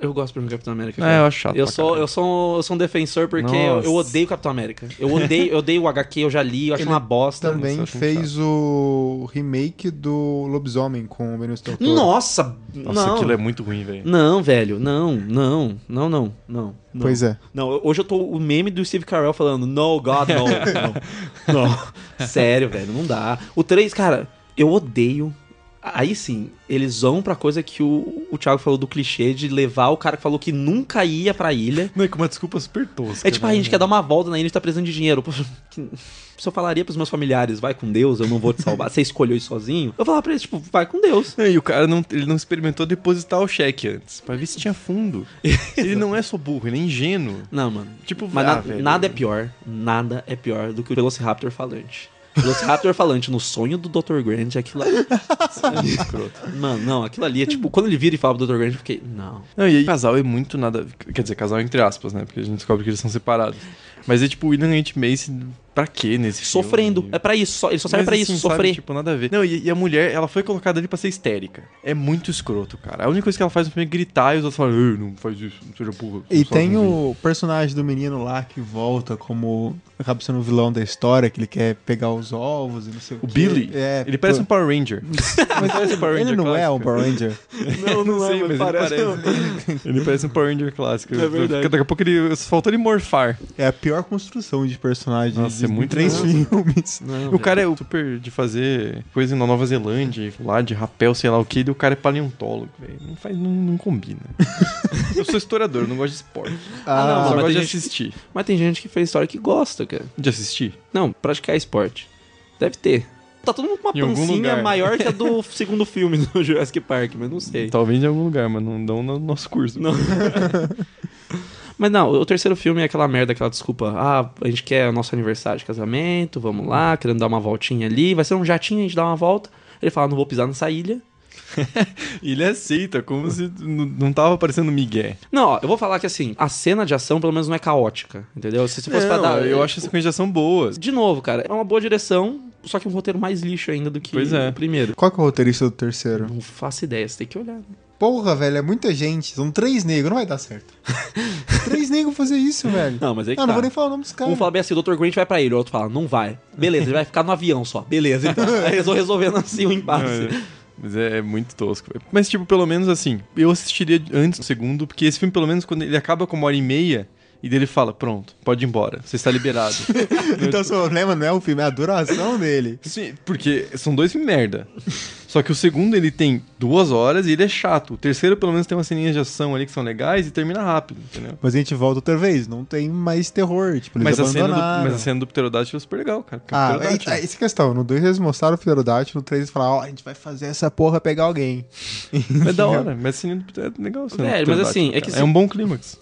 Eu gosto do primeiro Capitão América.
É,
cara.
eu acho chato
Eu
pra
sou,
caralho.
eu, sou, eu sou um defensor porque eu,
Nossa.
eu odeio Capitão América. Eu odeio, eu odeio o HQ, eu já li, eu acho
Ele tá
uma bosta.
Também
acho um
fez o remake do Lobisomem com o Benício Del Toro.
Nossa!
Nossa,
não.
aquilo é muito ruim, velho.
Não, velho, não, não, não, não, não. não.
Pois é.
Não, eu- hoje eu tô o meme do Steve Carell falando, no, God, no, não, não. Sério, velho, não dá. O 3, cara, eu odeio. Aí sim, eles vão pra coisa que o, o Thiago falou do clichê de levar o cara que falou que nunca ia pra ilha.
Não, é com uma desculpa super tosca. né?
É tipo, a gente quer dar uma volta na ilha e tá precisando de dinheiro. Pô, que- Se eu falaria pros meus familiares, vai com Deus, eu não vou te salvar. Você escolheu isso sozinho. Eu falava pra eles, tipo, vai com Deus.
E o cara não, ele não experimentou depositar o cheque antes, pra ver se tinha fundo. ele não é só burro, ele é ingênuo.
Não, mano.
Tipo,
Mas
ah,
na-
velho.
nada é pior, nada é pior do que o Velociraptor falante. Velociraptor falante no sonho do Dr. Grant, aquilo ali. é Mano, não, aquilo ali é tipo, quando ele vira e fala pro Dr. Grant, eu fiquei, não.
Não, e aí, casal é muito nada. Quer dizer, casal entre aspas, né? Porque a gente descobre que eles são separados. Mas é tipo, o William H. Macy, pra quê nesse filme?
Sofrendo, é pra isso, só- ele só serve
Mas,
pra
assim,
isso,
sabe,
sofrer.
Tipo, nada a ver. Não, e, e a mulher, ela foi colocada ali pra ser histérica. É muito escroto, cara. A única coisa que ela faz no filme é gritar e os outros falam, "Ei, não faz isso, não seja burro.
E tem o personagem do menino lá que volta como. acaba sendo o vilão da história, que ele quer pegar os ovos e não sei o,
O
quê.
Billy,
É,
ele parece um
pô,
Power Ranger. Mas parece um Power
Ele não é um
clássico.
Power Ranger.
tipo, Não, não, sei, mas ele parece. ele parece um Power Ranger clássico. É verdade. Daqui a pouco ele só faltou ele morfar.
É a pior construção de personagem
Nossa,
de
é muito
três filmes.
Não,
o cara é super de fazer coisa na Nova Zelândia, lá de rapel, sei lá o que, e o cara é paleontólogo, velho. Não faz, não, não combina. eu sou historiador, eu não gosto de esporte.
Ah,
só
não, mas
gosto
tem
de
gente-
assistir.
Mas tem gente que fez história que gosta, cara.
De assistir?
Não, praticar esporte. Deve ter. Tá todo mundo com uma
Em algum
pancinha
lugar.
maior que a do segundo filme do Jurassic Park, mas não sei.
Talvez em algum lugar, mas não dão no nosso curso.
Não. Mas não, o terceiro filme é aquela merda, aquela desculpa. Ah, a gente quer o nosso aniversário de casamento, vamos lá, querendo dar uma voltinha ali. Vai ser um jatinho, a gente dá uma volta. Ele fala, não vou pisar nessa ilha.
E Ele aceita, como se n- não tava parecendo Miguel.
Não, ó, eu vou falar que assim, a cena de ação pelo menos não é caótica, entendeu? Se, se fosse pra dar.
eu acho essa candidação boa.
De novo, cara, é uma boa direção. Só que um roteiro mais lixo ainda do que
Pois é.
o primeiro.
Qual que é o roteirista do terceiro?
Não faço ideia, você tem que olhar. né?
Porra, velho, é muita gente. São três negros, não vai dar certo. três negros fazer isso, velho.
Não, mas é que
Ah,
tá.
não vou nem falar o nome dos
Um
caras.
fala bem assim, o Dr. Grant vai pra ele, o outro fala, não vai. Beleza, ele vai ficar no avião só. Beleza, então. Aí eles vão resolvendo assim o impasse.
É, Mas é, é muito tosco. velho. Mas, tipo, pelo menos assim, eu assistiria antes do segundo, porque esse filme, pelo menos, quando ele acaba com uma hora e meia, e dele fala, pronto, pode ir embora, você está liberado.
Então, seu problema não é o filme, é a duração dele.
Sim, porque são dois filmes merda. Só que o segundo, ele tem duas horas e ele é chato. O terceiro, pelo menos, tem umas ceninhas de ação ali que são legais e termina rápido, entendeu?
Mas a gente volta outra vez, não tem mais terror. Tipo,
Mas
eles
a, cena do,
abandonaram.
mas a cena do Pterodátilo é super legal, cara. porque é um
Ah, é,
né?
pterodáctilo.
é essa questão. No 2 eles mostraram o Pterodátilo, no 3 eles falaram, ó, a gente vai fazer essa porra pegar alguém.
É da hora, mas a cena do Pterodátilo é legal. a cena do
Velho, mas
Pterodátilo,
assim, é
cara.
que
É
se-
um bom clímax.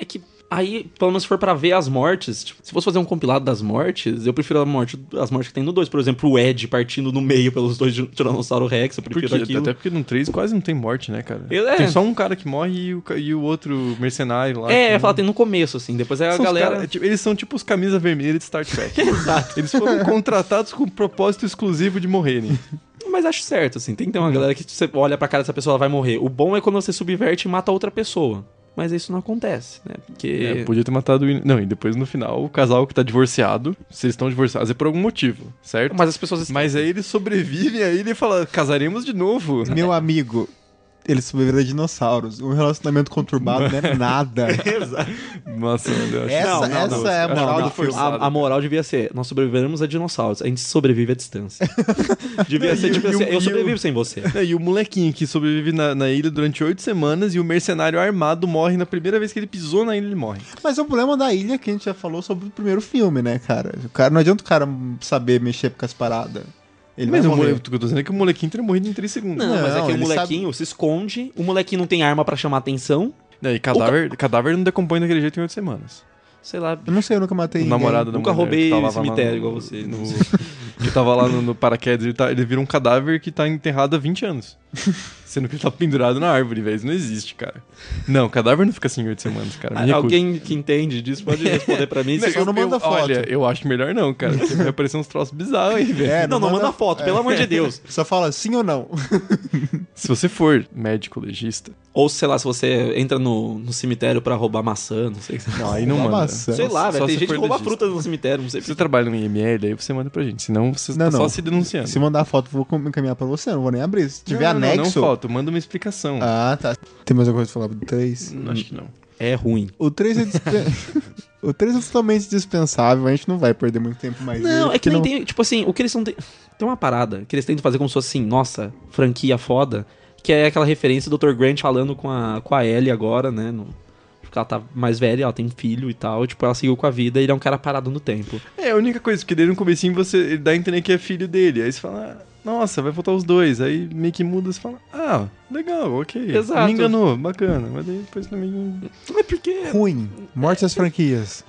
É que aí, pelo menos se for pra ver as mortes, tipo, se fosse fazer um compilado das mortes, eu prefiro a morte, as mortes que tem no 2. Por exemplo, o Ed partindo no meio pelos dois Tiranossauro Rex, eu prefiro
Porque,
aquilo.
até porque no 3 quase não tem morte, né, cara?
Eu- é.
Tem só um cara que morre e o, ca- e o outro mercenário lá.
É,
que
eu falo, tem no começo, assim, depois aí a
São os
galera...
cara- é, tipo, eles são tipo os camisas vermelhas de Star Trek. Exato. Eles foram contratados com o propósito exclusivo de morrerem.
Mas acho certo, assim, tem que ter uma galera que você olha pra cara dessa pessoa, ela vai morrer. O bom é quando você subverte e mata outra pessoa. Mas isso não acontece, né? Porque...
É, podia ter matado o. In- Não, e depois no final, o casal que tá divorciado, se eles estão divorciados, é por algum motivo, certo? Mas,
Mas as pessoas...
aí eles sobrevivem, aí ele fala: casaremos de novo.
É.
Meu amigo, eles sobreviveram a dinossauros. Um relacionamento conturbado não é nada.
Nossa, meu Deus.
Essa-
Não, não,
essa
não.
é a
Não,
moral
não,
do filme.
forçado.
A, a moral devia ser, nós sobreviveremos a dinossauros, a gente sobrevive à distância. devia ser, tipo
E o-
assim,
e
eu
o-
sobrevivo sem você.
É, E o molequinho que sobrevive na, na ilha durante oito semanas e o mercenário armado morre na primeira vez que ele pisou na ilha, ele morre.
Mas é o problema da ilha que a gente já falou sobre o primeiro filme, né, cara? O cara não adianta o cara saber mexer com as paradas. Ele
mas
vai
o
morrer.
mole- o que eu tô dizendo é que o molequinho teria morrido em três segundos. Né?
Não, mas é que o
ele
molequinho se esconde, o molequinho não tem arma pra chamar atenção,
É, e cadáver, cadáver não decompõe daquele jeito em oito semanas.
sei lá.
Eu não sei, eu nunca matei
O
ninguém.
namorado da
Nunca
mulher
roubei
que tava lá
cemitério
no-
igual você,
no-
não
que tava lá no, no paraquedas, ele, tá, ele vira um cadáver que tá enterrado há 20 anos. Sendo que ele tá pendurado na árvore, velho. Isso não existe, cara. Não, cadáver não fica assim em 8 semanas, cara. Me recuso.
Alguém que entende disso pode responder pra mim.
Não,
se-
só não manda foto.
Olha, eu acho melhor não, cara. Porque vai aparecer uns troços bizarros aí, velho.
É,
não, não manda foto, pelo amor de Deus.
Só fala sim ou não.
Se você for médico legista,
Ou, sei lá, se você entra no, no cemitério pra roubar maçã, não sei o que.
não, aí não
Uma
manda.
maçã.
Sei lá,
Só
velho.
se
Tem gente que
for
rouba
legista.
fruta no cemitério, não sei
Se você
por
trabalha no IML, aí você manda pra gente. Senão você
Não,
tá
não.
só se denunciando.
Se mandar foto, vou com- encaminhar pra você, não vou nem abrir. Se tiver
não, não,
anexo.
Não, foto, manda uma explicação.
Ah, tá. Tem mais alguma coisa pra falar do 3?
Não, Acho que não.
É ruim.
O 3 é, dispen- o 3 é totalmente dispensável, a gente não vai perder muito tempo mais.
Não,
nele,
é que
porque
nem tem. Tipo assim, o que eles não tem. Tem uma parada que eles tentam fazer como se fosse assim, nossa, franquia foda. Que é aquela referência do Dr. Grant falando com a, com a Ellie agora, né? No, porque ela tá mais velha, ela tem filho e tal. Tipo, ela seguiu com a vida e ele é um cara parado no tempo.
É, a única coisa, porque daí no comecinho você ele dá a entender que é filho dele. Aí você fala, ah, nossa, vai faltar os dois. Aí meio que muda, você fala, ah, legal, ok.
Exato.
Me enganou, bacana. Mas daí depois também.
Mas por quê?
Ruim. Morte às franquias.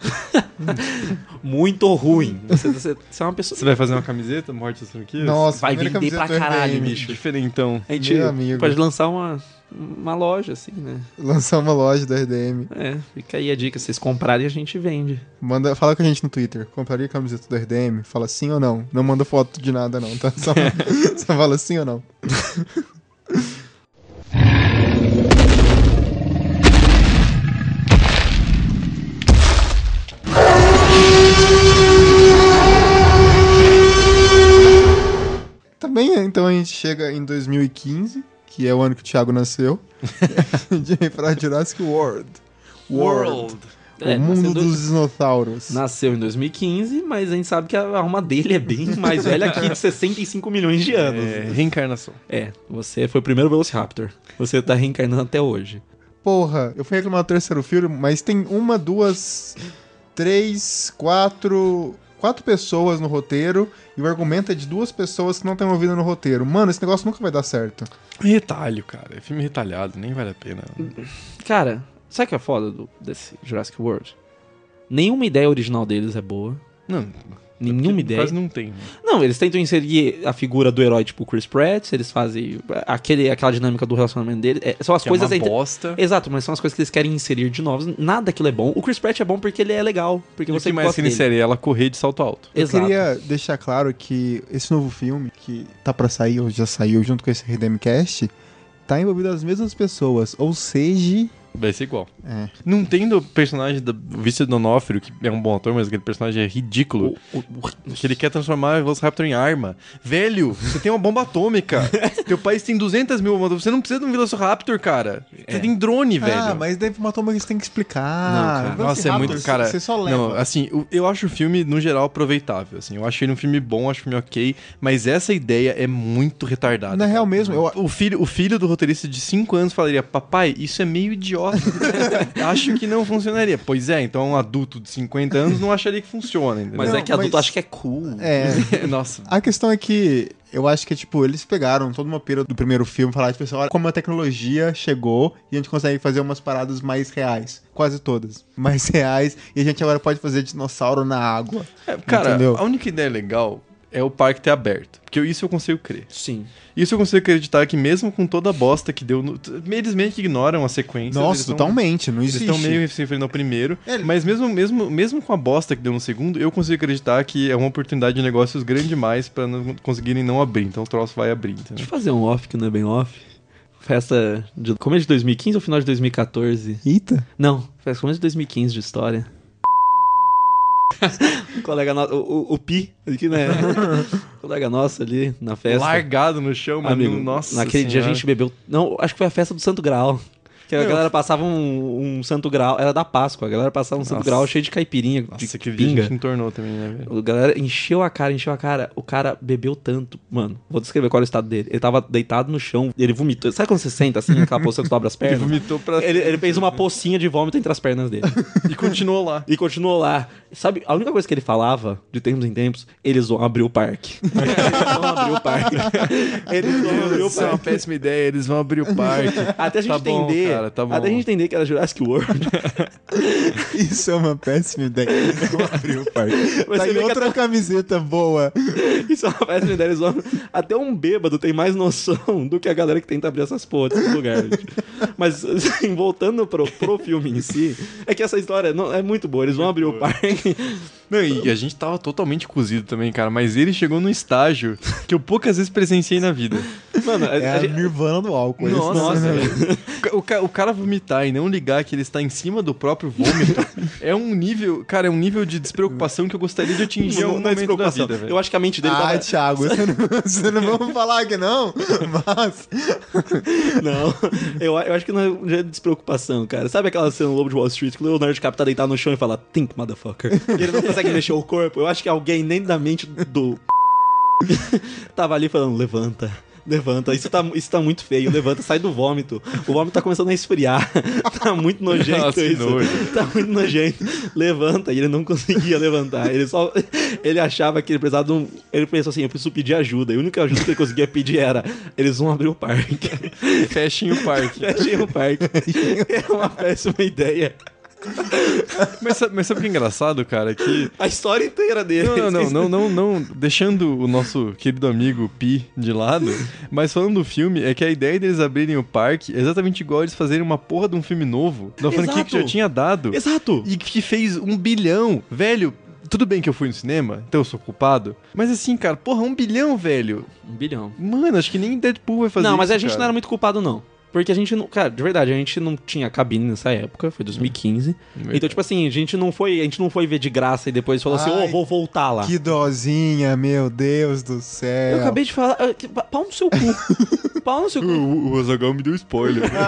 Muito ruim. Você, você- você é uma pessoa.
Você vai fazer uma camiseta, morte às franquias?
Nossa,
Vai
primeira
vender
camiseta
pra
do
caralho,
RPM.
bicho.
Diferentão.
A gente
Meu amigo.
pode lançar uma, uma loja, assim, né?
Lançar uma loja do RDM.
É, fica aí a dica. Se vocês comprarem, a gente vende.
Manda, fala com a gente no Twitter. Compraria camiseta do RDM? Fala sim ou não. Não manda foto de nada, não, tá? Só, só fala sim ou não. Tá bem, então a gente chega em 2015, que é o ano que o Thiago nasceu. A gente vem pra Jurassic World.
É,
o mundo
nasceu do-
dos dinossauros.
Nasceu em 2015, mas a gente sabe que a alma dele é bem mais velha que de 65 milhões de anos.
É, reencarnação.
É, você foi o primeiro Velociraptor. Você tá reencarnando até hoje.
Porra, eu fui reclamar do terceiro filme, mas tem uma, duas, três, quatro. Quatro pessoas no roteiro e o argumento é de duas pessoas que não estão envolvidas no roteiro. Mano, esse negócio nunca vai dar certo.
Retalho, cara. É filme retalhado, nem vale a pena.
Cara, sabe o que é foda do- desse Jurassic World? Nenhuma ideia original deles é boa.
Não,
Nenhuma ideia.
Quase não tem. né?
Não, eles tentam inserir a figura do herói, tipo o Chris Pratt, eles fazem eh, aquele, aquela dinâmica do relacionamento dele. É, são as
Que é
coisas.
uma
entre-
bosta.
Exato, mas são as coisas que eles querem inserir de novos. Nada aquilo é bom. O Chris Pratt é bom porque ele é legal. Porque
E o
você
que mais
gosta
se
dele.
série? Ela correr de salto alto.
Eu
Exato.
queria deixar claro que esse novo filme, que tá pra sair ou já saiu junto com esse Redemcast, tá envolvido as mesmas pessoas. Ou seja,
Vai ser igual.
É.
Não tendo o personagem do Vício Donofrio, que é um bom ator, mas aquele personagem é ridículo. Que ele quer transformar o Velociraptor em arma. Velho, você tem uma bomba atômica. Teu país tem 200 mil bombas. Você não precisa de um Velociraptor, cara. Você tem drone, velho.
Ah, mas deve uma toma que você tem que explicar.
Não, cara.
Velociraptor,
Nossa, é muito.
você-
Cara,
Você só leva.
Não, assim, eu, eu acho o filme, no geral, aproveitável. Assim, eu acho ele um filme bom, acho o filme ok, mas essa ideia é muito retardada.
Na
cara.
real mesmo, eu-
O filho, o filho do roteirista de 5 anos falaria: Papai, isso é meio idiota. acho que não funcionaria. Pois é, então um adulto de 50 anos não acharia que funciona, entendeu?
Mas
Não,
é que adulto
mas-
acha que é cool.
É.
Nossa.
A questão é que eu acho que, tipo, eles pegaram toda uma pira do primeiro filme e falaram, tipo, assim, olha como a tecnologia chegou e a gente consegue fazer umas paradas mais reais. Quase todas. Mais reais. E a gente agora pode fazer dinossauro na água.
É, cara,
Entendeu?
a única ideia legal é o parque ter aberto. Porque eu- isso eu consigo crer.
Sim.
Isso eu consigo acreditar que mesmo com toda a bosta que deu. No... Eles meio que ignoram a sequência.
Nossa,
eles não-
totalmente. Não
Eles
existe.
estão meio se referindo ao primeiro,
É, ele-
mas mesmo, mesmo, mesmo com a bosta que deu no segundo, eu consigo acreditar que é uma oportunidade de negócios grande demais pra não conseguirem não abrir, então o troço vai abrir,
Deixa
entendeu?
eu fazer um off que não é bem off. Festa de começo de 2015 ou final de 2014?
Eita.
Não, festa começo de 2015 de história. um colega nosso, o, o, o Pi, aqui, né? um colega nosso ali na festa.
Largado no chão, mano.
Amigo,
nossa
naquele dia a
senhora.
gente bebeu. Não, acho que foi a festa do Santo Graal. Que a
Não.
galera passava um, um Santo Graal. Era da Páscoa. A galera passava um Santo
Nossa.
Graal cheio de caipirinha,
Nossa,
de
aquele dia a
pinga.
gente entornou também, né, velho?
A galera encheu a cara, encheu a cara. O cara bebeu tanto. Mano, vou descrever qual era o estado dele. Ele tava deitado no chão, ele vomitou. Sabe quando você senta assim, aquela poça que dobra as
Ele
pernas?
vomitou pra...
Ele, ele fez uma pocinha de vômito entre as pernas dele.
e continuou lá.
E continuou lá. Sabe, a única coisa que ele falava, de tempos em tempos, eles vão abrir o parque. Eles vão abrir o parque. Eles vão abrir o
Isso é uma
parque.
péssima ideia, eles vão abrir o parque.
Até a gente
Tá bom,
entender.
cara, tá bom.
Até a gente entender que era Jurassic World.
Isso é uma péssima ideia. Eles vão abrir o parque.
Mas
Tá
você
em
vê que
outra camiseta boa.
Isso é uma péssima ideia. Eles vão... Até um bêbado tem mais noção do que a galera que tenta abrir essas portas no lugar. gente. Mas, assim, voltando pro, pro filme em si, é que essa história não, é muito boa. Eles vão abrir o parque.
Não, e a gente tava totalmente cozido também, cara, mas ele chegou num estágio que eu poucas vezes presenciei na vida.
Mano, a-
É
a
a
gente-
nirvana do álcool. é Eles
Nossa,
assim,
não-
né,
velho. O ca- O, ca- o cara vomitar e não ligar que ele está em cima do próprio vômito é um nível, cara, é um nível de despreocupação que eu gostaria de atingir em
não,
algum
não é
momento da
despreocupação.
vida, velho. é
Eu acho que a mente dele
Ah,
tava...
Thiago, você não, você não vamos falar que não? Mas...
Não, eu, eu acho que não é despreocupação, cara. Sabe aquela cena no Lobo de Wall Street que o Leonardo DiCaprio tá deitado no chão e fala Think, motherfucker. E ele não consegue mexer o corpo. Eu acho que alguém nem da mente do... Tava ali falando, levanta. Levanta, isso tá, isso tá muito feio. Levanta, sai do vômito. O vômito tá começando a esfriar. Tá muito nojento
Nossa, que
isso.
nojo.
Tá muito nojento. Levanta, e ele não conseguia levantar. Ele só. Ele achava que ele precisava de um. Ele pensou assim: eu preciso pedir ajuda. E a única ajuda que ele conseguia pedir era: eles vão abrir o parque.
Fechem o parque.
Fechem o um parque. é uma péssima ideia.
mas, sa- mas sabe o que é engraçado, cara? Que.
A história inteira dele.
Não, não, não, não, não, não. Deixando o nosso querido amigo Pi de lado, mas falando do filme, é que a ideia deles abrirem o parque é exatamente igual eles fazerem uma porra de um filme novo, da franquia que
Exato.
já tinha dado.
Exato.
e que fez um bilhão, velho. Tudo bem que eu fui no cinema, então eu sou culpado. Mas assim, cara, porra, um bilhão, velho.
Um bilhão.
Mano, acho que nem Deadpool vai fazer
Não, mas
isso,
a gente
cara.
não era muito culpado, não. Porque a gente não. Cara, de verdade, a gente não tinha cabine nessa época, foi 2015. Então, tipo assim, a gente não foi, a gente não foi ver de graça e depois falou assim, ô,
Ai,
vou voltar lá.
Que dosinha, meu Deus do céu.
Eu acabei de falar. ah, que- pa- Pau no seu cu. Pau no seu cu.
O, o Azaghal me deu spoiler. né?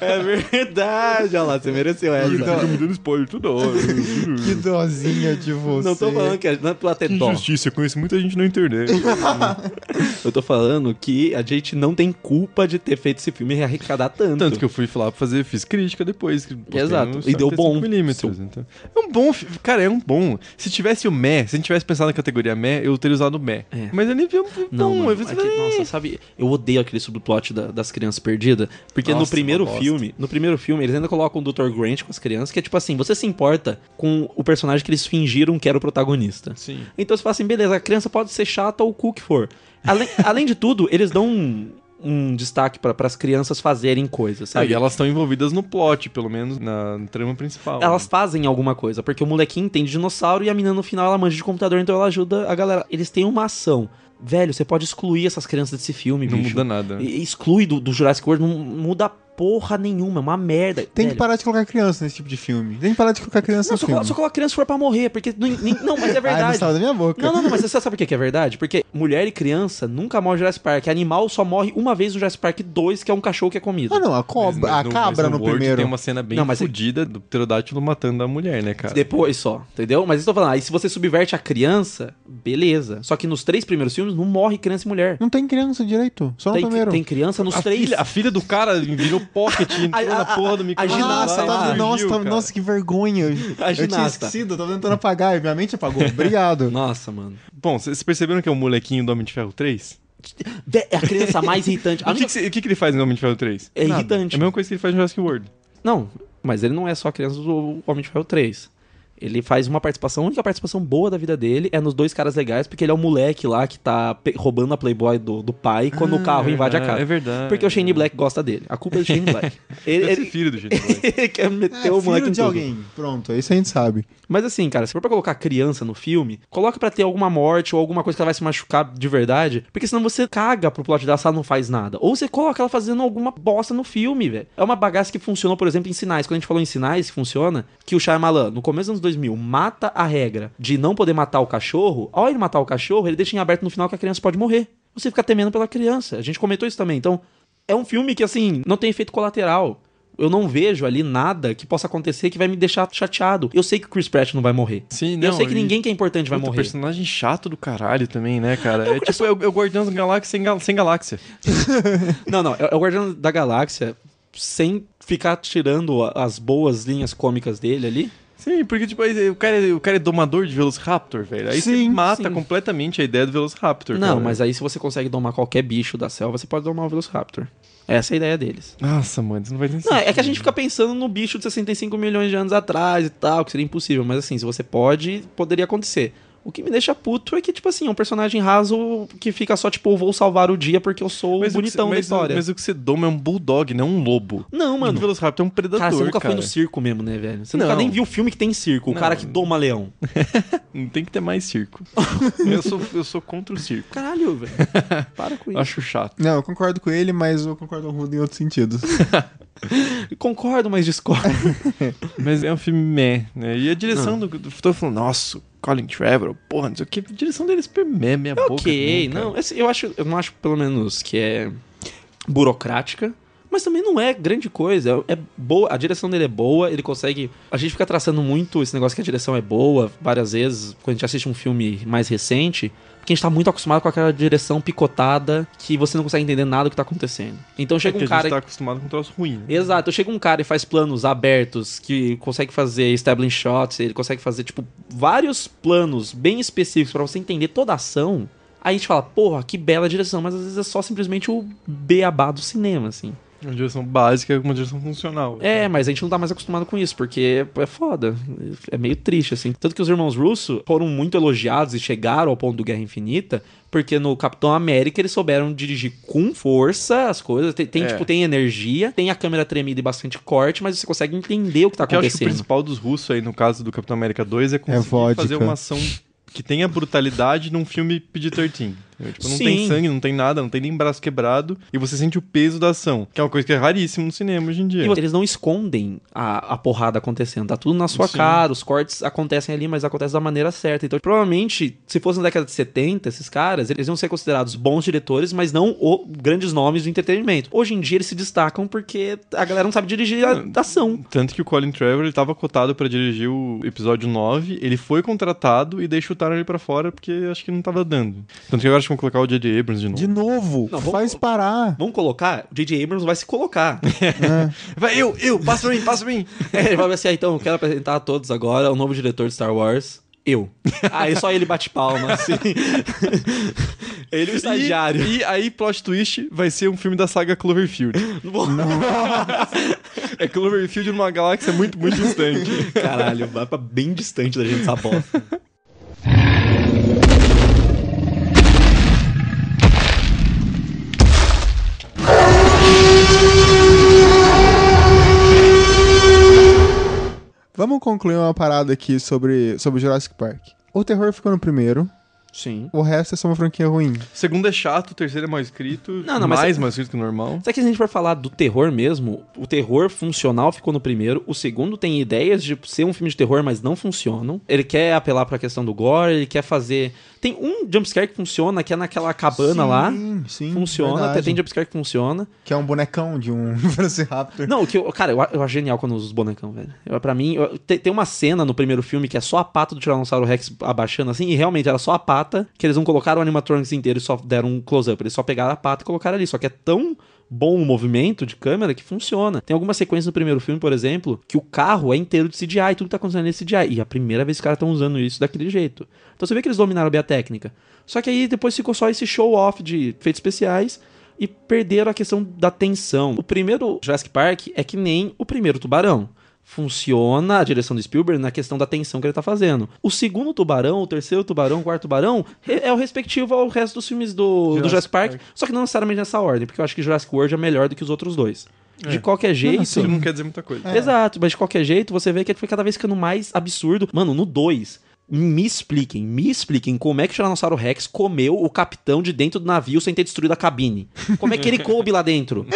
é verdade. Olha lá, você mereceu essa.
Que, do-
me dando spoiler toda hora.
que dosinha de você.
Não tô falando que a- não é pra ter dó.
eu conheço muita gente na internet.
Eu tô falando que a gente não tem culpa de ter feito esse filme e arrecadar tanto.
Tanto que eu fui lá pra fazer, fiz crítica depois. Que postei
Exato,
no
e deu
75
bom.
Milímetros, então. É um bom, fi- cara, é um bom. Se tivesse o Mé, se a gente tivesse pensado na categoria Mé, eu teria usado o Mé.
É.
Mas eu nem vi um
Não,
bom.
Então,
mano, é
eu pensei,
aquele- nossa, sabe? Eu odeio aquele subplot da- das crianças perdidas. Porque no
Nossa,
primeiro
uma bosta.
filme, no primeiro filme, eles ainda colocam o Dr. Grant com as crianças, que é tipo assim, você se importa com o personagem que eles fingiram que era o protagonista.
Sim.
Então você fala assim, beleza, a criança pode ser chata ou o que for. Além, além de tudo, eles dão um, um destaque para as crianças fazerem coisas,
Ah,
sabe?
e elas estão envolvidas no plot, pelo menos na na trama
né?
principal. né?
Elas fazem alguma coisa, porque o molequinho entende de dinossauro e a menina no final ela manja de computador, então ela ajuda a galera. Eles têm uma ação. Velho, você pode excluir essas crianças desse filme,
Não
bicho.
muda nada.
E- Exclui do, do Jurassic World, não muda porra nenhuma, é uma merda.
Tem
velho.
que parar de colocar criança nesse tipo de filme. Tem que parar de colocar criança
Não,
no
só,
filme.
colo- só coloca criança se for pra morrer, porque. Não, nem- não, mas é
Ai, tá não
verdade.
saiu da minha boca.
Não, não, não, mas você sabe por que que é verdade? Porque mulher e criança nunca morre no Jurassic Park. Animal só morre uma vez no Jurassic Park 2, que é um cachorro que é comido.
Ah, não, a cobra,
Mas
a cabra
mas
no,
World
primeiro.
Tem uma cena bem
Não,
não,
mas-
fodida do pterodátilo matando a mulher, né, cara?
Depois só, entendeu? Mas eu tô falando, aí se você subverte a criança, beleza. Só que nos três primeiros filmes não morre criança e mulher.
Não tem criança direito, só
Tem,
no primeiro.
tem criança nos
A
três.
filha, a filha do cara virou pocket e entrou
A-
na
a-
porra do
a tá
microfone.
ginasta
Nossa,
lá e
tava-
fugiu,
nossa,
cara.
nossa, que vergonha.
A
Eu tinha
ginasta.
esquecido, eu tava tentando apagar, e minha mente apagou. Obrigado.
Nossa, mano.
Bom, vocês perceberam que é o molequinho do Homem de Ferro 3?
Vé- É a criança mais irritante. A
O que,
única-
que, cê- o que que ele faz no Homem de Ferro 3?
Ah, É
Nada.
irritante.
É a mesma coisa que ele faz no Jurassic World.
Não, mas ele não é só a criança do Homem de Ferro 3. Ele faz uma participação, a única participação boa da vida dele é nos dois caras legais, porque ele é o moleque lá que tá pe- roubando a Playboy do, do pai quando o carro invade a
É,
casa.
É verdade.
Porque o Shane Black gosta dele. A culpa é do Shane Black. ele,
Deve ser
ele-
filho do Shane Black.
ele quer
É,
meter o um
filho
moleque em
de
tudo.
alguém. Pronto, isso a gente sabe.
Mas assim, cara, se for pra colocar criança no filme, coloca pra ter alguma morte ou alguma coisa que ela vai se machucar de verdade, porque senão você caga pro plot dela se ela não faz nada. Ou você coloca ela fazendo alguma bosta no filme, velho. É uma bagaça que funcionou, por exemplo, em Sinais. Quando a gente falou em Sinais, que funciona, que o Shyamalan, no começo dos anos 2000, mata a regra de não poder matar o cachorro. Ao ele matar o cachorro, ele deixa em aberto no final que a criança pode morrer. Você fica temendo pela criança. A gente comentou isso também. Então, é um filme que, assim, não tem efeito colateral. Eu não vejo ali nada que possa acontecer que vai me deixar chateado. Eu sei que o Chris Pratt não vai morrer.
Sim,
eu
não,
sei que
ele-
ninguém que é importante vai
Puta,
morrer.
personagem chato do caralho também, né, cara? é tipo, é o é o Guardiões da Galáxia sem, gal- sem galáxia.
Não, não. É é o Guardião da Galáxia sem ficar tirando a- as boas linhas cômicas dele ali.
Sim, porque, tipo, aí, o cara, é- o cara é domador de Velociraptor, velho. Aí você
Sim,
mata
sim.
completamente a ideia do Velociraptor.
Não,
cara.
mas aí se você consegue domar qualquer bicho da selva, você pode domar o Velociraptor. Essa é a ideia deles.
Nossa, mano, isso não vai nem
Não, é que a gente fica pensando no bicho de 65 milhões de anos atrás e tal, que seria impossível. Mas assim, se você pode, poderia acontecer. O que me deixa puto é que, tipo assim, é um personagem raso que fica só, tipo, vou salvar o dia porque eu sou o bonitão
o que,
da
mas,
história.
O, mas o que você doma é um bulldog, não um lobo.
Não,
Mano, o
mano.
Velociraptor é um predador,
Cara,
cara.
você nunca foi no circo mesmo, né, velho? Você nunca
Não.
nem viu filme que tem circo, o
Não.
cara que doma leão.
Não tem que ter mais circo. eu, sou, eu sou contra o circo.
Caralho, velho. Para com isso.
Acho chato.
Não, eu concordo com ele, mas eu concordo com o Rudo em outro sentido.
Concordo, mas discordo.
Mas é um filme meh, né? E a direção do,
Ah.
do tô falando, nossa, Colin Trevorrow, porra, não sei o que. A direção dele é super meh, minha boca.
ok,
também, cara.
não. esse- eu acho, eu não acho pelo menos que é burocrática, mas também não é grande coisa. É é boa, a direção dele é boa, ele consegue. A gente fica traçando muito esse negócio que a direção é boa várias vezes quando a gente assiste um filme mais recente, porque a gente tá muito acostumado com aquela direção picotada que você não consegue entender nada do que tá acontecendo. Então
É
chega
que
um
a
cara
gente tá acostumado com um troço ruim. né?
Exato, chega um cara e faz planos abertos, que consegue fazer establishing shots, ele consegue fazer, tipo, vários planos bem específicos pra você entender toda a ação. Aí a gente fala, porra, que bela direção, mas às vezes é só simplesmente o beabá do cinema, assim.
É Uma direção básica com uma direção funcional.
É, mas a gente não tá mais acostumado com isso, porque é foda. É meio triste, assim. Tanto que os irmãos Russo foram muito elogiados e chegaram ao ponto do Guerra Infinita, porque no Capitão América eles souberam dirigir com força as coisas. Tem, tem,
É.
tipo, tem energia, tem a câmera tremida e bastante corte, mas você consegue entender o que tá
Que eu acho que o
acontecendo.
principal dos russos aí, no caso do Capitão América 2, é conseguir
vodka.
fazer uma ação que tenha brutalidade num filme PG-13. entendeu? Tipo, não
Sim.
tem sangue, não tem nada, não tem nem braço quebrado, e você sente o peso da ação, que é uma coisa que é raríssima no cinema hoje em dia.
E você- eles não escondem a, a porrada acontecendo. Tá tudo na sua
Sim.
cara, os cortes acontecem ali, mas acontece da maneira certa. Então, provavelmente, se fosse na década de 70, esses caras, eles iam ser considerados bons diretores, mas não o- grandes nomes do entretenimento. Hoje em dia, eles se destacam porque a galera não sabe dirigir a,
É.
a ação.
Tanto que o Colin Trevor, ele tava cotado pra dirigir o episódio 9, ele foi contratado e daí chutaram ele pra fora porque acho que não tava dando. Tanto que agora acho que vão colocar o J.J. Abrams de novo.
De novo,
Não, vamos-
faz parar.
Vamos colocar? O J.J. Abrams vai se colocar.
Vai, eu, eu, passa pra mim, passa pra mim!
É, ele vai assim, ah, então, eu quero apresentar a todos agora o novo diretor de Star Wars, eu. Aí só ele bate palma, assim. Ele e o estagiário.
E, e aí, plot twist, vai ser um filme da saga Cloverfield. É Cloverfield numa galáxia muito, muito distante.
Caralho, vai pra bem distante da gente essa bosta.
Vamos concluir uma parada aqui sobre, sobre Jurassic Park. O terror ficou no primeiro,
Sim.
o resto é só uma franquia ruim.
Segundo é chato, o terceiro é mal escrito.
Não, não, mas-
mais mal escrito que o normal.
Só que se a gente for falar do terror mesmo, o terror funcional ficou no primeiro, o segundo tem ideias de ser um filme de terror, mas não funcionam. Ele quer apelar pra questão do gore, ele quer fazer... Tem um jumpscare que funciona, que é naquela cabana lá.
Sim, sim.
Funciona, até
verdade.
tem jumpscare que funciona.
Que é um bonecão de um Velociraptor.
Não, o que eu, cara, eu, eu acho genial quando usa os bonecão, velho. Eu, pra mim, eu- te- tem uma cena no primeiro filme que é só a pata do Tiranossauro Rex abaixando assim, e realmente era só a pata, que eles não colocaram o animatronics inteiro e só deram um close-up. Eles só pegaram a pata e colocaram ali. Só que é tão bom o movimento de câmera que funciona. Tem algumas sequências no primeiro filme, por exemplo, que o carro é inteiro de CGI, tudo tá acontecendo nesse CGI. E é a primeira vez que os caras estão usando isso daquele jeito. Então você vê que eles dominaram bem a técnica. Só que aí depois ficou só esse show-off de efeitos especiais e perderam a questão da tensão. O primeiro Jurassic Park é que nem o primeiro Tubarão. Funciona a direção do Spielberg na questão da tensão que ele tá fazendo. O segundo tubarão, o terceiro tubarão, o quarto tubarão é é o respectivo ao resto dos filmes do do Jurassic, Park, só que não necessariamente nessa ordem, porque eu acho que Jurassic World é melhor do que os outros dois. De qualquer jeito.
Isso não quer dizer muita coisa.
É,
Exato, mas de qualquer jeito você vê que ele foi cada vez ficando mais absurdo. Mano, no 2, me expliquem, me expliquem como é que o Tiranossauro Rex comeu o capitão de dentro do navio sem ter destruído a cabine. Como é que ele coube lá dentro?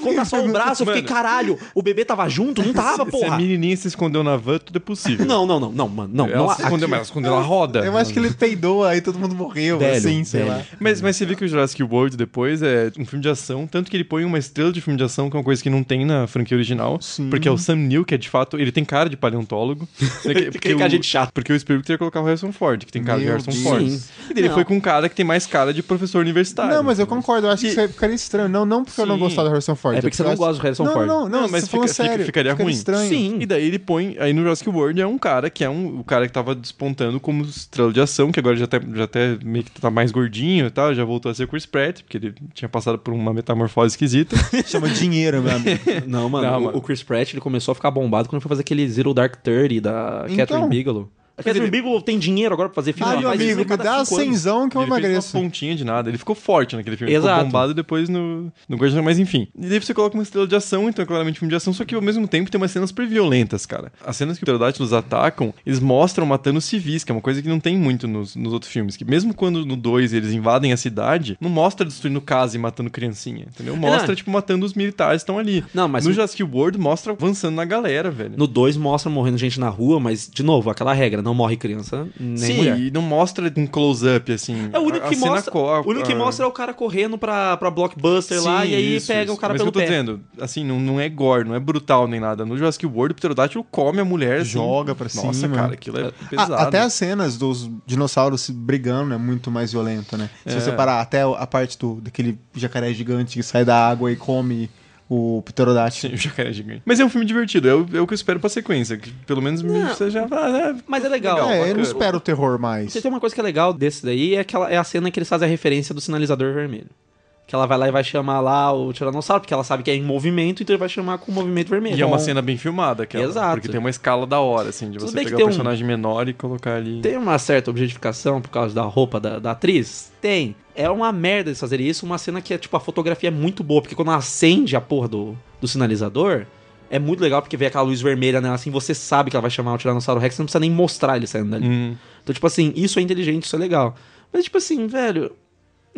Quando só o braço, eu fiquei, caralho, o bebê tava junto? Não
ah,
tava,
Se a
porra.
menininha se escondeu na van, tudo é possível.
Não, não, não, não, mano, não.
Ela
não
se escondeu, mas ela se escondeu na roda.
Eu acho que ele peidou, aí todo mundo morreu,
Velho,
assim, sei
velho.
lá.
Mas, mas você vê que o Jurassic World depois é um filme de ação, tanto que ele põe uma estrela de filme de ação, que é uma coisa que não tem na franquia original.
Sim.
Porque é o Sam Neill, que é de fato, ele tem cara de paleontólogo. né, que- porque,
cara
o,
de gente chata.
porque o Spielberg teria colocado o Harrison Ford, que tem cara de
Meu
Harrison
Deus.
Ford.
Sim.
E daí ele
Não.
foi com um cara que tem mais cara de professor
Tá,
universitário.
Não, mas eu concordo, eu acho que
E-
isso aí ficaria estranho. Não, não porque eu não
Sim.
gostava do Harrison Ford.
É porque você não
eu acho-
gosta do Harrison
não,
Ford.
Não, não,
Não,
não,
mas
mas falando
fica- fica-
sério.
ficaria ruim.
estranho.
Sim.
E daí ele põe. Aí no Jurassic World é um cara que é um, o cara que tava despontando como estrela de ação, que agora já até, já até meio que tá mais gordinho e tal, já voltou a ser Chris Pratt, porque ele tinha passado por uma metamorfose esquisita.
Chama dinheiro, meu amigo.
Não, mano,
Não,
o-
mano.
o Chris Pratt ele começou a ficar bombado quando foi fazer aquele Zero Dark Thirty da
Então.
Catherine Bigelow. A É Catherine Bigelow tem dinheiro agora pra fazer filme.
Ah,
ela
meu
faz isso
amigo,
a
me
cada
dá
cinco anos.
cenzão que eu
ele fez
emagreço.
uma pontinha de nada. Ele ficou forte naquele filme.
Exato.
Ficou bombado depois no, no Guardiões da Mais, enfim. E daí você coloca uma estrela de ação, então é claramente filme de ação, só que ao mesmo tempo tem umas cenas super violentas, cara. As cenas que os pterodátilos atacam, eles mostram matando civis, que é uma coisa que não tem muito nos, nos outros filmes. Que mesmo quando no 2 eles invadem a cidade, não mostra destruindo casa e matando criancinha, entendeu? Mostra,
É Verdade.
tipo, matando os militares que estão ali.
Não, mas
no
o-
Jurassic World mostra avançando na galera, velho.
No 2 mostra morrendo gente na rua, mas, de novo, aquela regra, não morre criança nem
Sim,
mulher.
e não mostra um close-up, assim.
É o único,
A- a
que
cena
mostra,
co-
o único que
a-
mostra é o cara correndo pra, pra blockbuster lá
Sim,
e aí
isso,
pega
isso.
o cara
Mas
pelo
o que eu tô
pé.
dizendo, assim, não, não é gore, não é brutal nem nada. No Jurassic World, o pterodátilo come a mulher, assim,
Joga pra
Nossa,
cima.
cara, aquilo é
Ah,
pesado.
até as cenas dos dinossauros se brigando é muito mais violento, né? Se
É.
você parar até a parte do, daquele jacaré gigante que sai da água e come o
Sim,
pterodátilo.
o jacaré gigante. Mas é um filme divertido, é o, é o que eu espero pra sequência. Que pelo menos me seja. Ah, né?
Mas é legal.
é, eu não
bacana.
espero o terror mais.
Você tem uma coisa que é legal desse daí, é, aquela, é a cena que eles fazem a referência do sinalizador vermelho. Que ela vai lá e vai chamar lá o Tiranossauro, porque ela sabe que é em movimento, então ele vai chamar com o movimento vermelho.
E é uma
Bom,
cena bem filmada, aquela.
Exato.
Porque tem uma escala da hora, assim, de
Tudo
você
bem que
pegar um
tem um-
personagem menor e colocar ali.
Tem uma certa objetificação por causa da roupa da, da atriz? Tem. É uma merda eles fazerem isso, uma cena que é tipo, a fotografia é muito boa, porque quando ela acende a porra do, do sinalizador, é muito legal porque vê aquela luz vermelha nela assim, você sabe que ela vai chamar o Tiranossauro Rex, você não precisa nem mostrar ele saindo dali.
Hum.
Então, tipo assim, isso é inteligente, isso é legal. Mas, tipo assim, velho.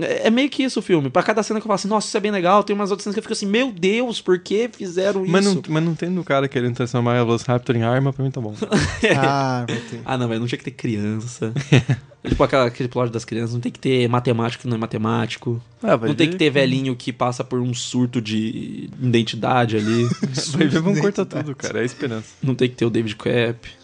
É é meio que isso o filme. Pra cada cena que eu falo assim, nossa, isso é bem legal, tem umas outras cenas que eu fico assim, meu Deus, por que fizeram
Mas
isso?
não, mas não tendo o cara querendo transformar a Velociraptor em arma, pra mim tá bom.
Ah, vai ter.
Ah, não, velho, não tinha que ter criança. tipo, aquela, aquele plot das crianças, não tem que ter matemático que não é matemático.
Ah, vai
não tem
ver-
que ter velhinho que passa por um surto de identidade ali.
Vai ver, vamos cortar tudo, cara. É a esperança.
não tem que ter o David Cap.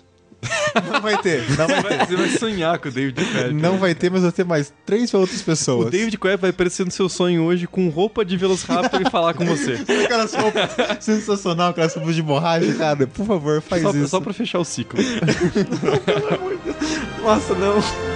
Não vai ter, não vai ter.
Você vai sonhar com o David Fred.
Não vai ter, mas vai ter mais três outras pessoas.
O David Coé vai aparecer no seu sonho hoje com roupa de Velociraptor e falar com você.
Aquelas roupas sensacional, aquelas roupas de borracha, cara. Por favor, faz
Só,
isso.
só pra fechar o ciclo.
Nossa, não.